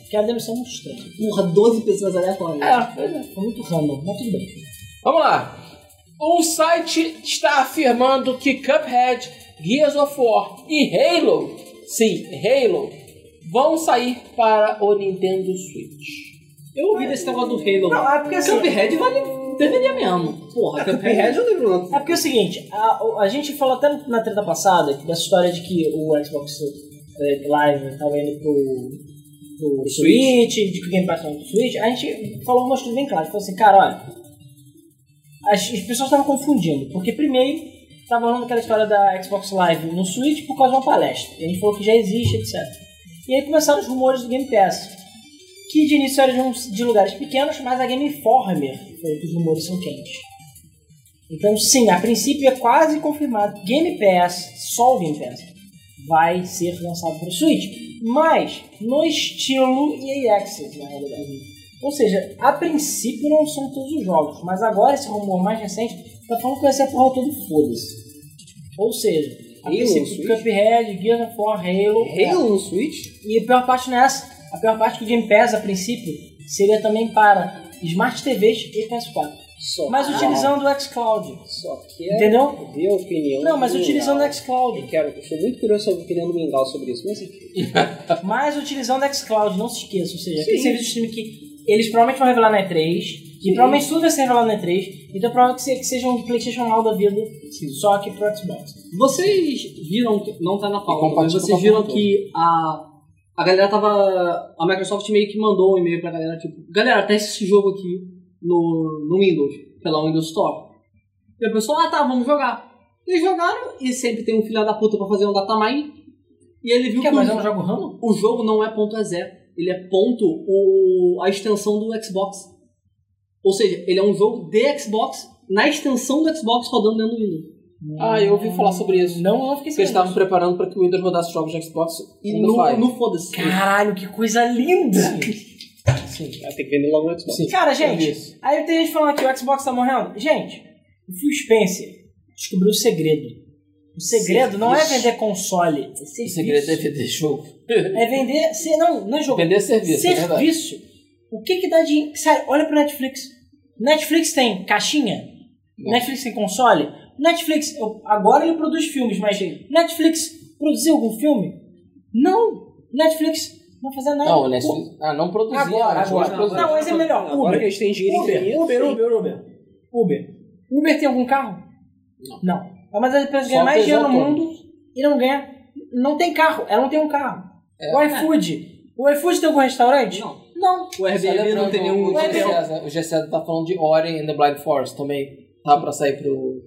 [SPEAKER 2] Que é uma demissão muito estranha.
[SPEAKER 3] porra, 12 pessoas aleatórias.
[SPEAKER 2] É, pois é, foi muito random, mas tudo bem.
[SPEAKER 1] Vamos lá. Um site está afirmando que Cuphead, Gears of War e Halo, sim, Halo, vão sair para o Nintendo Switch.
[SPEAKER 3] Eu ouvi desse negócio do Halo.
[SPEAKER 2] Não, é porque assim-
[SPEAKER 3] Cuphead vale... Deveria mesmo. [laughs] Porra, Cuphead...
[SPEAKER 4] Cuphead eu lembro não.
[SPEAKER 2] É porque é o seguinte, a, o- a gente falou até na treta passada dessa história de que o Xbox eh, Live estava indo pro, pro Switch, de que o Game Pass estava pro Switch. A gente falou algumas coisas bem claras. Falou assim, cara, olha, as, as pessoas estavam confundindo. Porque primeiro, estava falando aquela história da Xbox Live no Switch por causa de uma palestra. E a gente falou que já existe, etc. E aí começaram os rumores do Game Pass. Que de início eram de, uns- de lugares pequenos, mas a Game Informer foi que os rumores são quentes. Então, sim, a princípio é quase confirmado. Game Pass, só o Game Pass, vai ser lançado para o Switch. Mas no estilo EA Access, na realidade. Ou seja, a princípio não são todos os jogos, mas agora esse rumor mais recente tá falando que vai ser a porra todo foda-se. Ou seja, a
[SPEAKER 4] Halo,
[SPEAKER 2] princípio
[SPEAKER 4] Switch?
[SPEAKER 2] Cuphead, Gears of War, Halo.
[SPEAKER 4] Halo no um Switch?
[SPEAKER 2] E a pior parte não é essa. A pior parte é que o Game Pass, a princípio, seria também para Smart TVs e PS4.
[SPEAKER 4] Só.
[SPEAKER 2] Mas utilizando o xCloud.
[SPEAKER 4] Só que é
[SPEAKER 2] Entendeu?
[SPEAKER 4] minha opinião.
[SPEAKER 2] Não, mas
[SPEAKER 4] do
[SPEAKER 2] utilizando o
[SPEAKER 4] Mingau.
[SPEAKER 2] xCloud.
[SPEAKER 4] Quero, eu sou muito curioso sobre a opinião do Mingau sobre isso, mas enfim.
[SPEAKER 2] Mas utilizando o xCloud, não se esqueça. Ou seja, aquele
[SPEAKER 4] Sim.
[SPEAKER 2] serviço de streaming que eles provavelmente vão revelar na E3. Que provavelmente tudo vai ser revelado na E3. Então provavelmente que se- que seja um PlayStation Now da vida. Só que pro Xbox.
[SPEAKER 3] Vocês viram que. Não tá na pauta, mas
[SPEAKER 1] compartilha
[SPEAKER 3] vocês
[SPEAKER 1] com
[SPEAKER 3] viram
[SPEAKER 1] todo
[SPEAKER 3] que a. A galera tava. A Microsoft meio que mandou um e-mail pra galera, tipo, galera, testa esse jogo aqui no, no Windows, pela Windows Store. E a pessoa, ah tá, vamos jogar. Eles jogaram e sempre tem um filho da puta pra fazer um datamine. E ele viu
[SPEAKER 2] Que
[SPEAKER 3] que,
[SPEAKER 2] é, mas é um
[SPEAKER 3] o,
[SPEAKER 2] jogo random?
[SPEAKER 3] o jogo não é ponto a zero. Ele é ponto o, a extensão do Xbox. Ou seja, ele é um jogo de Xbox na extensão do Xbox rodando dentro do Windows.
[SPEAKER 1] Ah, eu ouvi falar sobre isso.
[SPEAKER 2] Não, eu não fiquei
[SPEAKER 1] Porque eles
[SPEAKER 2] sabendo.
[SPEAKER 1] estavam preparando pra que o Windows rodasse jogos de Xbox
[SPEAKER 3] E
[SPEAKER 1] e não
[SPEAKER 3] no,
[SPEAKER 1] vai.
[SPEAKER 3] no foda-se.
[SPEAKER 2] Caralho, que coisa linda!
[SPEAKER 4] Ah, tem que vender logo no Xbox.
[SPEAKER 1] Sim,
[SPEAKER 2] Cara,
[SPEAKER 1] eu vi
[SPEAKER 2] gente,
[SPEAKER 1] isso.
[SPEAKER 2] aí tem gente falando que o Xbox tá morrendo. Gente, o Phil Spencer descobriu o segredo. O segredo não é vender console.
[SPEAKER 1] O segredo é vender jogo.
[SPEAKER 2] É vender. se- Não, não é jogo.
[SPEAKER 1] Vender serviço, é verdade.
[SPEAKER 2] serviço. O que que dá de. Sai, olha pro Netflix. Netflix tem caixinha? Netflix tem console? Netflix, eu- agora ele produz filmes, mas Netflix produziu algum filme? Não! Netflix não fazia nada.
[SPEAKER 1] Não, o Netflix. Ah, não produzia.
[SPEAKER 2] Agora,
[SPEAKER 1] mas hoje
[SPEAKER 2] agora.
[SPEAKER 1] produz.
[SPEAKER 2] Não, mas é melhor. Uber.
[SPEAKER 4] Agora que eles têm dinheiro
[SPEAKER 2] Uber,
[SPEAKER 4] infinito,
[SPEAKER 2] Uber,
[SPEAKER 4] sim.
[SPEAKER 2] Uber, Uber. Uber. Uber tem algum carro? Não. É uma das empresas que ganha
[SPEAKER 1] Só
[SPEAKER 2] mais dinheiro no
[SPEAKER 1] fez
[SPEAKER 2] mundo e não ganha. Não tem carro, ela não tem um carro. O iFood. O iFood tem algum restaurante? Não. Não.
[SPEAKER 3] O RBD não tem nenhum.
[SPEAKER 1] O
[SPEAKER 2] Uber.
[SPEAKER 1] GCS, o GCS tá falando de Ori and the Blind Forest também. Tá pra sair pro.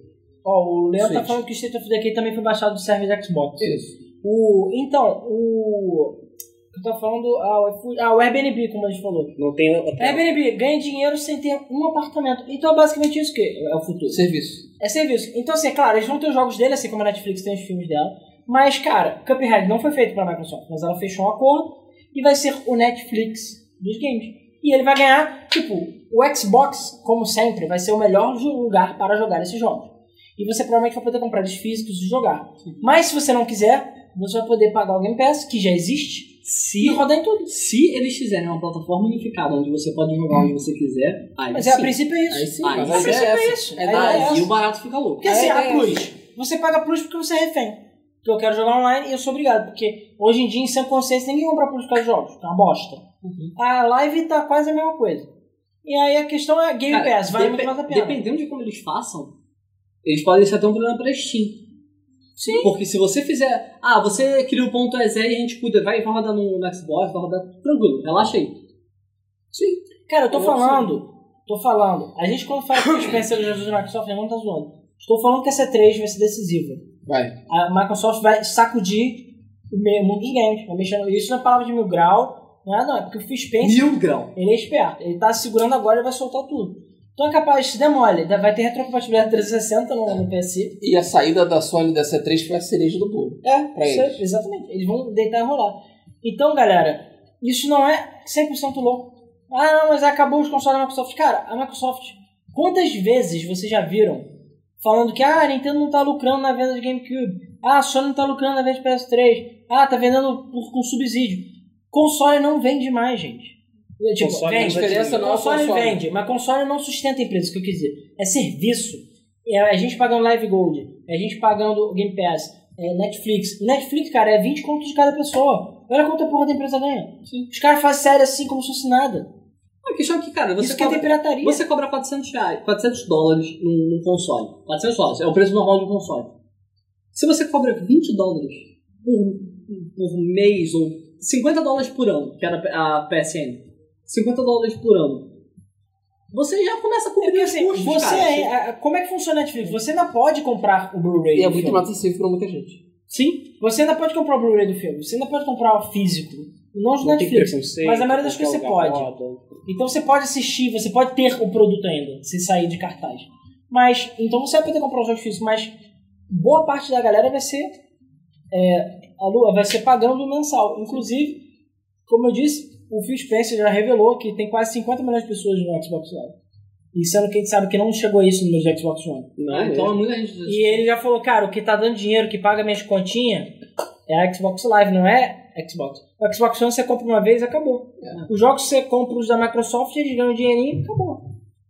[SPEAKER 2] Ó, o Leandro tá
[SPEAKER 1] Switch.
[SPEAKER 2] falando que o State of Decay também foi baixado do server de Xbox.
[SPEAKER 1] Isso.
[SPEAKER 2] O, então, o. Eu tô falando. Ah, o, iFood- ah, o Airbnb, como a gente falou.
[SPEAKER 4] Não tem
[SPEAKER 2] Airbnb ganha dinheiro sem ter um apartamento. Então é basicamente isso que é o futuro.
[SPEAKER 1] Serviço.
[SPEAKER 2] É serviço. Então, assim, é claro, eles vão ter os jogos dele, assim como a Netflix tem os filmes dela. Mas, cara, Cuphead não foi feito pra Microsoft, mas ela fechou um acordo e vai ser o Netflix dos games. E ele vai ganhar, tipo, o Xbox, como sempre, vai ser o melhor ju- lugar para jogar esses jogos. E você provavelmente vai poder comprar eles físicos e jogar. Mas se você não quiser, você vai poder pagar o Game Pass, que já existe,
[SPEAKER 3] Se,
[SPEAKER 2] e rodar em tudo.
[SPEAKER 3] se eles fizerem uma plataforma unificada onde você pode jogar onde você quiser, aí
[SPEAKER 2] Mas
[SPEAKER 3] sim.
[SPEAKER 2] é, a princípio é isso.
[SPEAKER 1] Aí sim,
[SPEAKER 3] Aí
[SPEAKER 1] mas
[SPEAKER 3] sim.
[SPEAKER 1] a ideia é essa.
[SPEAKER 2] isso.
[SPEAKER 1] É
[SPEAKER 2] A ideia
[SPEAKER 1] da-
[SPEAKER 2] é essa.
[SPEAKER 3] Aí o barato fica louco.
[SPEAKER 2] Porque assim,
[SPEAKER 1] É,
[SPEAKER 2] a
[SPEAKER 1] é.
[SPEAKER 2] Plus, você paga Plus porque você é refém. Porque eu quero jogar online e eu sou obrigado. Porque hoje em dia, em sem consciência, ninguém compra Plus por causa de jogos. É uma bosta.
[SPEAKER 3] Uhum.
[SPEAKER 2] A live tá quase a mesma coisa. E aí a questão é Game
[SPEAKER 3] Cara,
[SPEAKER 2] Pass, vale
[SPEAKER 3] depe-
[SPEAKER 2] muito mais a pena.
[SPEAKER 3] Dependendo de como eles façam, eles podem ser até um problema pra Steam.
[SPEAKER 2] Sim.
[SPEAKER 3] Porque se você fizer. Ah, você cria o ponto EZ e a gente cuida, vai, vai rodar no, no Xbox, vai rodar tranquilo, relaxa aí.
[SPEAKER 2] Cara, eu tô
[SPEAKER 3] Eu
[SPEAKER 2] falando. Tô falando. A gente quando
[SPEAKER 3] [coughs]
[SPEAKER 2] fala que os pensamentos Jesus da Microsoft, não tá zoando. Estou falando que essa 3 vai ser decisiva.
[SPEAKER 1] Vai.
[SPEAKER 2] A Microsoft vai sacudir o meio- o mundo dos games. Vai mexer no- Isso não é palavra de mil grau. Não é, não. É porque o Phil Spencer
[SPEAKER 3] Mil grau.
[SPEAKER 2] Ele é esperto. Ele tá segurando agora e vai soltar tudo. Então é capaz, se demole, vai ter retrocompatibilidade 360 no, no PS.
[SPEAKER 1] E a saída da Sony da C3 foi a cereja do bolo.
[SPEAKER 2] É,
[SPEAKER 1] Pra
[SPEAKER 2] isso aí, exatamente. Eles vão deitar e rolar. Então, galera, isso não é 100% louco. Ah, não, mas acabou os consoles da Microsoft. Cara, a Microsoft, quantas vezes vocês já viram falando que ah, a Nintendo não tá lucrando na venda de GameCube? Ah, a Sony não tá lucrando na venda de PS3. Ah, tá vendendo por, com subsídio. Console não vende mais, gente. Tipo,
[SPEAKER 4] Console
[SPEAKER 2] vende,
[SPEAKER 4] não
[SPEAKER 1] diferença não é o
[SPEAKER 2] console,
[SPEAKER 1] console.
[SPEAKER 2] vende, mas console não sustenta a empresa, isso que eu quis dizer. É serviço. É a gente pagando Live Gold, é a gente pagando Game Pass, é Netflix. Netflix, cara, é 20 contos de cada pessoa. Olha quanto a porra da empresa ganha. Os caras fazem série assim como se fosse nada.
[SPEAKER 3] A questão é que, cara, você
[SPEAKER 2] isso que é ter
[SPEAKER 3] cobra,
[SPEAKER 2] pirataria.
[SPEAKER 3] você cobra 400, reais, 400 dólares num num console. 400 dólares, é o preço normal de um console. Se você cobra 20 dólares por, por mês ou 50 dólares por ano, que era a PSN, 50 dólares por ano, você já começa a
[SPEAKER 2] É porque,
[SPEAKER 3] cobrir os
[SPEAKER 2] assim,
[SPEAKER 3] custos,
[SPEAKER 2] você
[SPEAKER 3] cara.
[SPEAKER 2] é- a- a- como é que funciona a Netflix? Você ainda pode comprar o Blu-ray.
[SPEAKER 1] E é
[SPEAKER 2] do
[SPEAKER 1] muito
[SPEAKER 2] filme.
[SPEAKER 1] mais acessível pra muita gente.
[SPEAKER 3] Sim,
[SPEAKER 2] Você ainda pode comprar o Blu-ray do filme. Você ainda pode comprar o físico. Não os
[SPEAKER 4] Não tem
[SPEAKER 2] Netflix.
[SPEAKER 4] preconceito,
[SPEAKER 2] Mas a maioria das
[SPEAKER 4] qualquer
[SPEAKER 2] coisas você
[SPEAKER 4] lugar
[SPEAKER 2] pode.
[SPEAKER 4] é roda.
[SPEAKER 2] Então você pode assistir, você pode ter o produto ainda, se sair de cartaz. Mas, então você vai poder comprar os jogos físicos, mas boa parte da galera vai ser é, a lua, vai ser pagando mensal. Inclusive, como eu disse, o Phil Spencer já revelou que tem quase 50 milhões de pessoas no Xbox One. E sendo que a gente sabe que não chegou a isso no meu Xbox One.
[SPEAKER 4] Não,
[SPEAKER 3] Ah, então
[SPEAKER 4] é.
[SPEAKER 3] é muita gente.
[SPEAKER 2] E ele já falou, cara, o que tá dando dinheiro, que paga minhas continhas, é a Xbox Live, não é Xbox. O Xbox One você compra uma vez e acabou. Os jogos que você compra, os da Microsoft, eles ganham dinheirinho e acabou.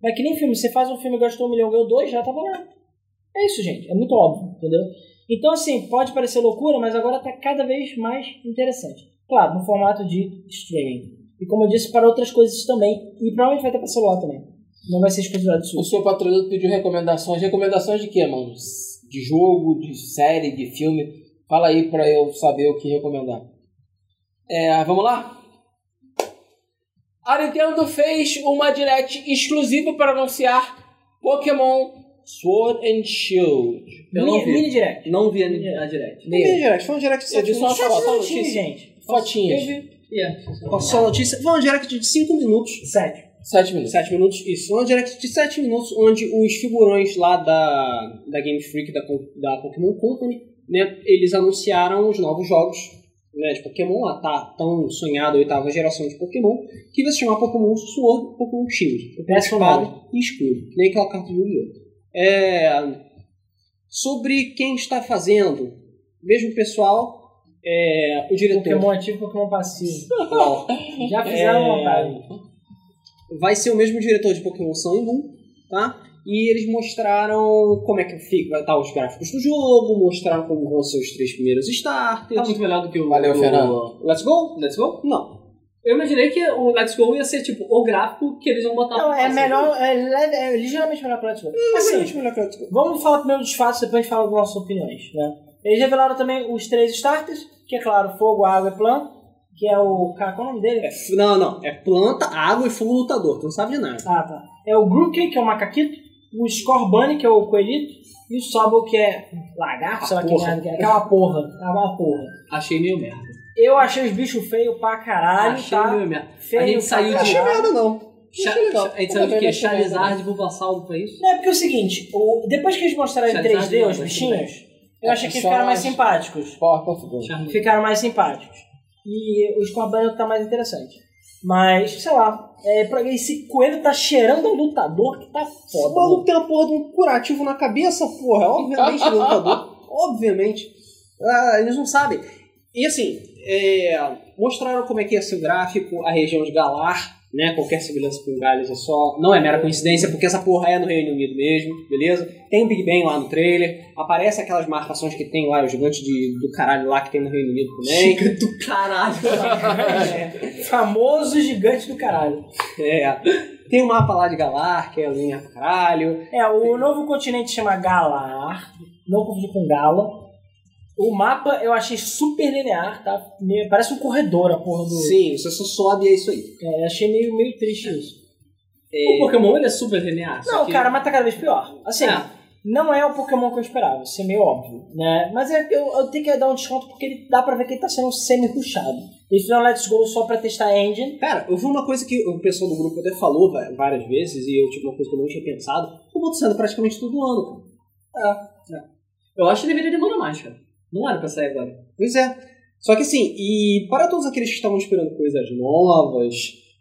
[SPEAKER 2] Mas que nem filme, você faz um filme, gastou um milhão, ganhou dois, já tá valendo. É isso, gente. É muito óbvio, entendeu? Então, assim, pode parecer loucura, mas agora tá cada vez mais interessante. Claro, no formato de streaming. E como eu disse, para outras coisas também. E provavelmente vai ter para celular também. Não vai ser exclusividade
[SPEAKER 1] O
[SPEAKER 2] sua.
[SPEAKER 1] seu patrulheiro pediu recomendações. Recomendações de quê, mano? De jogo, de série, de filme? Fala aí pra eu saber o que recomendar. É, vamos lá? A Nintendo fez uma direct exclusiva para anunciar Pokémon Sword and Shield.
[SPEAKER 4] Eu não
[SPEAKER 2] Mini,
[SPEAKER 4] vi.
[SPEAKER 2] mini direct.
[SPEAKER 3] Não vi a, a direct.
[SPEAKER 4] Foi um direct, foi um direct de
[SPEAKER 1] Eu vi
[SPEAKER 4] 7
[SPEAKER 1] só uma
[SPEAKER 4] minutos.
[SPEAKER 1] foto.
[SPEAKER 2] Só
[SPEAKER 1] Só
[SPEAKER 2] notinha,
[SPEAKER 1] notícia.
[SPEAKER 2] gente.
[SPEAKER 1] Fotinhas.
[SPEAKER 4] Passou só a notícia. Foi um direct de 5 minutos.
[SPEAKER 2] Sério.
[SPEAKER 1] Sete minutos.
[SPEAKER 4] 7 minutos, isso. Foi um direct de 7 minutos, onde os figurões lá da, da Game Freak, da, Con- da Pokémon Company, né, eles anunciaram os novos jogos né, de Pokémon, a tá tão sonhada oitava geração de Pokémon, que vai se chamar Pokémon Sword, Pokémon Shield, Pokémon
[SPEAKER 2] Péssimo
[SPEAKER 4] Espada e Escudo, nem aquela carta de Yu-Gi-Oh! É, sobre quem está fazendo, mesmo pessoal, é, o diretor Tá
[SPEAKER 2] Pokémon ativo, Pokémon [laughs] passivo.
[SPEAKER 4] Uau.
[SPEAKER 2] é um Já fizeram
[SPEAKER 4] É.
[SPEAKER 2] uma vontade.
[SPEAKER 4] vai ser o mesmo diretor de Pokémon Sun e Moon, tá? E eles mostraram como é que fica, vai estar os gráficos do jogo, mostraram como vão ser os três primeiros starters.
[SPEAKER 3] Tá muito melhor do que o.
[SPEAKER 1] Valeu,
[SPEAKER 3] o-
[SPEAKER 1] Fernando.
[SPEAKER 4] Let's go?
[SPEAKER 3] Let's Go?
[SPEAKER 4] Não.
[SPEAKER 3] Eu imaginei que o Let's Go ia ser tipo o gráfico que eles vão botar
[SPEAKER 2] Não, é
[SPEAKER 3] pra fazer.
[SPEAKER 2] melhor, é, leve- é ligeiramente melhor que o Let's Go.
[SPEAKER 3] é
[SPEAKER 2] Assim,
[SPEAKER 4] Excelente, melhor que Let's Go.
[SPEAKER 2] Vamos falar primeiro dos fatos, depois a gente fala das nossas opiniões, né? Eles revelaram também os três starters, que é claro, fogo, água e plano, que é o... Cara, qual é o nome dele?
[SPEAKER 4] É f- não, não. É planta, água e fogo lutador. Tu não sabe de nada.
[SPEAKER 2] Ah, tá. É o Grookey, que é o macaquito, o Scorbunny, que é o coelhito, e o Sobble, que é lagarto, sei lá que
[SPEAKER 4] porra.
[SPEAKER 2] merda que é. Aquela porra. É uma porra.
[SPEAKER 3] Achei meio merda.
[SPEAKER 2] Eu achei os bichos feios pra caralho,
[SPEAKER 3] Achei
[SPEAKER 2] tá?
[SPEAKER 3] meio merda.
[SPEAKER 2] Feio
[SPEAKER 3] A gente saiu
[SPEAKER 2] pra
[SPEAKER 3] de-
[SPEAKER 2] caralho.
[SPEAKER 4] Nada não.
[SPEAKER 3] Cha-
[SPEAKER 4] Achei legal.
[SPEAKER 3] cha- a gente sabe o
[SPEAKER 1] Também
[SPEAKER 3] que?
[SPEAKER 1] achei merda.
[SPEAKER 3] Charizard, Bulbasaur, foi isso?
[SPEAKER 2] Não, é porque é o seguinte, o- depois que eles mostraram em
[SPEAKER 3] Charizard
[SPEAKER 2] 3D
[SPEAKER 3] não,
[SPEAKER 2] os
[SPEAKER 3] mas
[SPEAKER 2] bichinhos, eu
[SPEAKER 1] É,
[SPEAKER 2] achei que eles
[SPEAKER 1] só
[SPEAKER 2] ficaram mais
[SPEAKER 1] as-
[SPEAKER 2] simpáticos.
[SPEAKER 1] Porra, português.
[SPEAKER 3] Charmander.
[SPEAKER 2] Ficaram mais simpáticos. E o Scorbunny tá mais interessante. Mas, sei lá, é, pra- esse coelho tá cheirando um lutador que tá
[SPEAKER 4] O
[SPEAKER 2] foda.
[SPEAKER 4] maluco
[SPEAKER 2] mano.
[SPEAKER 4] tem uma porra de um curativo na cabeça, porra. Obviamente ele é lutador. Obviamente. Ah, eles não sabem. E assim, é, mostraram como é que ia ser o gráfico, a região de Galar, né? Qualquer semelhança com Galhos é só. Não é mera coincidência, porque essa porra é no Reino Unido mesmo, beleza? Tem o Big Ben lá no trailer, aparece aquelas marcações que tem lá, o gigante de, do caralho lá que tem no Reino Unido também.
[SPEAKER 3] Chica do [laughs] caralho.
[SPEAKER 2] É, Famoso gigante do caralho.
[SPEAKER 4] É. Tem o mapa lá de Galar, que é a linha pra caralho.
[SPEAKER 2] É, o novo continente chama Galar, não confundir com Gala. O mapa eu achei super linear, tá? Meio- parece um corredor a porra do.
[SPEAKER 4] Sim, você só sobe e é isso aí.
[SPEAKER 2] É, achei meio, meio triste isso.
[SPEAKER 3] O Pokémon ele é super linear. só
[SPEAKER 2] Não,
[SPEAKER 3] que-
[SPEAKER 2] cara, mas tá cada vez pior. Assim,
[SPEAKER 3] É.
[SPEAKER 2] não é o Pokémon que eu esperava, isso é meio óbvio, né? Mas é, eu, eu tenho que dar um desconto porque ele dá pra ver que ele tá sendo semi-ruxado. Eles fizeram é um Let's Go só pra testar a engine.
[SPEAKER 4] Cara, eu vi uma coisa que o pessoal do grupo até falou va- várias vezes, e eu tipo uma coisa que eu não tinha pensado. O mundo saindo praticamente todo ano, cara.
[SPEAKER 3] Eu acho que deveria demorar mais, cara. Não era pra sair agora.
[SPEAKER 4] Pois é. Só que assim, e para todos aqueles que estavam esperando coisas novas,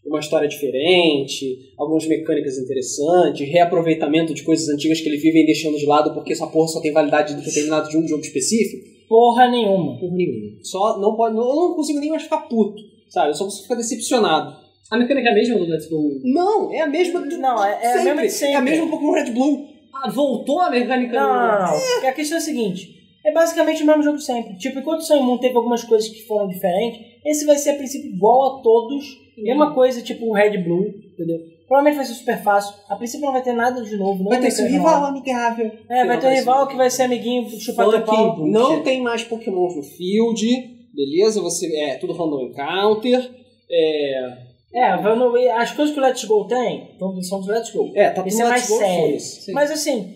[SPEAKER 4] uma história diferente, algumas mecânicas interessantes, reaproveitamento de coisas antigas que eles vivem deixando de lado porque essa porra só tem validade do determinado de um jogo específico,
[SPEAKER 2] Porra nenhuma.
[SPEAKER 4] porra nenhuma. Só não pode. não- Eu não consigo nem mais ficar puto, sabe? Eu só consigo ficar decepcionado.
[SPEAKER 3] A mecânica mesmo do Let's Go.
[SPEAKER 4] Não, é a mesma. do-
[SPEAKER 2] Não, é- é a mesma de
[SPEAKER 4] É a
[SPEAKER 2] sempre.
[SPEAKER 4] mesma Pokémon Red Blue.
[SPEAKER 3] Ah, voltou a mecânica
[SPEAKER 2] Não, não,
[SPEAKER 3] do.
[SPEAKER 2] não. não. A questão é a seguinte: é basicamente o mesmo jogo sempre. Tipo, enquanto o Sun e Moon teve algumas coisas que foram diferentes, esse vai ser a princípio igual a todos. Mesma coisa, tipo o Red Blue, entendeu? Provavelmente vai ser super fácil. A princípio não vai ter nada de novo. Não é
[SPEAKER 4] Vai ter esse
[SPEAKER 2] mecânica
[SPEAKER 4] rival
[SPEAKER 2] nova.
[SPEAKER 4] amigável.
[SPEAKER 2] É, vai ter um
[SPEAKER 4] Sim,
[SPEAKER 2] rival que vai ser amiguinho chupar teu pau.
[SPEAKER 4] Fucking não tem mais Pokémon no field, beleza? Você é tudo random encounter. É,
[SPEAKER 2] É, vai no- as coisas que o Let's Go tem, então são dos Let's Go.
[SPEAKER 4] é tá
[SPEAKER 2] Isso
[SPEAKER 4] tudo
[SPEAKER 2] é mais
[SPEAKER 4] Let's Go,
[SPEAKER 2] sério.
[SPEAKER 4] foda-se.
[SPEAKER 2] Mas assim,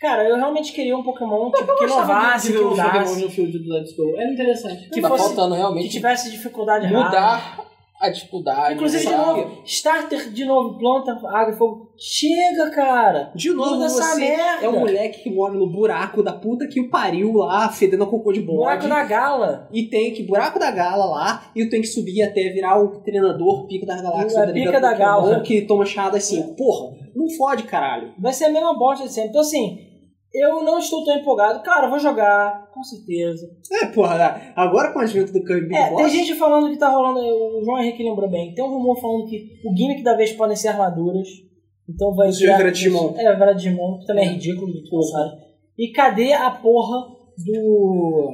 [SPEAKER 2] cara, eu realmente queria um Pokémon tipo, que
[SPEAKER 3] Eu gostava
[SPEAKER 2] inovasse,
[SPEAKER 3] de
[SPEAKER 2] que
[SPEAKER 3] ver os Pokémon
[SPEAKER 2] mudasse,
[SPEAKER 3] no field do Let's Go. Era É interessante.
[SPEAKER 2] que
[SPEAKER 1] tá
[SPEAKER 2] fosse-
[SPEAKER 1] faltando
[SPEAKER 2] que
[SPEAKER 1] realmente
[SPEAKER 2] tivesse dificuldade rara.
[SPEAKER 1] mudar a dificuldade. né?
[SPEAKER 2] Inclusive, de [laughs]
[SPEAKER 1] sabe?
[SPEAKER 2] novo, starter de novo, planta, água e fogo. Chega, cara!
[SPEAKER 4] De novo,
[SPEAKER 2] Muda
[SPEAKER 4] você
[SPEAKER 2] essa merda!
[SPEAKER 4] é um moleque que mora no buraco da puta que o pariu lá, fedendo a cocô de bode.
[SPEAKER 2] Buraco da gala.
[SPEAKER 4] E tem que buraco da gala lá, e eu tenho que subir até virar o treinador pica da galáxia
[SPEAKER 2] É,
[SPEAKER 4] da Liga
[SPEAKER 2] pica da
[SPEAKER 4] Pokémon,
[SPEAKER 2] gala. É.
[SPEAKER 4] que toma chada assim, porra, não fode, caralho.
[SPEAKER 2] Vai ser a mesma bosta de sempre. Então, assim, eu não estou tão empolgado. Claro, eu vou jogar, com certeza.
[SPEAKER 4] É, porra, agora com o advento do Kirby
[SPEAKER 2] É, tem
[SPEAKER 4] Boss,
[SPEAKER 2] gente falando que tá rolando. O João Henrique lembrou bem. Tem um rumor falando que o gimmick da vez podem ser armaduras. Então vai
[SPEAKER 4] Isso já vira Digimon.
[SPEAKER 2] É, vai virar Digimon, que também é ridículo do que sabe. E cadê a porra do.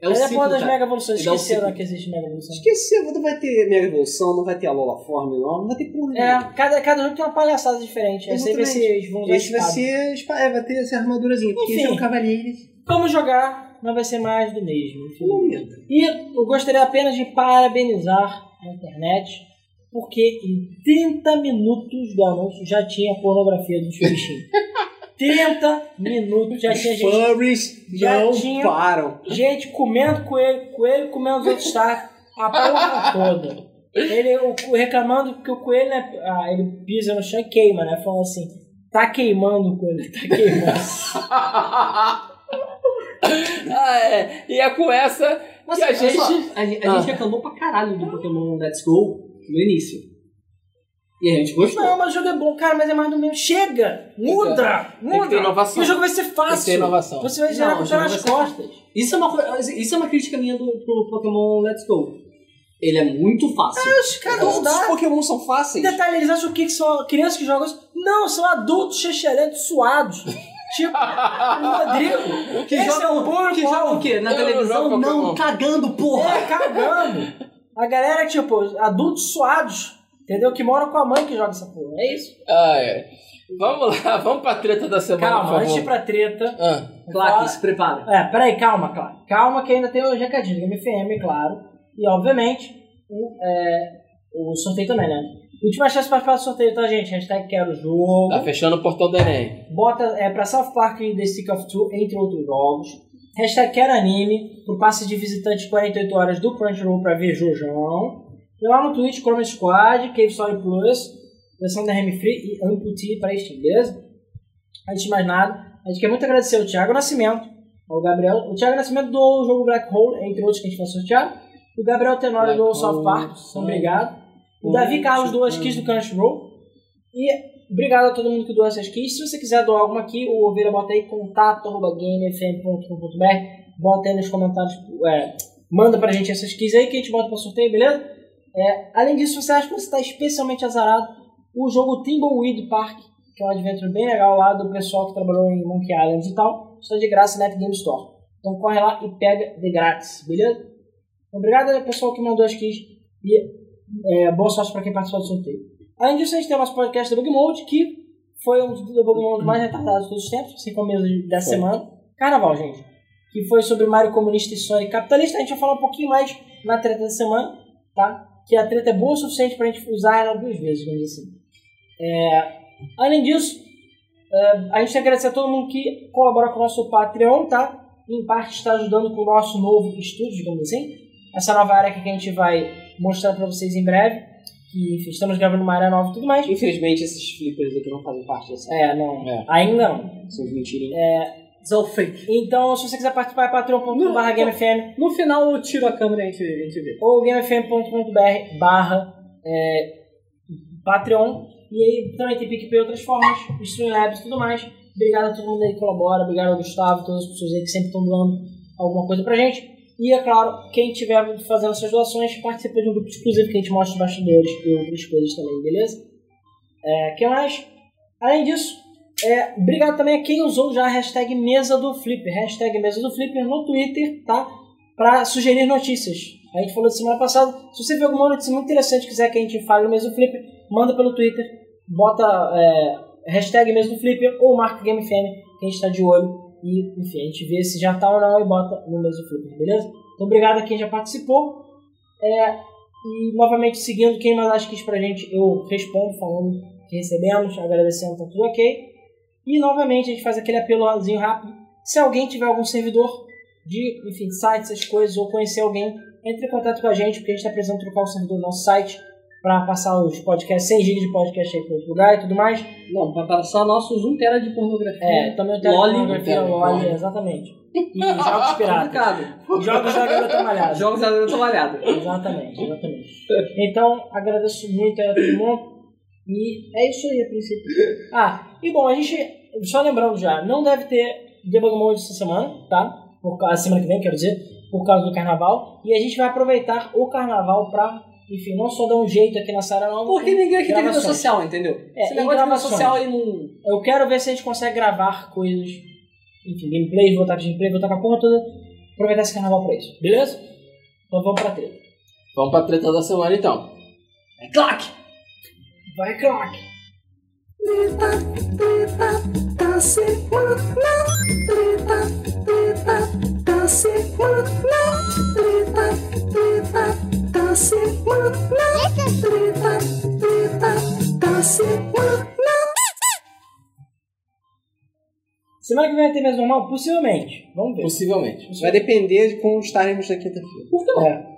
[SPEAKER 3] É o
[SPEAKER 2] cadê a
[SPEAKER 3] ciclo,
[SPEAKER 2] porra das
[SPEAKER 3] cara.
[SPEAKER 2] mega evoluções?
[SPEAKER 3] Ele dá um
[SPEAKER 2] Esqueceram que existe mega evolução.
[SPEAKER 4] esqueceu, não vai ter Mega Evolução, não vai ter a Lola Form, não, não vai ter porra nenhuma.
[SPEAKER 2] É, cada, cada jogo tem uma palhaçada diferente. Aí sempre
[SPEAKER 4] Exatamente.
[SPEAKER 2] esse vão
[SPEAKER 4] Esse vai ser. espa- É, vai ter essa armadurazinha. Porque
[SPEAKER 2] Enfim.
[SPEAKER 4] esse é um cavaleiro.
[SPEAKER 2] Como jogar, mas vai ser mais do mesmo.
[SPEAKER 4] Momento.
[SPEAKER 2] E eu gostaria apenas de parabenizar a internet,
[SPEAKER 1] [laughs]
[SPEAKER 2] porque em 30 minutos do anúncio já tinha a pornografia dos bichinhos. 80 minutos já tinha
[SPEAKER 4] Os
[SPEAKER 2] gente
[SPEAKER 4] furries
[SPEAKER 2] já
[SPEAKER 4] não
[SPEAKER 2] tinha-
[SPEAKER 4] param.
[SPEAKER 2] Gente, comendo coelho, coelho comendo os outros tacos, a porra toda. Ele o co- reclamando que o coelho, né, ah, ele pisa no chão e queima, né? Falando assim, tá queimando o coelho, tá
[SPEAKER 1] [laughs]
[SPEAKER 2] queimando.
[SPEAKER 1] Ah, é. E é com essa
[SPEAKER 3] Mas,
[SPEAKER 1] que a
[SPEAKER 3] olha
[SPEAKER 1] gente.
[SPEAKER 3] só, a, ge- a gente reclamou pra caralho do Pokémon Let's Go no início. E a gente gostou.
[SPEAKER 2] Não, mas o jogo é bom, cara, mas é mais do mesmo. Chega! Muda!
[SPEAKER 1] Tem que ter
[SPEAKER 2] Muda!
[SPEAKER 1] inovação.
[SPEAKER 2] E o jogo vai ser
[SPEAKER 1] Tem que ter
[SPEAKER 2] fácil.
[SPEAKER 1] inovação.
[SPEAKER 2] Você vai gerar
[SPEAKER 3] Não,
[SPEAKER 2] com
[SPEAKER 3] o
[SPEAKER 2] o
[SPEAKER 3] jogo
[SPEAKER 2] pé é, nas
[SPEAKER 3] vai ser-
[SPEAKER 2] costas.
[SPEAKER 3] Isso é uma, coisa- isso é uma crítica minha do, pro Pokémon Let's Go. Ele é muito fácil.
[SPEAKER 2] Mas, cara, não
[SPEAKER 4] Todos os
[SPEAKER 2] dá.
[SPEAKER 4] Pokémon são
[SPEAKER 2] E
[SPEAKER 4] fáceis.
[SPEAKER 2] detalhe, eles acham que são crianças que jogam isso? Não, são adultos xexerentos suados. [laughs] Tipo, o Rodrigo.
[SPEAKER 3] Que
[SPEAKER 2] esse
[SPEAKER 3] joga-
[SPEAKER 2] é o público
[SPEAKER 3] que joga o quê? Na
[SPEAKER 1] Eu não
[SPEAKER 3] televisão?
[SPEAKER 1] jogo
[SPEAKER 3] Não,
[SPEAKER 1] Pokémon.
[SPEAKER 3] cagando, porra!
[SPEAKER 2] É, cagando. A galera, tipo, adultos suados, entendeu? Que moram com a mãe que joga essa porra. É isso.
[SPEAKER 1] Ah, é. Vamos lá, [laughs] vamos pra treta da semana,
[SPEAKER 2] Calma,
[SPEAKER 1] por
[SPEAKER 2] antes de ir
[SPEAKER 1] favor.
[SPEAKER 2] pra treta.
[SPEAKER 1] Ah,
[SPEAKER 3] Claque, se prepara.
[SPEAKER 2] É, peraí, calma, calma. Calma que ainda tem o recadinho do MFM, é claro. E, obviamente, o, é, o sorteio também, né? Última chance para participar do sorteio, tá, gente? Hashtag quero jogo.
[SPEAKER 1] tá fechando o portão do Enem.
[SPEAKER 2] Bota é, pra South Park e The Stick of Two, entre outros jogos. Hashtag quero anime, pro passe de visitante 48 horas do Crunchyroll pra ver Jojão. E lá no Twitch, Chrome Squad, Cave Story Plus, versão da Remy Free e Amputee pra Steam, beleza? Antes de mais nada, a gente quer muito agradecer ao Thiago Nascimento, ao Gabriel, o Thiago Nascimento do jogo Black Hole, entre outros que a gente vai sortear. O Gabriel Tenório
[SPEAKER 1] Black
[SPEAKER 2] do
[SPEAKER 1] Hole, né?
[SPEAKER 2] South Park, obrigado. O Davi Carlos do Asquis do Crunchyroll. E obrigado a todo mundo que doou essas keys. Se você quiser doar alguma aqui, o Oveira bota aí contato.gamefm.com.br. Bota aí nos comentários, é, manda pra gente essas keys aí que a gente bota pra sorteio, beleza? É, além disso, se você acha que você tá especialmente azarado, o jogo Timbleweed Park, que é um adventure bem legal lá do pessoal que trabalhou em Monkey Island e tal, está de graça na Epic Game Store. Então corre lá e pega de grátis, beleza? Obrigado aí, pessoal que mandou as keys e é, boa sorte para quem participou do sorteio. Além disso, a gente tem o nosso podcast da Bug Mode, que foi um dos Bug Mode mais retardados de todos os tempos, assim como mesmo dessa semana. Carnaval, gente. Que foi sobre Mario Comunista e Sonic Capitalista. A gente vai falar um pouquinho mais na treta da semana, tá? Que a treta é boa o suficiente pra gente usar ela duas vezes, digamos assim. É, Além disso, é, a gente tem que agradecer a todo mundo que colabora com o nosso Patreon, tá? E, em parte está ajudando com o nosso novo estúdio, digamos assim. Essa nova área que a gente vai mostrar pra vocês em breve. Que enfim, estamos gravando uma área nova e tudo mais.
[SPEAKER 4] Infelizmente, esses flippers aqui não fazem parte dessa.
[SPEAKER 2] É, não.
[SPEAKER 1] É.
[SPEAKER 2] Ainda não.
[SPEAKER 4] São mentirinhas.
[SPEAKER 3] It's all fake.
[SPEAKER 2] Então, se você quiser participar, é patreon.com.br gamefm
[SPEAKER 3] No final eu tiro a câmera e a gente, a gente vê.
[SPEAKER 2] ou gamefm.com.br barra é, patreon. E aí também tem PicPay e outras formas, Streamlabs e tudo mais. Obrigado a todo mundo aí que colabora, obrigado ao Gustavo, todas as pessoas aí que sempre estão doando alguma coisa pra gente. E é claro, quem estiver fazendo suas doações, participa de um grupo exclusivo que a gente mostra os bastidores e outras coisas também, beleza? É, que mais? Além disso, é, obrigado também a quem usou já a hashtag mesa do Flipper, hashtag mesa do Flipper no Twitter, tá? Pra sugerir notícias. A gente falou de semana passada. Se você vê alguma notícia muito interessante quiser que a gente fale no mesa do Flipper, manda pelo Twitter, bota é, hashtag mesa do Flipper ou marca GameFM, que a gente tá de olho. E, enfim, a gente vê se já tá ou não e bota no mesa do Flipper, beleza? Então, obrigado a quem já participou. É, e, novamente, seguindo quem mandar as keys pra gente, eu respondo falando que recebemos, agradecendo, tá tudo ok. E novamente a gente faz aquele apelozinho rápido. Se alguém tiver algum servidor de enfim, sites, essas coisas, ou conhecer alguém, entre em contato com a gente, porque a gente está precisando trocar o servidor do nosso site para passar os podcasts, 100 GB de podcast aí para outro lugar e tudo mais.
[SPEAKER 3] Não, vai passar nossos 1 tera de pornografia.
[SPEAKER 2] É, também o telepornografia,
[SPEAKER 1] Loli,
[SPEAKER 2] Loli, exatamente. E jogos [laughs] piratas.
[SPEAKER 3] Complicado.
[SPEAKER 2] jogos da garota malhada.
[SPEAKER 3] Jogos da Garota Malhada.
[SPEAKER 2] Exatamente,
[SPEAKER 3] Né?
[SPEAKER 2] exatamente. Então, agradeço muito a todo mundo. E é isso aí, a princípio. Ah, e bom, a gente, só lembrando já, não deve ter debug mode essa semana, tá? Por, ca- a semana que vem, quero dizer, por causa do carnaval. E a gente vai aproveitar o carnaval pra, enfim, não só dar um jeito aqui na Sara Nova.
[SPEAKER 3] Porque ninguém aqui tem vida
[SPEAKER 2] Gravações.
[SPEAKER 3] social, entendeu?
[SPEAKER 2] É,
[SPEAKER 3] Esse
[SPEAKER 2] e
[SPEAKER 3] negócio de vida
[SPEAKER 2] gravações.
[SPEAKER 3] social aí não.
[SPEAKER 2] Eu quero ver se a gente consegue gravar coisas, enfim, gameplays, voltar de gameplay, voltar com a porra toda. Aproveitar esse carnaval pra isso, beleza? Então vamos pra treta.
[SPEAKER 1] Vamos pra treta da semana, então.
[SPEAKER 3] É claque!
[SPEAKER 2] Vai, é crack!
[SPEAKER 1] tá tá tá tá
[SPEAKER 2] Semana que vem vai ter mesa normal? Possivelmente. Vamos ver.
[SPEAKER 1] Possivelmente.
[SPEAKER 4] Vai depender de como estaremos na quinta-feira. É.
[SPEAKER 2] Por que não?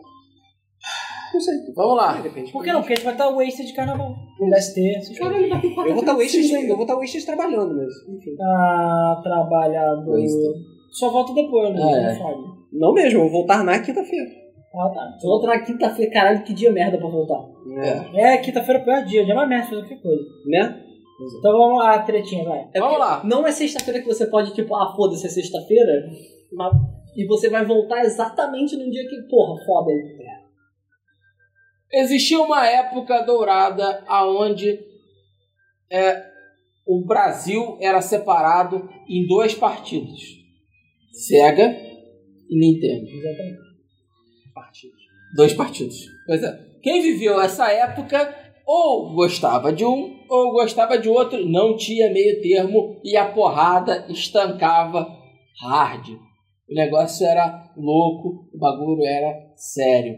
[SPEAKER 4] Não sei.
[SPEAKER 1] Vamos lá.
[SPEAKER 4] Depende.
[SPEAKER 2] Por que não? Porque a gente vai estar wasted de carnaval. No ST. essas coisas.
[SPEAKER 3] tá
[SPEAKER 4] Eu vou estar wasted, eu vou estar wasted trabalhando mesmo. Enfim.
[SPEAKER 2] Ah, trabalhador.
[SPEAKER 1] Wasted.
[SPEAKER 2] Só volta depois, né?
[SPEAKER 1] Ah, é.
[SPEAKER 2] Não sabe.
[SPEAKER 4] Não mesmo, eu vou voltar na quinta-feira.
[SPEAKER 2] Ah, tá.
[SPEAKER 3] Volta na quinta-feira, caralho, que dia merda pra voltar.
[SPEAKER 4] É.
[SPEAKER 2] É, quinta-feira é o pior dia. Já é uma merda fazer qualquer coisa.
[SPEAKER 4] Né?
[SPEAKER 2] Então vamos lá, tretinha, vai.
[SPEAKER 4] É
[SPEAKER 1] Vamos lá.
[SPEAKER 3] Não é sexta-feira que você pode, tipo, ah, foda-se, é sexta-feira. mas- E você vai voltar exatamente num dia que, porra, foda.
[SPEAKER 1] Existiu uma época dourada aonde é, o Brasil era separado em dois partidos: Sega e Nintendo.
[SPEAKER 2] Exatamente.
[SPEAKER 1] Dois partidos. Pois é. Quem viveu essa época ou gostava de um ou gostava de outro, não tinha meio termo e a porrada estancava hard. O negócio era louco, o bagulho era sério.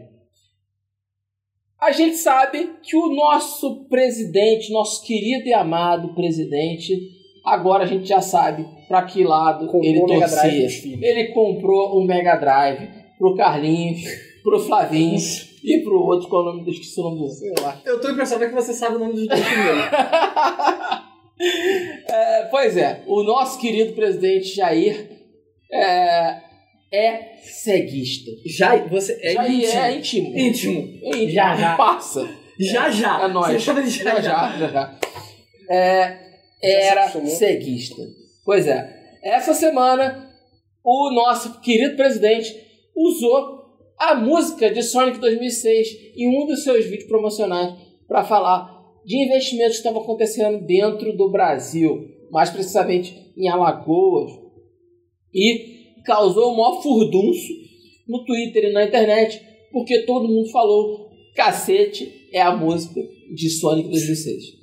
[SPEAKER 1] A gente sabe que o nosso presidente, nosso querido e amado presidente, agora a gente já sabe para que lado
[SPEAKER 4] Comprou
[SPEAKER 1] ele
[SPEAKER 4] o Mega Drive
[SPEAKER 1] torcia.
[SPEAKER 4] dos filhos.
[SPEAKER 1] Ele comprou um Mega Drive pro Carlinhos, pro Flavinho e pro outro, qual é o nome do esqueci o nome do outro.
[SPEAKER 4] Sei lá.
[SPEAKER 3] Eu tô impressionado que você sabe o nome dos dois primeiros.
[SPEAKER 1] É, pois é, o nosso querido presidente Jair é, é ceguista.
[SPEAKER 3] Já, você é
[SPEAKER 1] Jair
[SPEAKER 3] íntimo.
[SPEAKER 1] é íntimo.
[SPEAKER 3] íntimo.
[SPEAKER 1] íntimo.
[SPEAKER 2] Já, já.
[SPEAKER 1] Passa.
[SPEAKER 3] Já, já.
[SPEAKER 1] É nóis.
[SPEAKER 3] Você chama de já,
[SPEAKER 1] [laughs] Já, já, já, já. É, era
[SPEAKER 4] Já se acostumou?
[SPEAKER 1] ceguista. Pois é. Essa semana, o nosso querido presidente usou a música de Sonic 2006 em um dos seus vídeos promocionais para falar de investimentos que estavam acontecendo dentro do Brasil, mais precisamente em Alagoas. E causou o maior furdunço no Twitter e na internet, porque todo mundo falou: cacete é a música de Sonic 2006.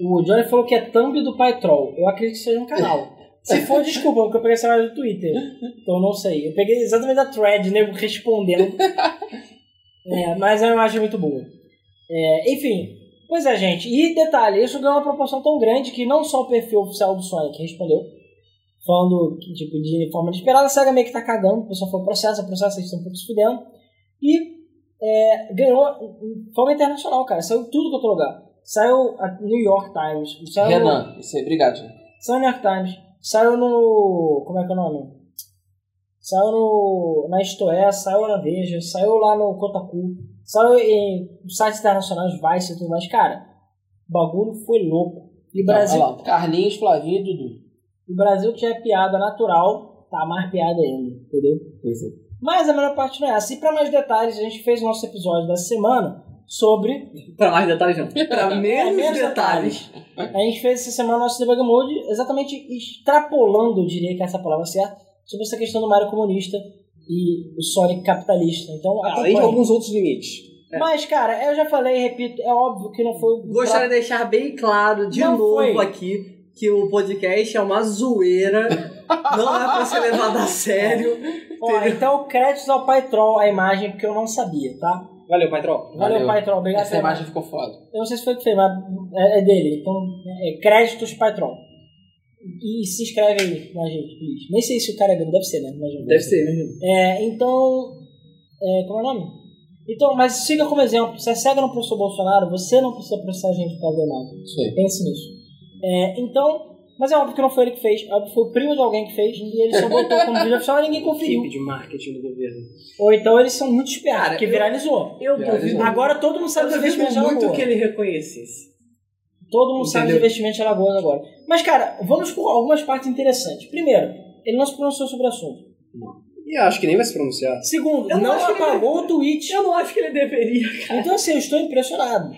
[SPEAKER 2] O Johnny falou que é thumb do Pai Troll. Eu acredito que seja um canal. Se for, desculpa, porque eu peguei essa imagem do Twitter. Então eu não sei. Eu peguei exatamente da thread, nego respondendo. É, mas é uma imagem muito boa. É, enfim, pois é, gente. E detalhe, isso ganhou uma proporção tão grande que não só o perfil oficial do Sonic respondeu, falando que, tipo, de forma inesperada, a SEGA meio que tá cagando, o pessoal falou processo, processo, vocês estão um pouco se fudendo. E é, ganhou de forma internacional, cara. Saiu em tudo quanto é lugar. Saiu a New York Times, saiu
[SPEAKER 1] Renan, isso aí, obrigado. Renan.
[SPEAKER 2] Saiu no New York Times. Saiu no. Como é que é o nome? Saiu no, na Isto É, saiu na Veja, saiu lá no Kotaku, saiu em sites internacionais, Vice e tudo mais. Cara, o bagulho foi louco. E o
[SPEAKER 1] Não,
[SPEAKER 2] Brasil,
[SPEAKER 1] olha lá, Carlinhos, Flavinho e Dudu.
[SPEAKER 2] o Brasil que é piada natural, tá mais piada ainda, entendeu? Mas a melhor parte não é essa. E pra mais detalhes, a gente fez o nosso episódio da semana sobre
[SPEAKER 3] Pra mais detalhes, não. Pra
[SPEAKER 2] É,
[SPEAKER 3] menos
[SPEAKER 2] menos
[SPEAKER 3] detalhes.
[SPEAKER 2] A gente fez essa semana o nosso debug mode exatamente extrapolando, eu diria que é essa palavra certa, sobre essa questão do Mario comunista e o Sonic capitalista. Então,
[SPEAKER 1] Ah,
[SPEAKER 4] Além de
[SPEAKER 1] é um
[SPEAKER 2] acompanhe.
[SPEAKER 4] alguns outros limites.
[SPEAKER 2] Mas, cara, eu já falei e repito, é óbvio que não foi o.
[SPEAKER 3] Gostaria de deixar bem claro, de
[SPEAKER 2] Não
[SPEAKER 3] novo
[SPEAKER 2] foi.
[SPEAKER 3] aqui, que o podcast é uma zoeira. não é pra ser levado a sério.
[SPEAKER 2] Ó, então, créditos ao Pai Troll a imagem, porque eu não sabia, tá?
[SPEAKER 4] Valeu, pai Troll.
[SPEAKER 2] Valeu,
[SPEAKER 1] Valeu.
[SPEAKER 2] Pai Troll, obrigado
[SPEAKER 1] Essa
[SPEAKER 2] pela
[SPEAKER 1] imagem ficou foda.
[SPEAKER 2] Eu não sei se foi o que fez, mas é, é dele. Então, é créditos Patron. E se inscreve aí na gente, please. Nem sei se o cara é grande, deve ser, né? Imagina.
[SPEAKER 3] [laughs] Deve ser, né?
[SPEAKER 2] É, então. É, como é o nome? Então, mas siga como exemplo. Se a SEGA não processou o Bolsonaro, você não precisa processar a gente para ver nada.
[SPEAKER 1] Isso aí.
[SPEAKER 2] Pense nisso. É, então. Mas é óbvio que não foi ele que fez, óbvio que foi o primo de alguém que fez, e ele só botou como vídeo oficial e ninguém conferiu.
[SPEAKER 1] [laughs]
[SPEAKER 4] Equipe de marketing do governo.
[SPEAKER 2] Ou então eles são muito espertos,
[SPEAKER 3] Cara,
[SPEAKER 2] porque
[SPEAKER 3] eu-
[SPEAKER 2] viralizou.
[SPEAKER 3] Eu
[SPEAKER 1] Piores
[SPEAKER 3] duvido.
[SPEAKER 1] não.
[SPEAKER 2] Agora todo mundo sabe
[SPEAKER 3] Eu
[SPEAKER 2] que fez
[SPEAKER 3] duvido
[SPEAKER 2] Benjamin
[SPEAKER 3] muito
[SPEAKER 2] Moura.
[SPEAKER 3] que ele reconhecesse.
[SPEAKER 2] Todo mundo sabe de
[SPEAKER 3] Entendeu?
[SPEAKER 2] investimento em Alagoas agora. Mas, cara, vamos por algumas partes interessantes. Primeiro, ele não se pronunciou sobre o assunto.
[SPEAKER 4] E acho que nem vai se pronunciar.
[SPEAKER 2] Segundo,
[SPEAKER 3] Eu
[SPEAKER 2] não,
[SPEAKER 3] não acho que ele
[SPEAKER 2] apagou o tweet.
[SPEAKER 3] Eu não acho que ele deveria.
[SPEAKER 2] Então, assim, eu estou impressionado.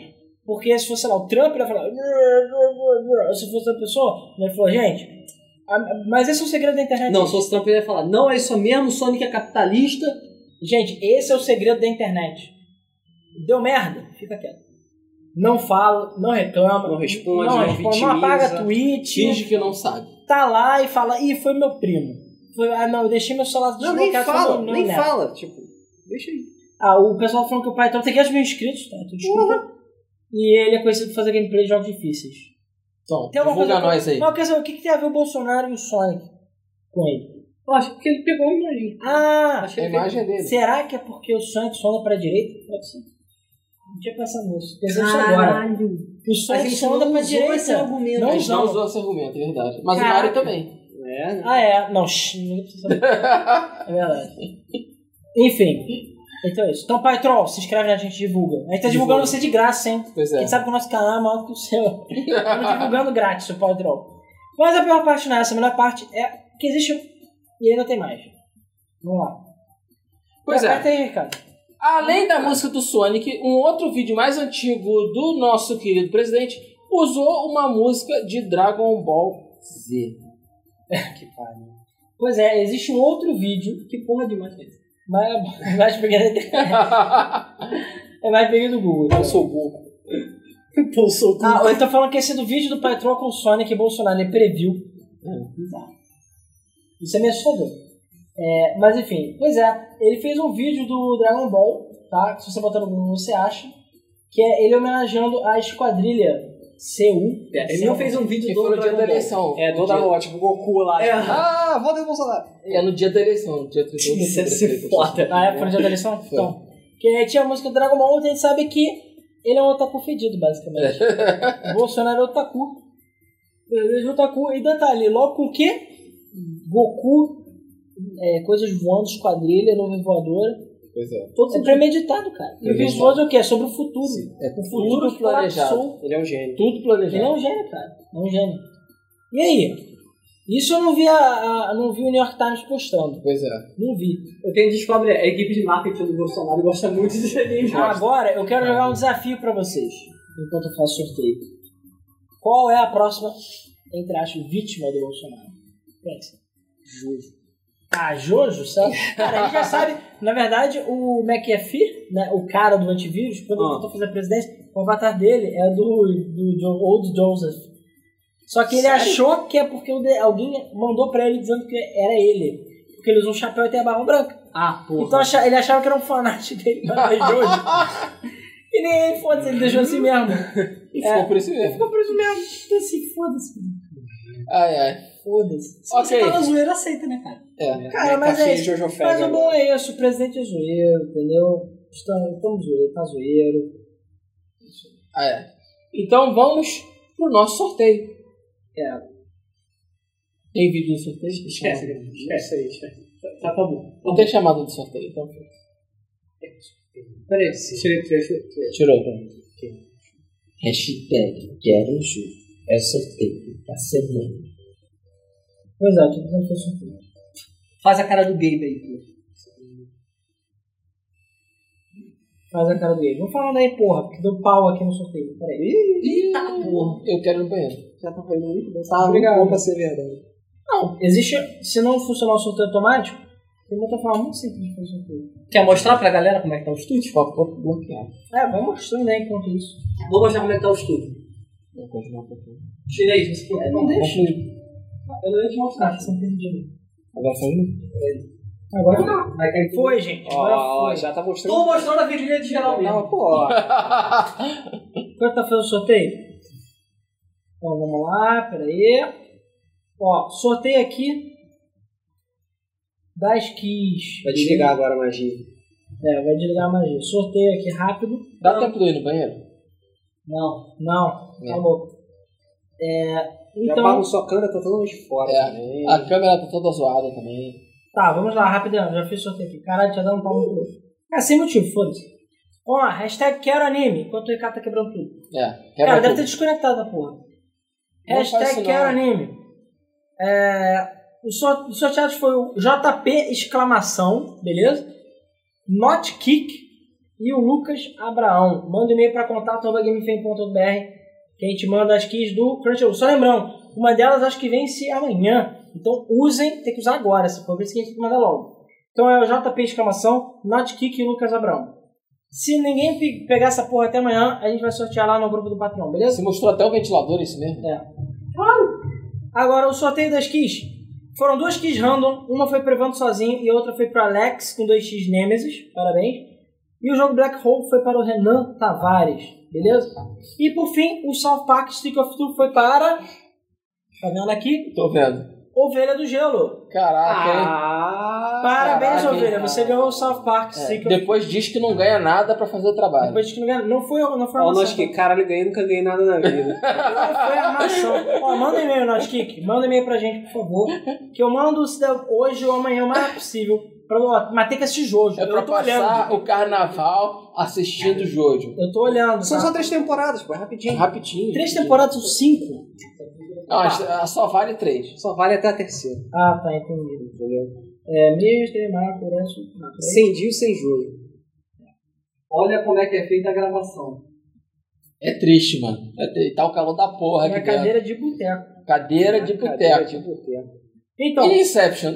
[SPEAKER 2] Porque se fosse, sei lá, o Trump, ele ia falar... "Brr, brr, brr", Se fosse outra pessoa, né, ele falou, gente... a- Mas esse é o segredo da internet.
[SPEAKER 3] Não, se fosse Trump, ele ia falar: não, é isso mesmo, Sonic é capitalista.
[SPEAKER 2] Gente, esse é o segredo da internet. Deu merda? Fica quieto. Não fala, não reclama.
[SPEAKER 4] Não responde,
[SPEAKER 2] não,
[SPEAKER 4] não
[SPEAKER 2] responde, não
[SPEAKER 4] vitimiza.
[SPEAKER 2] apaga tweet.
[SPEAKER 1] Finge que não sabe.
[SPEAKER 2] tá lá e fala, ih, foi meu primo. Foi, ah, não, eu deixei meu celular
[SPEAKER 4] Não,
[SPEAKER 2] desbloqueado. tá
[SPEAKER 4] nem fala,
[SPEAKER 2] não, não,
[SPEAKER 4] nem
[SPEAKER 2] não.
[SPEAKER 4] fala. Tipo, deixa aí.
[SPEAKER 2] Ah, o pessoal falou que o pai Troll tem 500 mil inscritos, tá? Então, desculpa. E ele é conhecido por fazer gameplay de jogos difíceis.
[SPEAKER 1] Então,
[SPEAKER 2] Tem alguma
[SPEAKER 1] divulga
[SPEAKER 2] coisa-
[SPEAKER 1] nós aí.
[SPEAKER 2] Mas eu quero saber, o que, que tem a ver o Bolsonaro e o Sonic? com ele.
[SPEAKER 3] Eu acho que ele pegou a imagem.
[SPEAKER 2] Ah!
[SPEAKER 3] Acho que
[SPEAKER 6] A
[SPEAKER 3] ele pegou.
[SPEAKER 6] imagem é dele.
[SPEAKER 2] Será que é porque o Sonic sonda pra direita? Pode ser. Não tinha pensado nisso. Pensei nisso agora.
[SPEAKER 3] Caralho.
[SPEAKER 2] O Sonic sonda pra
[SPEAKER 3] usou esse
[SPEAKER 2] direita.
[SPEAKER 3] argumento.
[SPEAKER 2] Não
[SPEAKER 6] A gente não
[SPEAKER 2] usamos.
[SPEAKER 6] usou esse argumento, é verdade. Mas
[SPEAKER 3] Caraca.
[SPEAKER 6] o Mario também.
[SPEAKER 4] É, né?
[SPEAKER 2] Ah, é. Não, shh, ninguém precisa saber. É verdade. Enfim. Então é isso. Então, Pai Troll, se inscreve na gente, divulga. A gente tá divulgando você de graça, hein?
[SPEAKER 6] Pois
[SPEAKER 2] A
[SPEAKER 6] é.
[SPEAKER 2] gente sabe que o nosso canal é maior que o seu. Estamos divulgando grátis o Pai Troll. Mas a pior parte não é essa. A melhor parte é que existe... E ainda tem mais. Vamos lá.
[SPEAKER 6] Pois é.
[SPEAKER 2] Aperta aí, Ricardo.
[SPEAKER 6] Além da música do Sonic, um outro vídeo mais antigo do nosso querido presidente usou uma música de Dragon
[SPEAKER 2] [laughs]
[SPEAKER 6] Ball Z. Ah,
[SPEAKER 2] Pois é, existe um outro vídeo
[SPEAKER 3] Que porra de imagem é essa?
[SPEAKER 2] Mas é vai pegar Vai pegar é do Google. tá?
[SPEAKER 6] Eu sou burro.
[SPEAKER 4] Pô, sou
[SPEAKER 2] Ah,
[SPEAKER 3] Então,
[SPEAKER 2] eu tô falando que esse é do vídeo do Pai Troll com o Sonic e Bolsonaro, ele previu. Tá. Isso é meio assustador. É, mas enfim, pois é, ele fez um vídeo do Dragon Ball, tá? Se você botar no Google, você acha. Que é ele homenageando a esquadrilha CU.
[SPEAKER 3] Pera, Ele não fez um vídeo
[SPEAKER 6] Que
[SPEAKER 3] do
[SPEAKER 6] foi no dia
[SPEAKER 3] Dragon
[SPEAKER 6] da
[SPEAKER 3] Ball.
[SPEAKER 6] eleição.
[SPEAKER 4] É,
[SPEAKER 6] No
[SPEAKER 4] do da
[SPEAKER 6] dia-
[SPEAKER 4] lote, tipo Goku lá.
[SPEAKER 3] É.
[SPEAKER 4] tipo, Ah, vota em Bolsonaro.
[SPEAKER 6] É no dia da eleição, no dia 31 de
[SPEAKER 3] Isso é
[SPEAKER 6] outubro,
[SPEAKER 3] se
[SPEAKER 6] prefeito.
[SPEAKER 3] foda.
[SPEAKER 2] Ah, é? Foi no dia da eleição? Então. Que tinha a música do Dragon Ball, a gente sabe que ele é um otaku fedido, basicamente. O Bolsonaro é otaku. Ele é otaku. E detalhe, logo com o quê? Goku, é, coisas voando, esquadrilha, nuvem voadora.
[SPEAKER 6] Pois é.
[SPEAKER 2] Todo é premeditado, cara. E o Vince Vaughn é o quê? É sobre o futuro.
[SPEAKER 6] É com
[SPEAKER 2] O futuro
[SPEAKER 6] tudo planejado.
[SPEAKER 2] colapsou.
[SPEAKER 4] Ele é um gênio.
[SPEAKER 6] Tudo
[SPEAKER 2] Ele é
[SPEAKER 6] planejado.
[SPEAKER 2] um gênio, cara. É um gênio. E aí? Isso eu não vi, a, a- não vi o New York Times postando.
[SPEAKER 6] Pois é.
[SPEAKER 2] Não vi.
[SPEAKER 3] O que a gente descobre é a equipe de marketing do Bolsonaro gosta muito de anime.
[SPEAKER 2] Agora eu quero jogar um desafio pra vocês, enquanto eu faço sorteio. Qual é a próxima, entre aspas, vítima do Bolsonaro? Pensa. Jojo. Ah, Jojo, sabe? Cara, a gente já sabe, na verdade, o McAfee, né, o cara do antivírus, quando ele tentou fazer a presidência, o avatar dele é do, do Jo- Old Joseph. Só que ele achou que é porque o de- alguém mandou pra ele dizendo que era ele. Porque ele usou um chapéu e tem a barba branca.
[SPEAKER 3] Ah, porra.
[SPEAKER 2] Então acha- ele achava que era um fanático dele, mas não é Jojo. E nem ele, foda-se, ele deixou assim mesmo.
[SPEAKER 6] E ficou por isso mesmo.
[SPEAKER 2] Ficou preso mesmo. Então assim, foda-se,
[SPEAKER 6] Ai, ai.
[SPEAKER 2] foda-se.
[SPEAKER 3] Se você
[SPEAKER 6] ok.
[SPEAKER 3] tá na zoeira, aceita, né, cara?
[SPEAKER 6] É.
[SPEAKER 2] Cara, mas é
[SPEAKER 4] Café e
[SPEAKER 2] isso.
[SPEAKER 4] Jojo né?
[SPEAKER 2] Mas o
[SPEAKER 4] Fag.
[SPEAKER 2] bom é isso, o presidente é zoeiro, entendeu? Estamos, estamos zoeiro, tá zoeiro.
[SPEAKER 1] Ah,
[SPEAKER 6] Ai, ai.
[SPEAKER 1] é.
[SPEAKER 6] Então vamos pro nosso sorteio.
[SPEAKER 2] É.
[SPEAKER 6] Tem vídeo do sorteio?
[SPEAKER 3] Esquece, cara. esquece aí, esquece. Tá, tá bom.
[SPEAKER 6] Não tem chamada do sorteio, então.
[SPEAKER 3] Peraí, tirei tirei-
[SPEAKER 6] Tirou. Hashtag quero ju. É sorteio da semana.
[SPEAKER 2] Pois é, eu tô tentando fazer um
[SPEAKER 3] Faz a cara do Gabe aí, pô.
[SPEAKER 2] Faz a cara dele. Vou falando aí, porra, porque deu pau aqui no sorteio. Peraí.
[SPEAKER 3] Tá, porra.
[SPEAKER 6] Eu quero ir no banheiro.
[SPEAKER 4] Já tá fazendo muito bem. Tá muito
[SPEAKER 2] Obrigado.
[SPEAKER 4] bom pra ser verdade.
[SPEAKER 2] Não, existe. Se não funcionar o sorteio automático, tem outra forma muito simples de fazer o sorteio.
[SPEAKER 3] Quer mostrar pra galera como é que tá o estúdio?
[SPEAKER 4] tipo,
[SPEAKER 6] Só vou bloquear.
[SPEAKER 2] É, vai mostrando aí enquanto isso.
[SPEAKER 3] Vou mostrar como é que tá o estúdio.
[SPEAKER 6] Vou continuar um pouquinho.
[SPEAKER 3] Tira aí, você
[SPEAKER 2] É,
[SPEAKER 3] pode. Não deixa. Eu não ia te mostrar.
[SPEAKER 2] Sem pedir.
[SPEAKER 6] Agora foi um?
[SPEAKER 2] Agora não.
[SPEAKER 3] Vai cair tudo.
[SPEAKER 2] Foi, gente. Agora
[SPEAKER 4] Ó, ó,
[SPEAKER 2] foi.
[SPEAKER 4] já tá mostrando.
[SPEAKER 3] Tô mostrando a virilha de geral mesmo.
[SPEAKER 4] Não, pô. ó.
[SPEAKER 2] Quanto tá fazendo o sorteio? Então vamos lá, peraí. Ó, sorteio aqui das keys.
[SPEAKER 4] Vai desligar agora a magia.
[SPEAKER 2] É, vai desligar a magia. Sorteio aqui rápido.
[SPEAKER 6] Dá
[SPEAKER 2] Não.
[SPEAKER 6] tempo de eu ir no banheiro?
[SPEAKER 2] Não, não,
[SPEAKER 6] É. um
[SPEAKER 2] tá louco. É,
[SPEAKER 4] Já
[SPEAKER 2] então,
[SPEAKER 4] paga sua câmera, tá todo mundo de fora.
[SPEAKER 6] É.
[SPEAKER 4] também.
[SPEAKER 6] A câmera tá toda zoada também.
[SPEAKER 2] tá, vamos lá, rapidão. Já fiz sorteio aqui. Caralho, tinha dado um pau no outro. Ah, sem motivo, foda-se. Vamos lá, hashtag quero anime, enquanto o Ricardo tá quebrando tudo.
[SPEAKER 6] É.
[SPEAKER 2] Cara,
[SPEAKER 6] Quebra
[SPEAKER 2] deve ter
[SPEAKER 6] tudo.
[SPEAKER 2] desconectado a porra.
[SPEAKER 6] Não faz isso
[SPEAKER 2] Hashtag
[SPEAKER 6] não.
[SPEAKER 2] quero anime. É, o sor- os sorteados foi o JP exclamação, beleza? Not Kick e o Lucas Abraão. Manda um e-mail para contato.gamefm.br que a gente manda as keys do Crunchyroll. Só lembrando, uma delas acho que vence amanhã. Então usem, tem que usar agora, se for por isso que a gente tem que mandar logo. Então é o JP exclamação, Not Kick e Lucas Abraão. Se ninguém pe- pegar essa porra até amanhã, a gente vai sortear lá no grupo do Patreon, beleza?
[SPEAKER 6] Você mostrou até o ventilador, isso mesmo?
[SPEAKER 2] Agora, o sorteio das keys. Foram duas keys random. Uma foi para Evandro sozinho e a outra foi para Alex com 2x Nemesis. Parabéns. E o jogo Black Hole foi para o Renan Tavares. Beleza? E por fim, o South Park Stick of Truth foi para... Tá vendo aqui?
[SPEAKER 6] Tô vendo.
[SPEAKER 2] Ovelha do Gelo.
[SPEAKER 3] Ah,
[SPEAKER 1] Caraca, hein?
[SPEAKER 4] Ah,
[SPEAKER 2] Parabéns,
[SPEAKER 1] caraca, hein,
[SPEAKER 2] Ovelha. Você ganhou o South Park
[SPEAKER 1] É,
[SPEAKER 2] Secret.
[SPEAKER 1] Depois diz que não ganha nada pra fazer o trabalho.
[SPEAKER 2] [laughs] Depois que não ganhou. Não foi, não foi
[SPEAKER 4] Ó,
[SPEAKER 2] a
[SPEAKER 4] o
[SPEAKER 2] nossa-
[SPEAKER 4] nós que caralho, ganhei, nunca ganhei nada na vida.
[SPEAKER 2] Foi a maçã. Ó, manda um e-mail, Notkick. Manda um e-mail pra gente, por favor. Que eu mando se der hoje ou amanhã, o mais rápido possível. Pra, ó, mas tem que assistir Jojo.
[SPEAKER 1] É pra
[SPEAKER 2] eu tô olhando.
[SPEAKER 1] passar o carnaval assistindo o Jojo.
[SPEAKER 2] Eu tô olhando.
[SPEAKER 4] São
[SPEAKER 2] tá?
[SPEAKER 4] só três temporadas, pô, é rapidinho.
[SPEAKER 1] Rapidinho.
[SPEAKER 2] Três Ah. temporadas ou cinco?
[SPEAKER 1] Não, a- só vale três.
[SPEAKER 4] Só vale até a terceira.
[SPEAKER 2] Ah, tá, entendi. Entendeu? É, mesmo extremar, por isso. ah, peraí.
[SPEAKER 4] Sem dia e sem jogo.
[SPEAKER 3] Olha como é que é feita a gravação.
[SPEAKER 1] É triste, mano. É tri- tá o calor da porra aqui
[SPEAKER 2] Minha
[SPEAKER 1] dentro.
[SPEAKER 2] cadeira de boteco.
[SPEAKER 1] Cadeira de
[SPEAKER 4] Cadeira
[SPEAKER 3] é
[SPEAKER 1] boteco.
[SPEAKER 4] É de boteco.
[SPEAKER 2] Então,
[SPEAKER 1] E
[SPEAKER 2] [laughs]
[SPEAKER 1] Inception?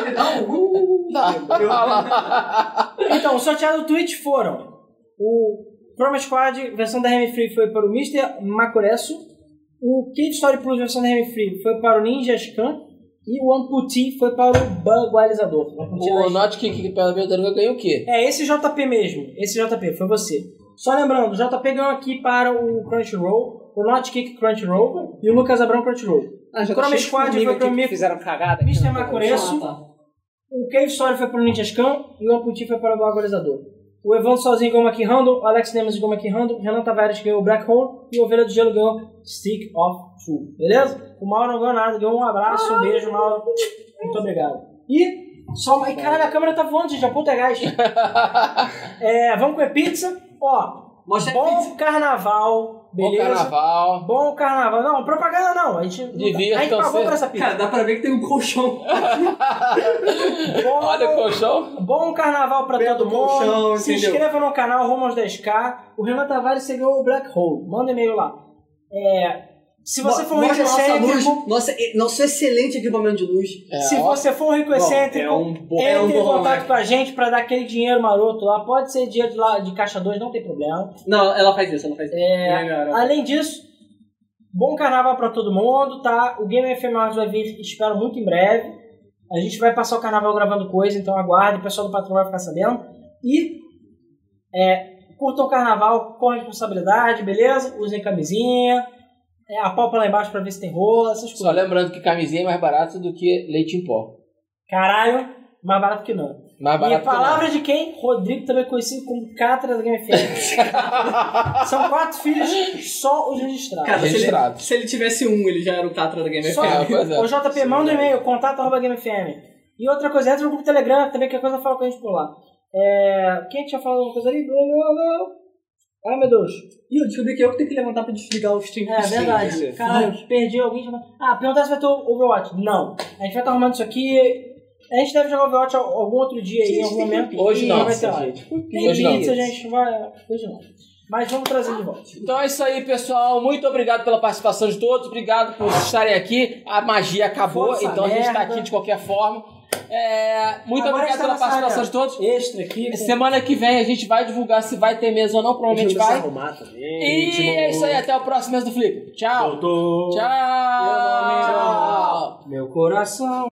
[SPEAKER 3] Ele dá um uh,
[SPEAKER 2] Tá.
[SPEAKER 1] Olha lá.
[SPEAKER 2] então, o sorteado do Twitch foram o Chroma Squad, versão da Remy Free foi para o Mr. Macuresso, o Kid Story Plus, versão da Remy Free foi para o Ninja Scan e o Amputi foi para o Bagualizador.
[SPEAKER 1] o Note que, que pela minha dor ganhou o
[SPEAKER 2] [laughs]
[SPEAKER 1] quê?
[SPEAKER 2] É, esse JP mesmo. Esse JP, foi você. Só lembrando, o JP ganhou aqui para o Crunchyroll, o Not Kick Crunchyroll e o Lucas Abrão Crunchyroll.
[SPEAKER 4] Ah, já
[SPEAKER 2] Chroma
[SPEAKER 4] cheio de
[SPEAKER 2] Squad
[SPEAKER 4] formiga
[SPEAKER 2] foi pro
[SPEAKER 4] aqui né? que
[SPEAKER 2] Mico.
[SPEAKER 4] Fizeram cagada.
[SPEAKER 2] Mr.
[SPEAKER 4] Cara.
[SPEAKER 2] Macuresso, o Cave Story foi para o Ninja Scan e o Amputi foi para o Globalizador. O Evandro sozinho ganhou o Mac Handle, o Alex Nemes ganhou o Mac Handle, o Renan Tavares ganhou o Black Hole e o Ovelha do Gelo ganhou Stick of Truth. Beleza? O Mauro não ganhou nada, ganhou um abraço, um beijo, Mauro. Muito obrigado. E só. Ai, caralho, a câmera tá voando, gente, já puta é gás. É, vamos comer pizza. Ó,
[SPEAKER 3] Mostra a
[SPEAKER 2] Bom
[SPEAKER 3] pizza.
[SPEAKER 2] carnaval,
[SPEAKER 1] Bom
[SPEAKER 2] beleza? [laughs]
[SPEAKER 1] carnaval.
[SPEAKER 2] Bom carnaval. Não, propaganda não. A gente,
[SPEAKER 1] Devia
[SPEAKER 2] a gente pagou
[SPEAKER 1] torcer.
[SPEAKER 2] pra essa pizza.
[SPEAKER 3] Cara, dá pra ver que tem um colchão.
[SPEAKER 2] Bom,
[SPEAKER 1] Olha o colchão.
[SPEAKER 2] bom carnaval pra
[SPEAKER 3] Belo
[SPEAKER 2] todo mundo.
[SPEAKER 3] colchão,
[SPEAKER 2] Se
[SPEAKER 3] entendeu?
[SPEAKER 2] inscreva no canal Rumo aos 10K. O Renan Tavares você ganhou o Black Hole. Manda e-mail lá. É, se você for um rico
[SPEAKER 3] Mostra nossa luz,
[SPEAKER 2] excêntrico,
[SPEAKER 3] nossa, e- nosso excelente equipamento de luz.
[SPEAKER 1] É,
[SPEAKER 2] se
[SPEAKER 1] ó,
[SPEAKER 2] você for um rico excêntrico,
[SPEAKER 3] É bom,
[SPEAKER 2] entre em
[SPEAKER 3] borrão,
[SPEAKER 2] contato
[SPEAKER 3] né?
[SPEAKER 2] com a gente pra dar aquele dinheiro maroto lá. Pode ser dinheiro de, lá, de caixa 2, não tem problema.
[SPEAKER 3] Não, ela faz isso, ela faz isso. É, cara.
[SPEAKER 2] Além disso, bom carnaval pra todo mundo, tá? O Game FM Awards vai vir, espero muito em breve. A gente vai passar o carnaval gravando coisa, então aguarde, o pessoal do patrão vai ficar sabendo. E é, curtam o carnaval com responsabilidade, beleza? Usem camisinha, é, a palpa lá embaixo pra ver se tem rola, essas
[SPEAKER 1] Só
[SPEAKER 2] coisas.
[SPEAKER 1] lembrando que camisinha é mais barato do que leite em pó.
[SPEAKER 2] Caralho, mais barato que não.
[SPEAKER 1] Mais
[SPEAKER 2] E a
[SPEAKER 1] barato que
[SPEAKER 2] palavra de quem? Rodrigo, também conhecido como Catra da
[SPEAKER 1] [laughs]
[SPEAKER 2] Game FM. São quatro filhos, só os registrados.
[SPEAKER 3] Cara, se ele,
[SPEAKER 1] Registrado.
[SPEAKER 3] se ele tivesse um, ele já era o Catra da Game
[SPEAKER 2] Só,
[SPEAKER 3] FM.
[SPEAKER 1] É, [laughs] pois é.
[SPEAKER 2] o JP, manda um e-mail, contato arroba gamefm. E outra coisa, entra no grupo do Telegram, também que a coisa fala com a gente por lá. É, quem tinha falado alguma coisa ali? Blá, blá, blá. Ai, meu Deus.
[SPEAKER 3] Ih, Ah, eu descobri que eu que tenho que levantar pra desligar o stream.
[SPEAKER 2] É verdade. Caralho, perdi alguém. chamando- Ah, perguntar se vai ter Overwatch. Não. A gente vai estar arrumando isso aqui. A gente deve jogar Overwatch al- algum outro dia aí, em algum momento.
[SPEAKER 1] Hoje não,
[SPEAKER 2] vai ter
[SPEAKER 1] gente.
[SPEAKER 2] live. Tem
[SPEAKER 1] Hoje não.
[SPEAKER 2] pizza, gente. Vai... Hoje não. Mas vamos trazer de volta.
[SPEAKER 1] Então é isso aí, pessoal. Muito obrigado pela participação de todos. Obrigado por estarem aqui. A magia acabou,
[SPEAKER 2] Força,
[SPEAKER 1] então a gente está
[SPEAKER 2] merda.
[SPEAKER 1] aqui de qualquer forma. É, muito
[SPEAKER 2] Agora
[SPEAKER 1] obrigado
[SPEAKER 2] está
[SPEAKER 1] pela
[SPEAKER 2] nessa
[SPEAKER 1] participação
[SPEAKER 2] área
[SPEAKER 1] de todos.
[SPEAKER 2] Extra aqui. com-
[SPEAKER 4] é
[SPEAKER 1] Semana que vem a gente vai divulgar se vai ter mesa ou não. Provavelmente vai.
[SPEAKER 4] arrumar também.
[SPEAKER 1] E é isso aí. Até o próximo mês do Flip. Tchau. Tchau.
[SPEAKER 2] Eu não me
[SPEAKER 1] Tchau.
[SPEAKER 2] Meu coração.